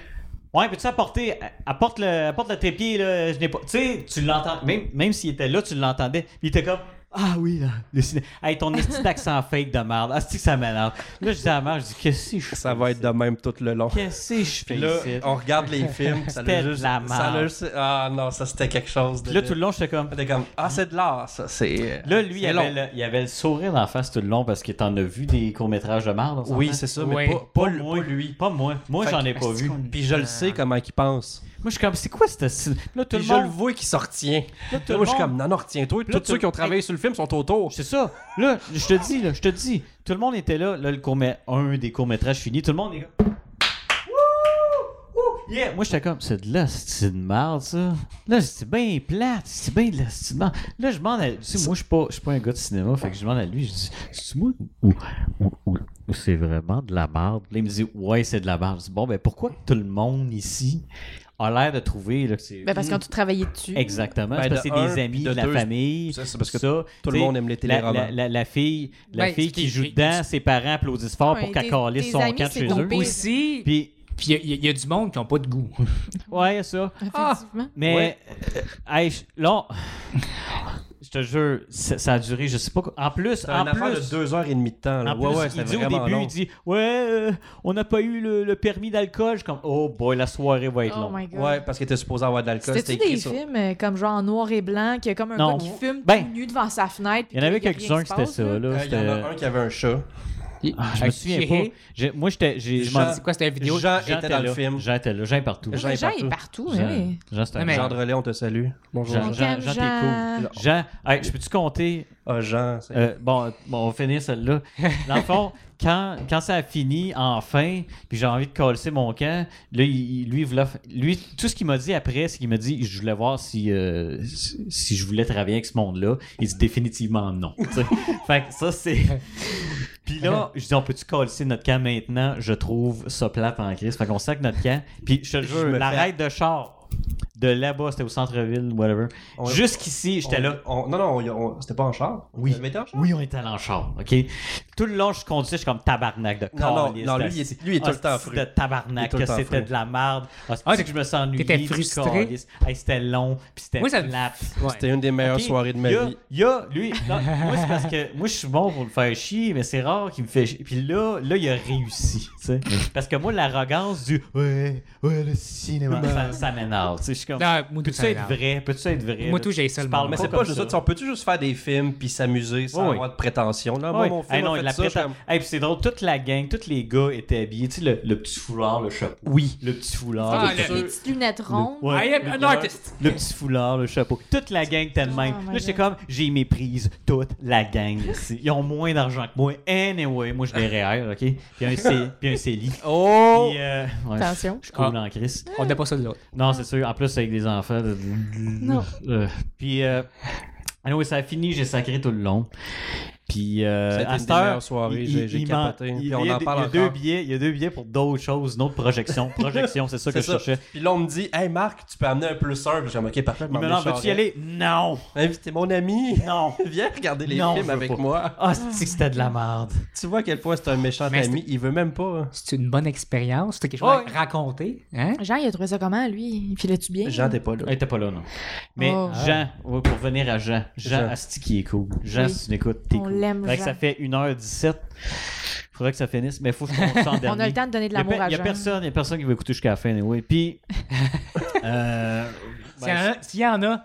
Ouais, peux-tu apporter. Apporte le, apporte le trépied, là. Je n'ai pas. Tu sais, tu l'entends. Même, même s'il était là, tu l'entendais. Puis il était comme. Ah oui, là, le cinéma. Hey, ton esti d'accent fake de merde. Ah, c'est que ça m'énerve. Là, je dis à la mère, je dis, qu'est-ce que je fais? Ça va être de même tout le long. Qu'est-ce que je fais Puis là, ici? on regarde les films. ça C'était l'a juste- de la ça l'a merde. juste- Ah non, ça c'était quelque chose de. Puis là, tout le long, j'étais comme. C'était comme, ah, c'est de l'art, ça. C'est. Là, lui, il c'est avait, long. le, il avait le sourire en face tout le long parce qu'il t'en a vu des courts-métrages de merde. on s'entend? Oui, c'est ça, mais Ouais. pas, pas le- pas lui. Pas moi. Moi, Fait j'en que- ai pas Est-ce vu. qu'on- Moi, Puis je le sais comment il pense. je suis comme, c'est quoi cette. style- Là, Euh, tout Puis je le le monde. vois qu'il s'en retient. Là, Puis là, moi, je suis comme, non, non, retiens-toi. là, Tous ceux tout- qui ont travaillé sur le film sont autour. C'est ça. Là, je te dis, là, je te dis. Tout le monde était là. Là, le court un des courts-métrages fini. Tout le monde est comme. Wouh! Wouh! Yeah! Moi, j'étais comme, c'est de la style de merde, ça. Là, c'est bien plate, c'est bien de la style de merde. Là, je demande à. Tu sais, moi, je suis pas, je suis pas un gars de cinéma, fait que je demande à lui, je dis, c'est moi ou, ou- ou- ou c'est vraiment de la merde? Là, il me dit, ouais, c'est de la merde. Je dis, bon, ben, pourquoi tout le monde ici a l'air de trouver là, que c'est. Ben, parce qu'on tout travaillé dessus. Exactement. Ben, c'est parce que de c'est des un, amis, puis de, de la deux, famille. ça, c'est parce que ça, tout tu le sais, monde aime les la- téléromans. La, la- la fille, la Ben, fille c'est- qui joue dedans, ses parents applaudissent fort Ouais, pour qu'elle tes- calisse tes son amis, camp c'est chez ton eux. Ah, pire. Aussi. Puis Puis, il y, a- y a du monde qui n'a pas de goût. ouais, ça. Effectivement. Mais, euh, hey, je- là, on- je te jure, ça, ça a duré, je sais pas. quoi- En plus, C'est en une affaire plus. de deux heures et demie de temps. Là. En ouais, plus, ouais, il c'était dit au vraiment début, long. il dit Ouais, euh, on n'a pas eu le, le permis d'alcool. Je suis comme Oh boy, la soirée va être Oh longue. my god. Ouais, parce qu'il était supposé avoir de l'alcool. C'était-tu écrit des sur- films euh, comme genre en noir et blanc, qu'il y a comme un Non. gars qui fume Ben, tout nu devant sa fenêtre? puis Il y en avait qu'il y a rien quelques-uns qui qui se c'était ça. passe, Là, Euh, Il y en c'était- a un qui avait un chat. Ah, je me souviens pas. J'ai- Moi, j'étais. j'ai- je m'en Jean- dis- C'est quoi, c'était la vidéo? Jean Jean était dans là. le film. Jean était là. Jean est partout. Oui, Jean est Jean partout. est partout. Jean- oui. Jean, c'est un Non, mais- Jean Drolet, on te salue. Bonjour. Jean, On Jean, Jean, t'aime, t'es Jean. cool. Jean, hey, je peux-tu compter? Ah, Jean. c'est- euh, bon, euh, bon, on va finir celle-là. Dans le fond, quand, quand ça a fini, enfin, puis j'ai envie de coller mon camp, là, il- il- lui, il voulait f- lui, tout ce qu'il m'a dit après, c'est qu'il m'a dit je voulais voir si, euh, si, si je voulais travailler avec ce monde-là. Il dit définitivement non. tu sais. fait que ça, c'est. Puis là, je dis on peut-tu coller notre camp maintenant Je trouve ça plate en crise. Fait qu'on sac notre camp. Puis je te jure, me la fais- raide de char de là-bas, c'était au centre-ville, whatever. On- Jusqu'ici, j'étais on- là. on- Non, non, on- on- c'était pas en char. Oui. On avait été en char? Oui, on était allé en char, OK? Tout le long, je conduisais, je suis comme tabarnak de Non, non, câlisse, non, lui, de- il est- lui, il est tout le temps hostie fru. de tabarnak, Il est tout le que temps c'était fru. de la merde. Ah, Ah, c'est que je me sens ennuyé. t'étais du frustré? câlisse. Hey, c'était long, puis c'était Moi, ça me plate. Ouais. C'était une des meilleures Ok, soirées de ma y a- vie. y a, lui, non, moi, c'est parce que moi, je suis bon pour le faire chier, mais c'est rare qu'il me fait chier. Puis là, là, il a réussi, tu sais. Parce que moi, l'arrogance du ouais, ouais, le cinéma, ça, ça m'énerve, tu sais. Je suis comme, Ben. Non, moi, tout peux-tu ça être m'énerve. vrai? Peux-tu être vrai? là? Moi, tout, j'ai Tu ça, le parles monde. Mais pas c'est pas comme juste ça. ça. tu sais, On peut-tu juste faire des films puis s'amuser sans Oui. avoir de prétention? Là, moi, Ouais. Ah mon film Hey, non, a il fait la ça, pète à- j'aime- Hey, puis c'est drôle, toute la gang, tous les gars étaient habillés. Tu sais, le, le petit foulard, le chapeau. Oui. Le petit foulard. Ah, le, Ah, le- les petites lunettes rondes. Ouais. I am an artist. le petit foulard, le chapeau. Toute la gang était de Oh même. my là, j'étais comme, God. j'ai méprise toute la gang ici. Ils ont moins d'argent que moi. Anyway, moi, je derrière, OK? Puis un, C, puis un CELI. Oh! Puis, euh, ouais, Attention. Je suis cool en crise. On n'a pas ça de l'autre. Non, c'est sûr. En plus, avec des enfants. de- Non. Euh, puis, euh, anyway, ça a fini. J'ai sacré tout le long. Puis, euh, Ça a été à une cette des heure, meilleures soirées, j'ai- j'ai m'en- capoté. il- Puis il on y a en des- parle Il y a deux encore. billets, il y a deux billets pour d'autres choses, une autre projection. Projection, c'est ça que C'est je ça. cherchais. Puis là, on me dit, hey Marc, tu peux amener un plus un. Puis J'ai dit, ok, parfait. je Il me m'emmène demande, chez veux-tu y Henriette. aller? Non! Invitez mon ami. Non! Viens regarder les Non, je films veux avec pas. moi. Ah, c'est que c'était de la merde. Tu vois à quel point c'est un méchant Mais ami. Il veut même pas. hein. C'est une bonne expérience. C'était quelque chose Ouais. à raconter. Hein? Jean, il a trouvé ça comment, lui? Il filait-tu bien? Jean, t'es pas là. Elle était pas là, non. Mais Oh. Jean, ouais, pour venir à Jean, Jean Jean. Asti qui est cool. Jean, Oui. si tu m'écoutes, t'es On cool. l'aime, Faudrait que Jean. ça fait 1h17. Faudrait que ça finisse, mais faut que je compte ça en On dernier. a le temps de donner de Il y a l'amour pe- à Il y a Jean. personne, il y a personne qui va écouter jusqu'à la fin, anyway. Puis, euh, S'il y en a- S'il y en a,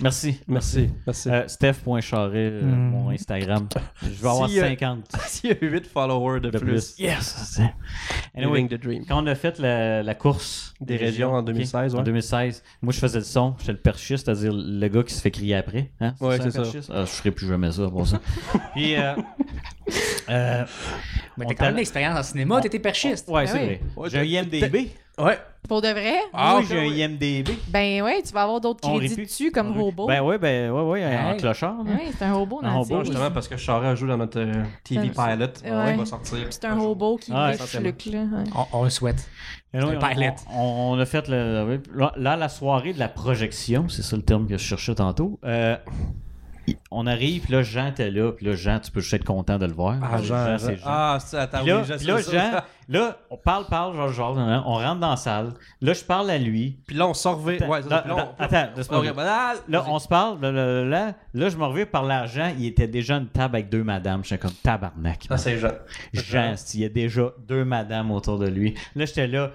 Merci. Merci. Merci. Euh, Steph.charret, euh, Hmm. mon Instagram. Je vais avoir Si, euh, 50 S'il y a 8 followers de, de plus, plus. Yes! Anyway, Living the dream. quand on a fait la, la course Des régions en ok, 2016, ouais. en 2016, moi je faisais le son, j'étais le perchiste, c'est-à-dire le gars qui se fait crier après. Hein? Ouais, un c'est ça. perchiste? Ah, je ferai plus jamais ça pour ça. Puis, euh, euh, mais On t'as quand t'a- même une expérience en cinéma, t'étais perchiste. ouais, Ah c'est oui. vrai. Ouais, j'ai un IMDB. Ouais. Pour de vrai? Ah, ok, j'ai un oui. IMDB. Ben ouais, tu vas avoir d'autres On crédits répue. dessus comme robot. Ben oui, ben ouais, ouais, en Hey. clochard. là. Ouais, c'est un robot dans Un la robot, série. Justement, parce que Charest joue dans notre euh, TV Ça- pilot. Ouais. Ouais, Il va sortir. C'est un robot qui Ah, lèche le clan. ouais. On, on le souhaite. Anyway, un pilot. On, on- on a fait le, oui. là, là, la soirée de la projection, c'est ça le terme que je cherchais tantôt. Euh, on arrive, puis là, Jean était là, puis là, Jean, tu peux juste être content de le voir. Ah, Jean. c'est Jean. Ah, c'est attends, Puis oui, là, je puis sais là, ça. Jean, là, on parle, parle, genre, genre, nan, nan, on rentre dans la salle. Là, je parle à lui. Puis là, on sort revient. Ouais, c'est ça. Là, Puis là, là, on- attends, laisse-moi on- dire. Ah, Là, on se parle, là, là, là, là, Là, je me reviens par l'argent. Il était déjà une table avec deux madames. J'étais comme tabarnak. Ah, c'est Jean. Jean, il y a déjà deux madames autour de lui. Là, j'étais là.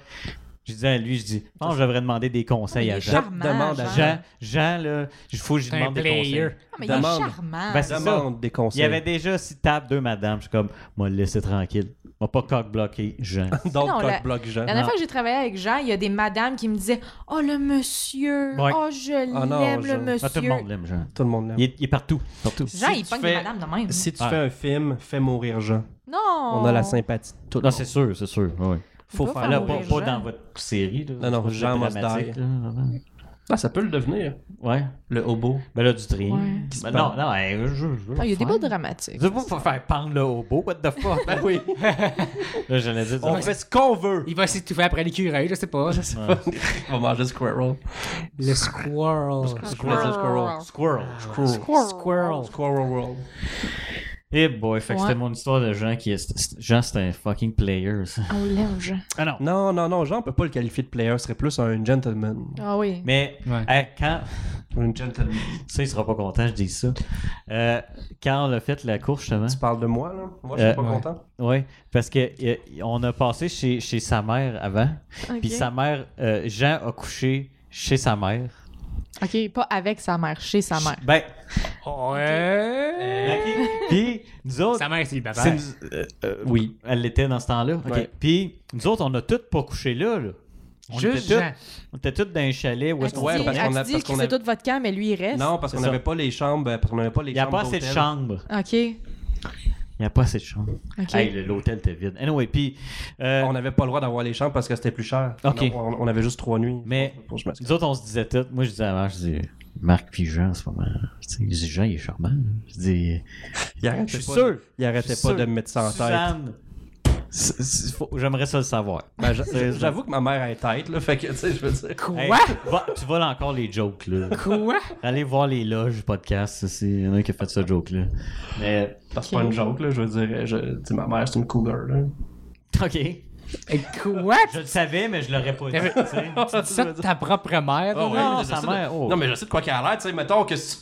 Je disais à lui, je dis, oh, je pense que je devrais demander des conseils Ah, Il à est Jean. charmant. demande à Jean, Jean, là, il faut que je lui C'est un demande des player. conseils. Ah, mais il est Demande. charmant. Ben, c'est ça. Demande des Il conseils. y avait déjà six tables, deux madames. Je suis comme, moi, le laisser tranquille. M'a pas cock-bloqué, Jean. Donc, Non, la- cock block Jean. La dernière fois que j'ai travaillé avec Jean, il y a des madames qui me disaient Oh le monsieur, Ouais. oh je Ah non, l'aime Jean. le Ah, monsieur. tout le monde l'aime, Jean. Tout le monde l'aime. Il est, il est partout. partout. Jean, Si il tu pogne fais- des madames de même. Si tu Ouais. fais un film, fais mourir Jean. Non. On a Oh. la sympathie de tout. le Non, monde. c'est sûr, c'est sûr. oui, oui. Faut Faut faire faire Là, Ah, pas, oui, pas Jean. dans votre série. Là, Non, non, C'est pas Jean must dramatique, die. là. Ah, ça peut le devenir. Ouais. Le hobo. Ben là, du tri. Ouais. Ben non, non, hey, je, je veux le Ah, il y a des faire. bouts dramatiques. Tu veux pas me faire pendre le hobo, what the fuck? ben oui. Là, j'allais dire. On fait ce qu'on veut. Il va s'étouffer après l'écureuil, je sais pas. On va manger Squirrel. Le squirrel. Squirrel. Squirrel. Squirrel. Squirrel World. Eh boy, fait que Ouais. c'était mon histoire de Jean qui est. c'est- Jean, c'était un fucking player, ça. On l'aime, Jean. Ah non. Non, non, non, Jean, on peut pas le qualifier de player, ce serait plus un gentleman. Ah oui. Mais Ouais. hey, quand. Un gentleman. Ça, il sera pas content, je dis ça. Euh, quand on a fait la course, justement. Tu parles de moi, là? Moi, je suis Euh, pas ouais. content. Oui, parce que euh, on a passé chez, chez sa mère avant. Ok. Puis sa mère, euh, Jean a couché chez sa mère. Ok, pas avec sa mère, chez sa mère. Ben, Ouais. puis nous autres. Sa mère est Euh, C'est célibataire. nous- euh, euh, oui, elle l'était dans ce temps-là. OK. Ouais. Puis nous autres, on a toutes pas couché là. là. On, Juste était Jean. toutes, on était toutes dans un chalet. Où est-ce Elle qu'on ouais, dit- parce qu'on elle a- dit parce qu'il qu'on c'est a- tout votre camp, mais lui, il reste. Non, parce qu'on C'est ça. n'avait pas les chambres, euh, parce qu'on n'avait pas les Il n'y a chambres. pas assez de d'hôtel. chambres. OK. Il n'y a pas assez de chambres. OK. Hey, le- l'hôtel était vide. Anyway, puis euh, On n'avait pas le droit d'avoir les chambres parce que c'était plus cher. Ok. On, on- on avait juste trois nuits. Mais- Faut que je m'excuse. nous autres, on se disait tout. Moi, je disais avant, je dis Marc puis Jean, en ce moment. Tu sais, Je dis Jean, il est charmant. Je dis il arrêtait je suis pas, sûr. de- Il arrêtait suis pas sûr. de me mettre ça en tête. Suzanne, c'est- c'est- faut- j'aimerais ça le savoir. Ben, j'a- J'avoue que ma mère est tête, là. Fait que, tu sais, je veux dire. Quoi? Hey, va- tu voles encore les jokes, là. Quoi? Allez voir les loges podcast, ça, c'est il y en a un qui a fait ce joke-là. Mais. Parce que c'est pas une joke, là. Je veux dire, je... tu sais, ma mère, c'est une cougar, là. Ok. Quoi? Je le savais, mais je l'aurais pas dit. T'avais- tu sais. Tu dis ça de ta propre mère? Ah ouais, Non, mais je sa sais mère, de- oh. Non, mais je sais de quoi qu'elle a l'air, tu sais, mettons que. c'est-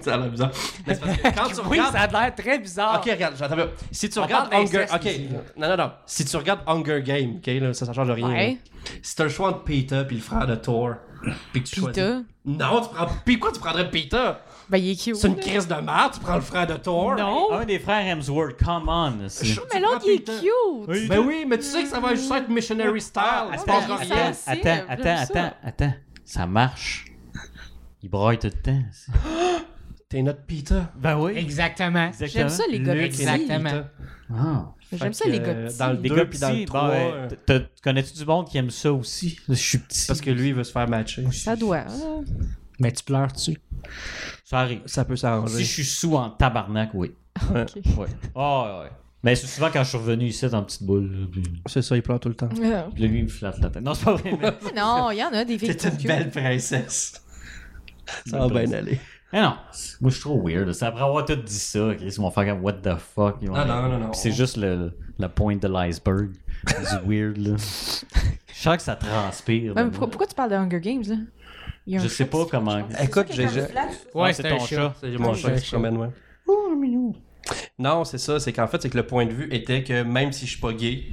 ça a l'air bizarre. Mais c'est parce que quand tu Oui, regardes. ça a l'air très bizarre. Ok, regarde, j'attends. bien. Si tu On regardes parle Hunger. d'inceste Ok, ici, là. non, non, non. Si tu regardes Hunger Game, ok, là, ça, ça change rien. Ouais. là. Si t'as le choix entre Peter puis le frère de Thor, puis que tu choisis. Pita. Non, tu prends. Puis quoi, tu prendrais Peter Ben, il est cute. C'est une crise de merde, tu prends le frère de Thor. Non. Un des frères Hemsworth, come on. c'est- Je- Ah, Mais l'autre, il est Peter. cute. Ben oui, mais tu sais que ça va juste être missionary style. Il se Attends, passe Oh, mais rien. attends, ça, c'est- attends, j'aime attends, ça. attends, attends. Ça marche. Il broille tout le temps. T'es notre Peter. Ben oui. Exactement. J'aime ça, les gars. Luke petits. est notre Exactement. Peter. Ah. J'aime ça, Fait les que, euh, gars. petits. dans le- Les Deux, gars puis dans le petits, trois, ben, euh, t'as- t'as- connais-tu du monde qui aime ça aussi? Je suis petit. Parce que lui, il veut se faire matcher. Ça doit. hein. Mais tu pleures-tu? ça arrive. Ça peut Si s'arranger. je suis sous en tabarnak, oui. Ok. Ouais. Ah, ouais, ouais. Mais c'est souvent quand je suis revenu ici, en petite boule. là, Puis C'est ça, il pleure tout le temps. Euh, puis là, lui, il me flatte la tête. Non, c'est pas vrai, mais. Non, il y en a des filles T'es une cute. belle princesse. Ça va Belle bien princesse. aller. Mais non, moi je suis trop weird. C'est après avoir tout dit ça, ok, ils vont faire comme what the fuck. Ils vont- Ah, non, non, non. Puis c'est juste le, la pointe de l'iceberg. du weird là. Je sens que ça transpire. Ouais, là, mais pourquoi, moi. pourquoi tu parles de Hunger Games, là? Il y a un Je sais pas comment. Écoute, j'ai. j'ai- Ouais, c'est ton chat. C'est mon Ouais, chat qui se promène, ouais. Non, c'est ça. C'est qu'en fait, c'est que le point de vue était que même si je suis pas gay,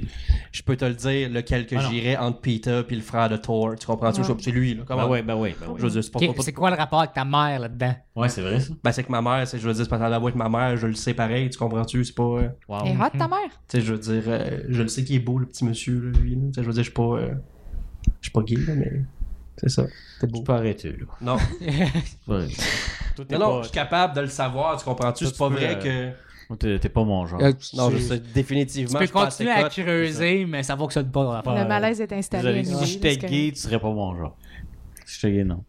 je peux te le dire lequel que Ah non. j'irais entre Peter puis le frère de Thor. Tu comprends-tu? Ouais. C'est lui, là. Comment? Ben ouais, ben ouais, ben ouais. Je veux dire, c'est pas Ok, pas- pas- C'est quoi le rapport avec ta mère là-dedans? Ouais, c'est vrai ça. Ben, c'est que ma mère, c'est, je veux dire, c'est pas dans la boîte, ma mère, je le sais pareil, tu comprends-tu? C'est pas. euh, Wow. Et hot, ta mère. tu sais, je veux dire, euh, je le sais qu'il est beau, le petit monsieur, là, lui. là. Tu sais, je veux dire, je suis pas. euh, je suis pas gay, là, mais. C'est ça. C'est Tu beau. peux arrêter, là. Non, Euh, Ouais. Toi, t'es non, non, pas- je suis capable de le savoir, tu comprends-tu? Toi, C'est tu pas peux, vrai euh, que. T'es t'es pas mon genre. Euh, Non, tu- je sais, Tu définitivement. peux je suis pas continuer assez à cote. creuser, mais ça fonctionne pas. le rapport. Le malaise est installé. Désolé, anyway, si j'étais parce que- gay, tu serais pas mon genre. Si j'étais gay, non.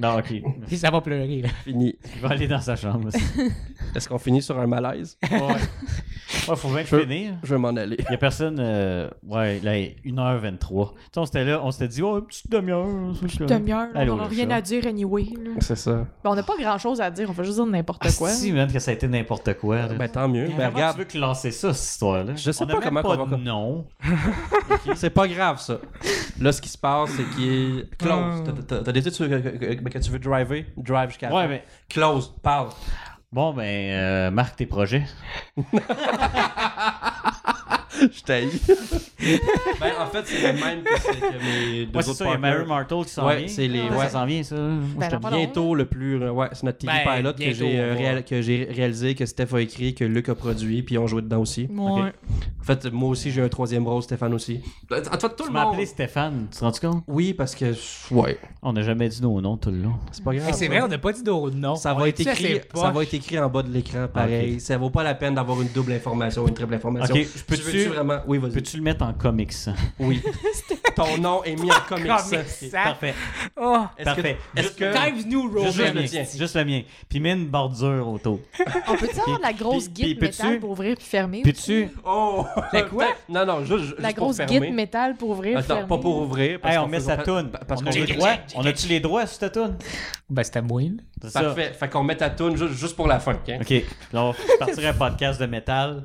Non, ok. Puis ça va pleurer. là. Fini. Il va aller dans sa chambre. aussi. Est-ce qu'on finit sur un malaise? Ouais. Ouais, faut bien Je- finir. Je vais m'en aller. Il y a personne. euh, ouais, là, 1h23. Tu sais, on s'était là, on s'était dit, oh, une petite demi-heure. c'est ça. Demi-heure, là, Allez, on n'aura au rien chat. à dire anyway. là. C'est ça. Ben, on n'a pas grand chose à dire, on fait juste dire n'importe quoi. Ah, si, man, que ça a été n'importe quoi. là. Ben, tant mieux. Comment Ben, regarde. tu veux classer ça, cette histoire-là? Je sais On a pas même comment qu'on pas va- de nom. C'est pas grave, ça. Là, ce qui se passe, c'est qu'il est close. T'as- T'as t'as des trucs que, que- que- que tu veux driver? Drive jusqu'à la Ah. Ouais, fin. mais. Close, parle. Bon, ben, euh, marque tes projets. Je t'ai Ben, en fait, c'est le même que, c'est que mes deux Ouais, c'est autres ça, il y a partners. Mary Martle qui s'en Ouais, vient. Ah, c'est les- Ça, ouais. Ça s'en vient, ça. Moi, Ben, j'étais non, pas Bientôt le plus. euh, Ouais, c'est notre TV Ben, pilot que bientôt, j'ai, euh, on va. réal- que j'ai réalisé, que Steph a écrit, que Luc a produit, puis on joué dedans aussi. Ouais. Ok. En fait, moi aussi, j'ai un troisième rôle, Stéphane aussi. En fait, tout Tu le m'as monde. appelé Stéphane, tu te rends compte? Oui, parce que. Ouais, On n'a jamais dit nos noms tout le long. c'est pas grave. Hey, c'est vrai, on n'a pas dit d'autres noms. Ça On va, est être tous assez écrit, poches. ça va être écrit en bas de l'écran, pareil. Ça vaut pas la peine d'avoir une double information, une triple information. Ok, je peux-tu- Tu veux-tu vraiment... Oui, vas-y. Peux-tu le mettre en comics? sans? Oui. Ton nom est mis en comic Comic sans. Sans. Parfait. Oh. Est-ce Parfait. que- Est-ce que... Times New Juste Juste le le mien. Roman. tien. Juste le mien. Puis mets une bordure autour. On peut-tu avoir de la grosse puis- guide puis peux-tu- métal pour ouvrir puis fermer? Puis tu. Oh! La quoi? Non, non, juste, juste La grosse pour guide fermer. métal pour ouvrir puis Attends, fermer. pas pour ouvrir. parce Hey, on qu'on met fait- sa toune. Parce on qu'on a les veut... Check, droits. check, On a-tu les droits sur ta toune? Ben, c'était moi, là. C'est ça. Parfait. Fait qu'on met ta toune ju- juste pour la fin, ok? OK. Là, on va partir un podcast de métal.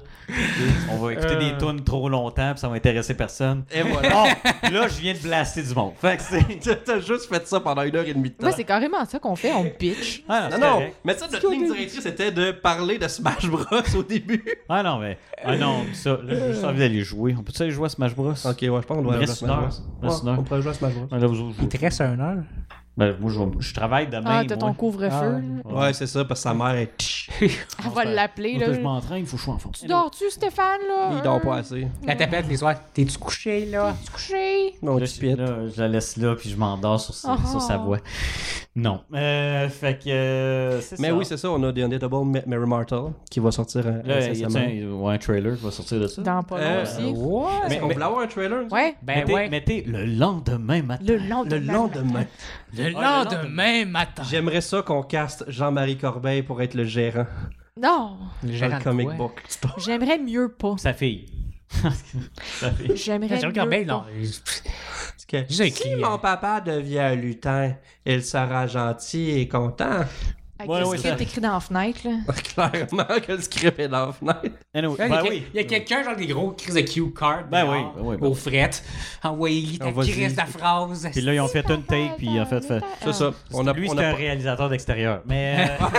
On va écouter Euh. des tunes trop longtemps, puis ça va intéresser personne. Et voilà. Oh! Là, je viens de blaster du monde. Fait que c'est... T'as juste fait ça pendant une heure et demie de temps. Moi, c'est carrément ça qu'on fait, on pitch. Ah Non, c'est non, correct. mais ça, notre ligne directrice, c'était de parler de Smash Bros au début. Ah non, mais... Ah non, ça, là, j'ai juste envie d'aller jouer. On peut-tu aller jouer à Smash Bros? Ok, ouais, je pense qu'on Il doit reste une heure. Il reste une heure. On pourrait jouer à Smash Bros. Ah, Là, vous autres, Il vous- te reste un heure. Ben, moi, je, vais- je travaille demain, Ah, t'as moi. ton couvre-feu. là. Ouais, c'est ça, parce que sa mère est. On va l'appeler, Moi, là. je m'entraîne, il faut que je sois en forme. Tu dors-tu, Stéphane, là? Il dort Hein? pas assez. La tapette les soirs. T'es-tu couché, là? Se coucher. Non, Là, tu je, piètes. là, je la laisse là, puis je m'endors sur, sa- Oh. sur sa voix. Non. Euh, fait que... euh, c'est Mais ça. oui, c'est ça, on a The Undeadable Ma- Mary Martel qui va sortir euh, Là, il y a incessamment. un, ouais, un trailer qui va sortir de ça. Dans pas long Euh, aussi. What? Est-ce qu'on voulait avoir un trailer? nous Ouais. Ben mettez, ouais. mettez le lendemain matin. Le lendemain. Le lendemain. Le Ah, le lendemain matin. J'aimerais ça qu'on caste Jean-Marie Corbeil pour être le gérant Non, Le dans gérant le de comic quoi? book. store. j'aimerais mieux pas. Sa fille. Sa fille. J'aimerais Le gérant mieux de Corbeil, pas. non. Parce que Juste un si client. mon papa devient lutin, il sera gentil et content. Avec Ouais, le ouais, script ça- écrit dans la fenêtre, là. Clairement que le script est dans la fenêtre. Anyway, ben Là, il y a- oui. Il y a quelqu'un, genre des gros crises de cue card. Ben dehors, oui, ben oui, ben Aux oui. frettes. Envoyez ta Envoyez. crise de la phrase. Ah, Puis là, ils ont fait une take, puis en fait, fait... Ah. C'est ça. On a, Lui, on c'est a un pas- réalisateur d'extérieur. Mais. euh,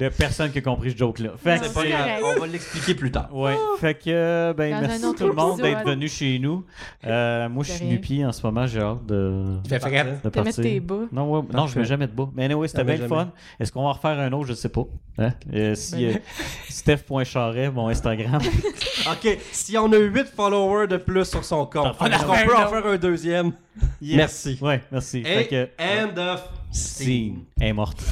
de personne qui a compris ce joke-là. Fait que. C'est C'est pas grave, correct. on va l'expliquer plus tard. Ouais, fait que euh, ben Dans merci un autre tout le monde épisode. d'être venu chez nous. Euh, moi je De suis rien. nu-pied en ce moment, j'ai hâte de, Il fait frette. de Te mettre partir. tes bas. Non, ouais, non, je mets jamais de bas. Mais anyway, c'était Ah, mais bien le jamais. fun. Est-ce qu'on va en refaire un autre, je sais pas. Hein? Euh, si Ben, euh, Steph.charret, mon Instagram. Ok, si on a 8 followers de plus sur son compte, T'en on, fais un peut en autre. faire un deuxième. Yes. Merci. Ouais, merci. Et Fait que end of scene. scene. Elle est morte.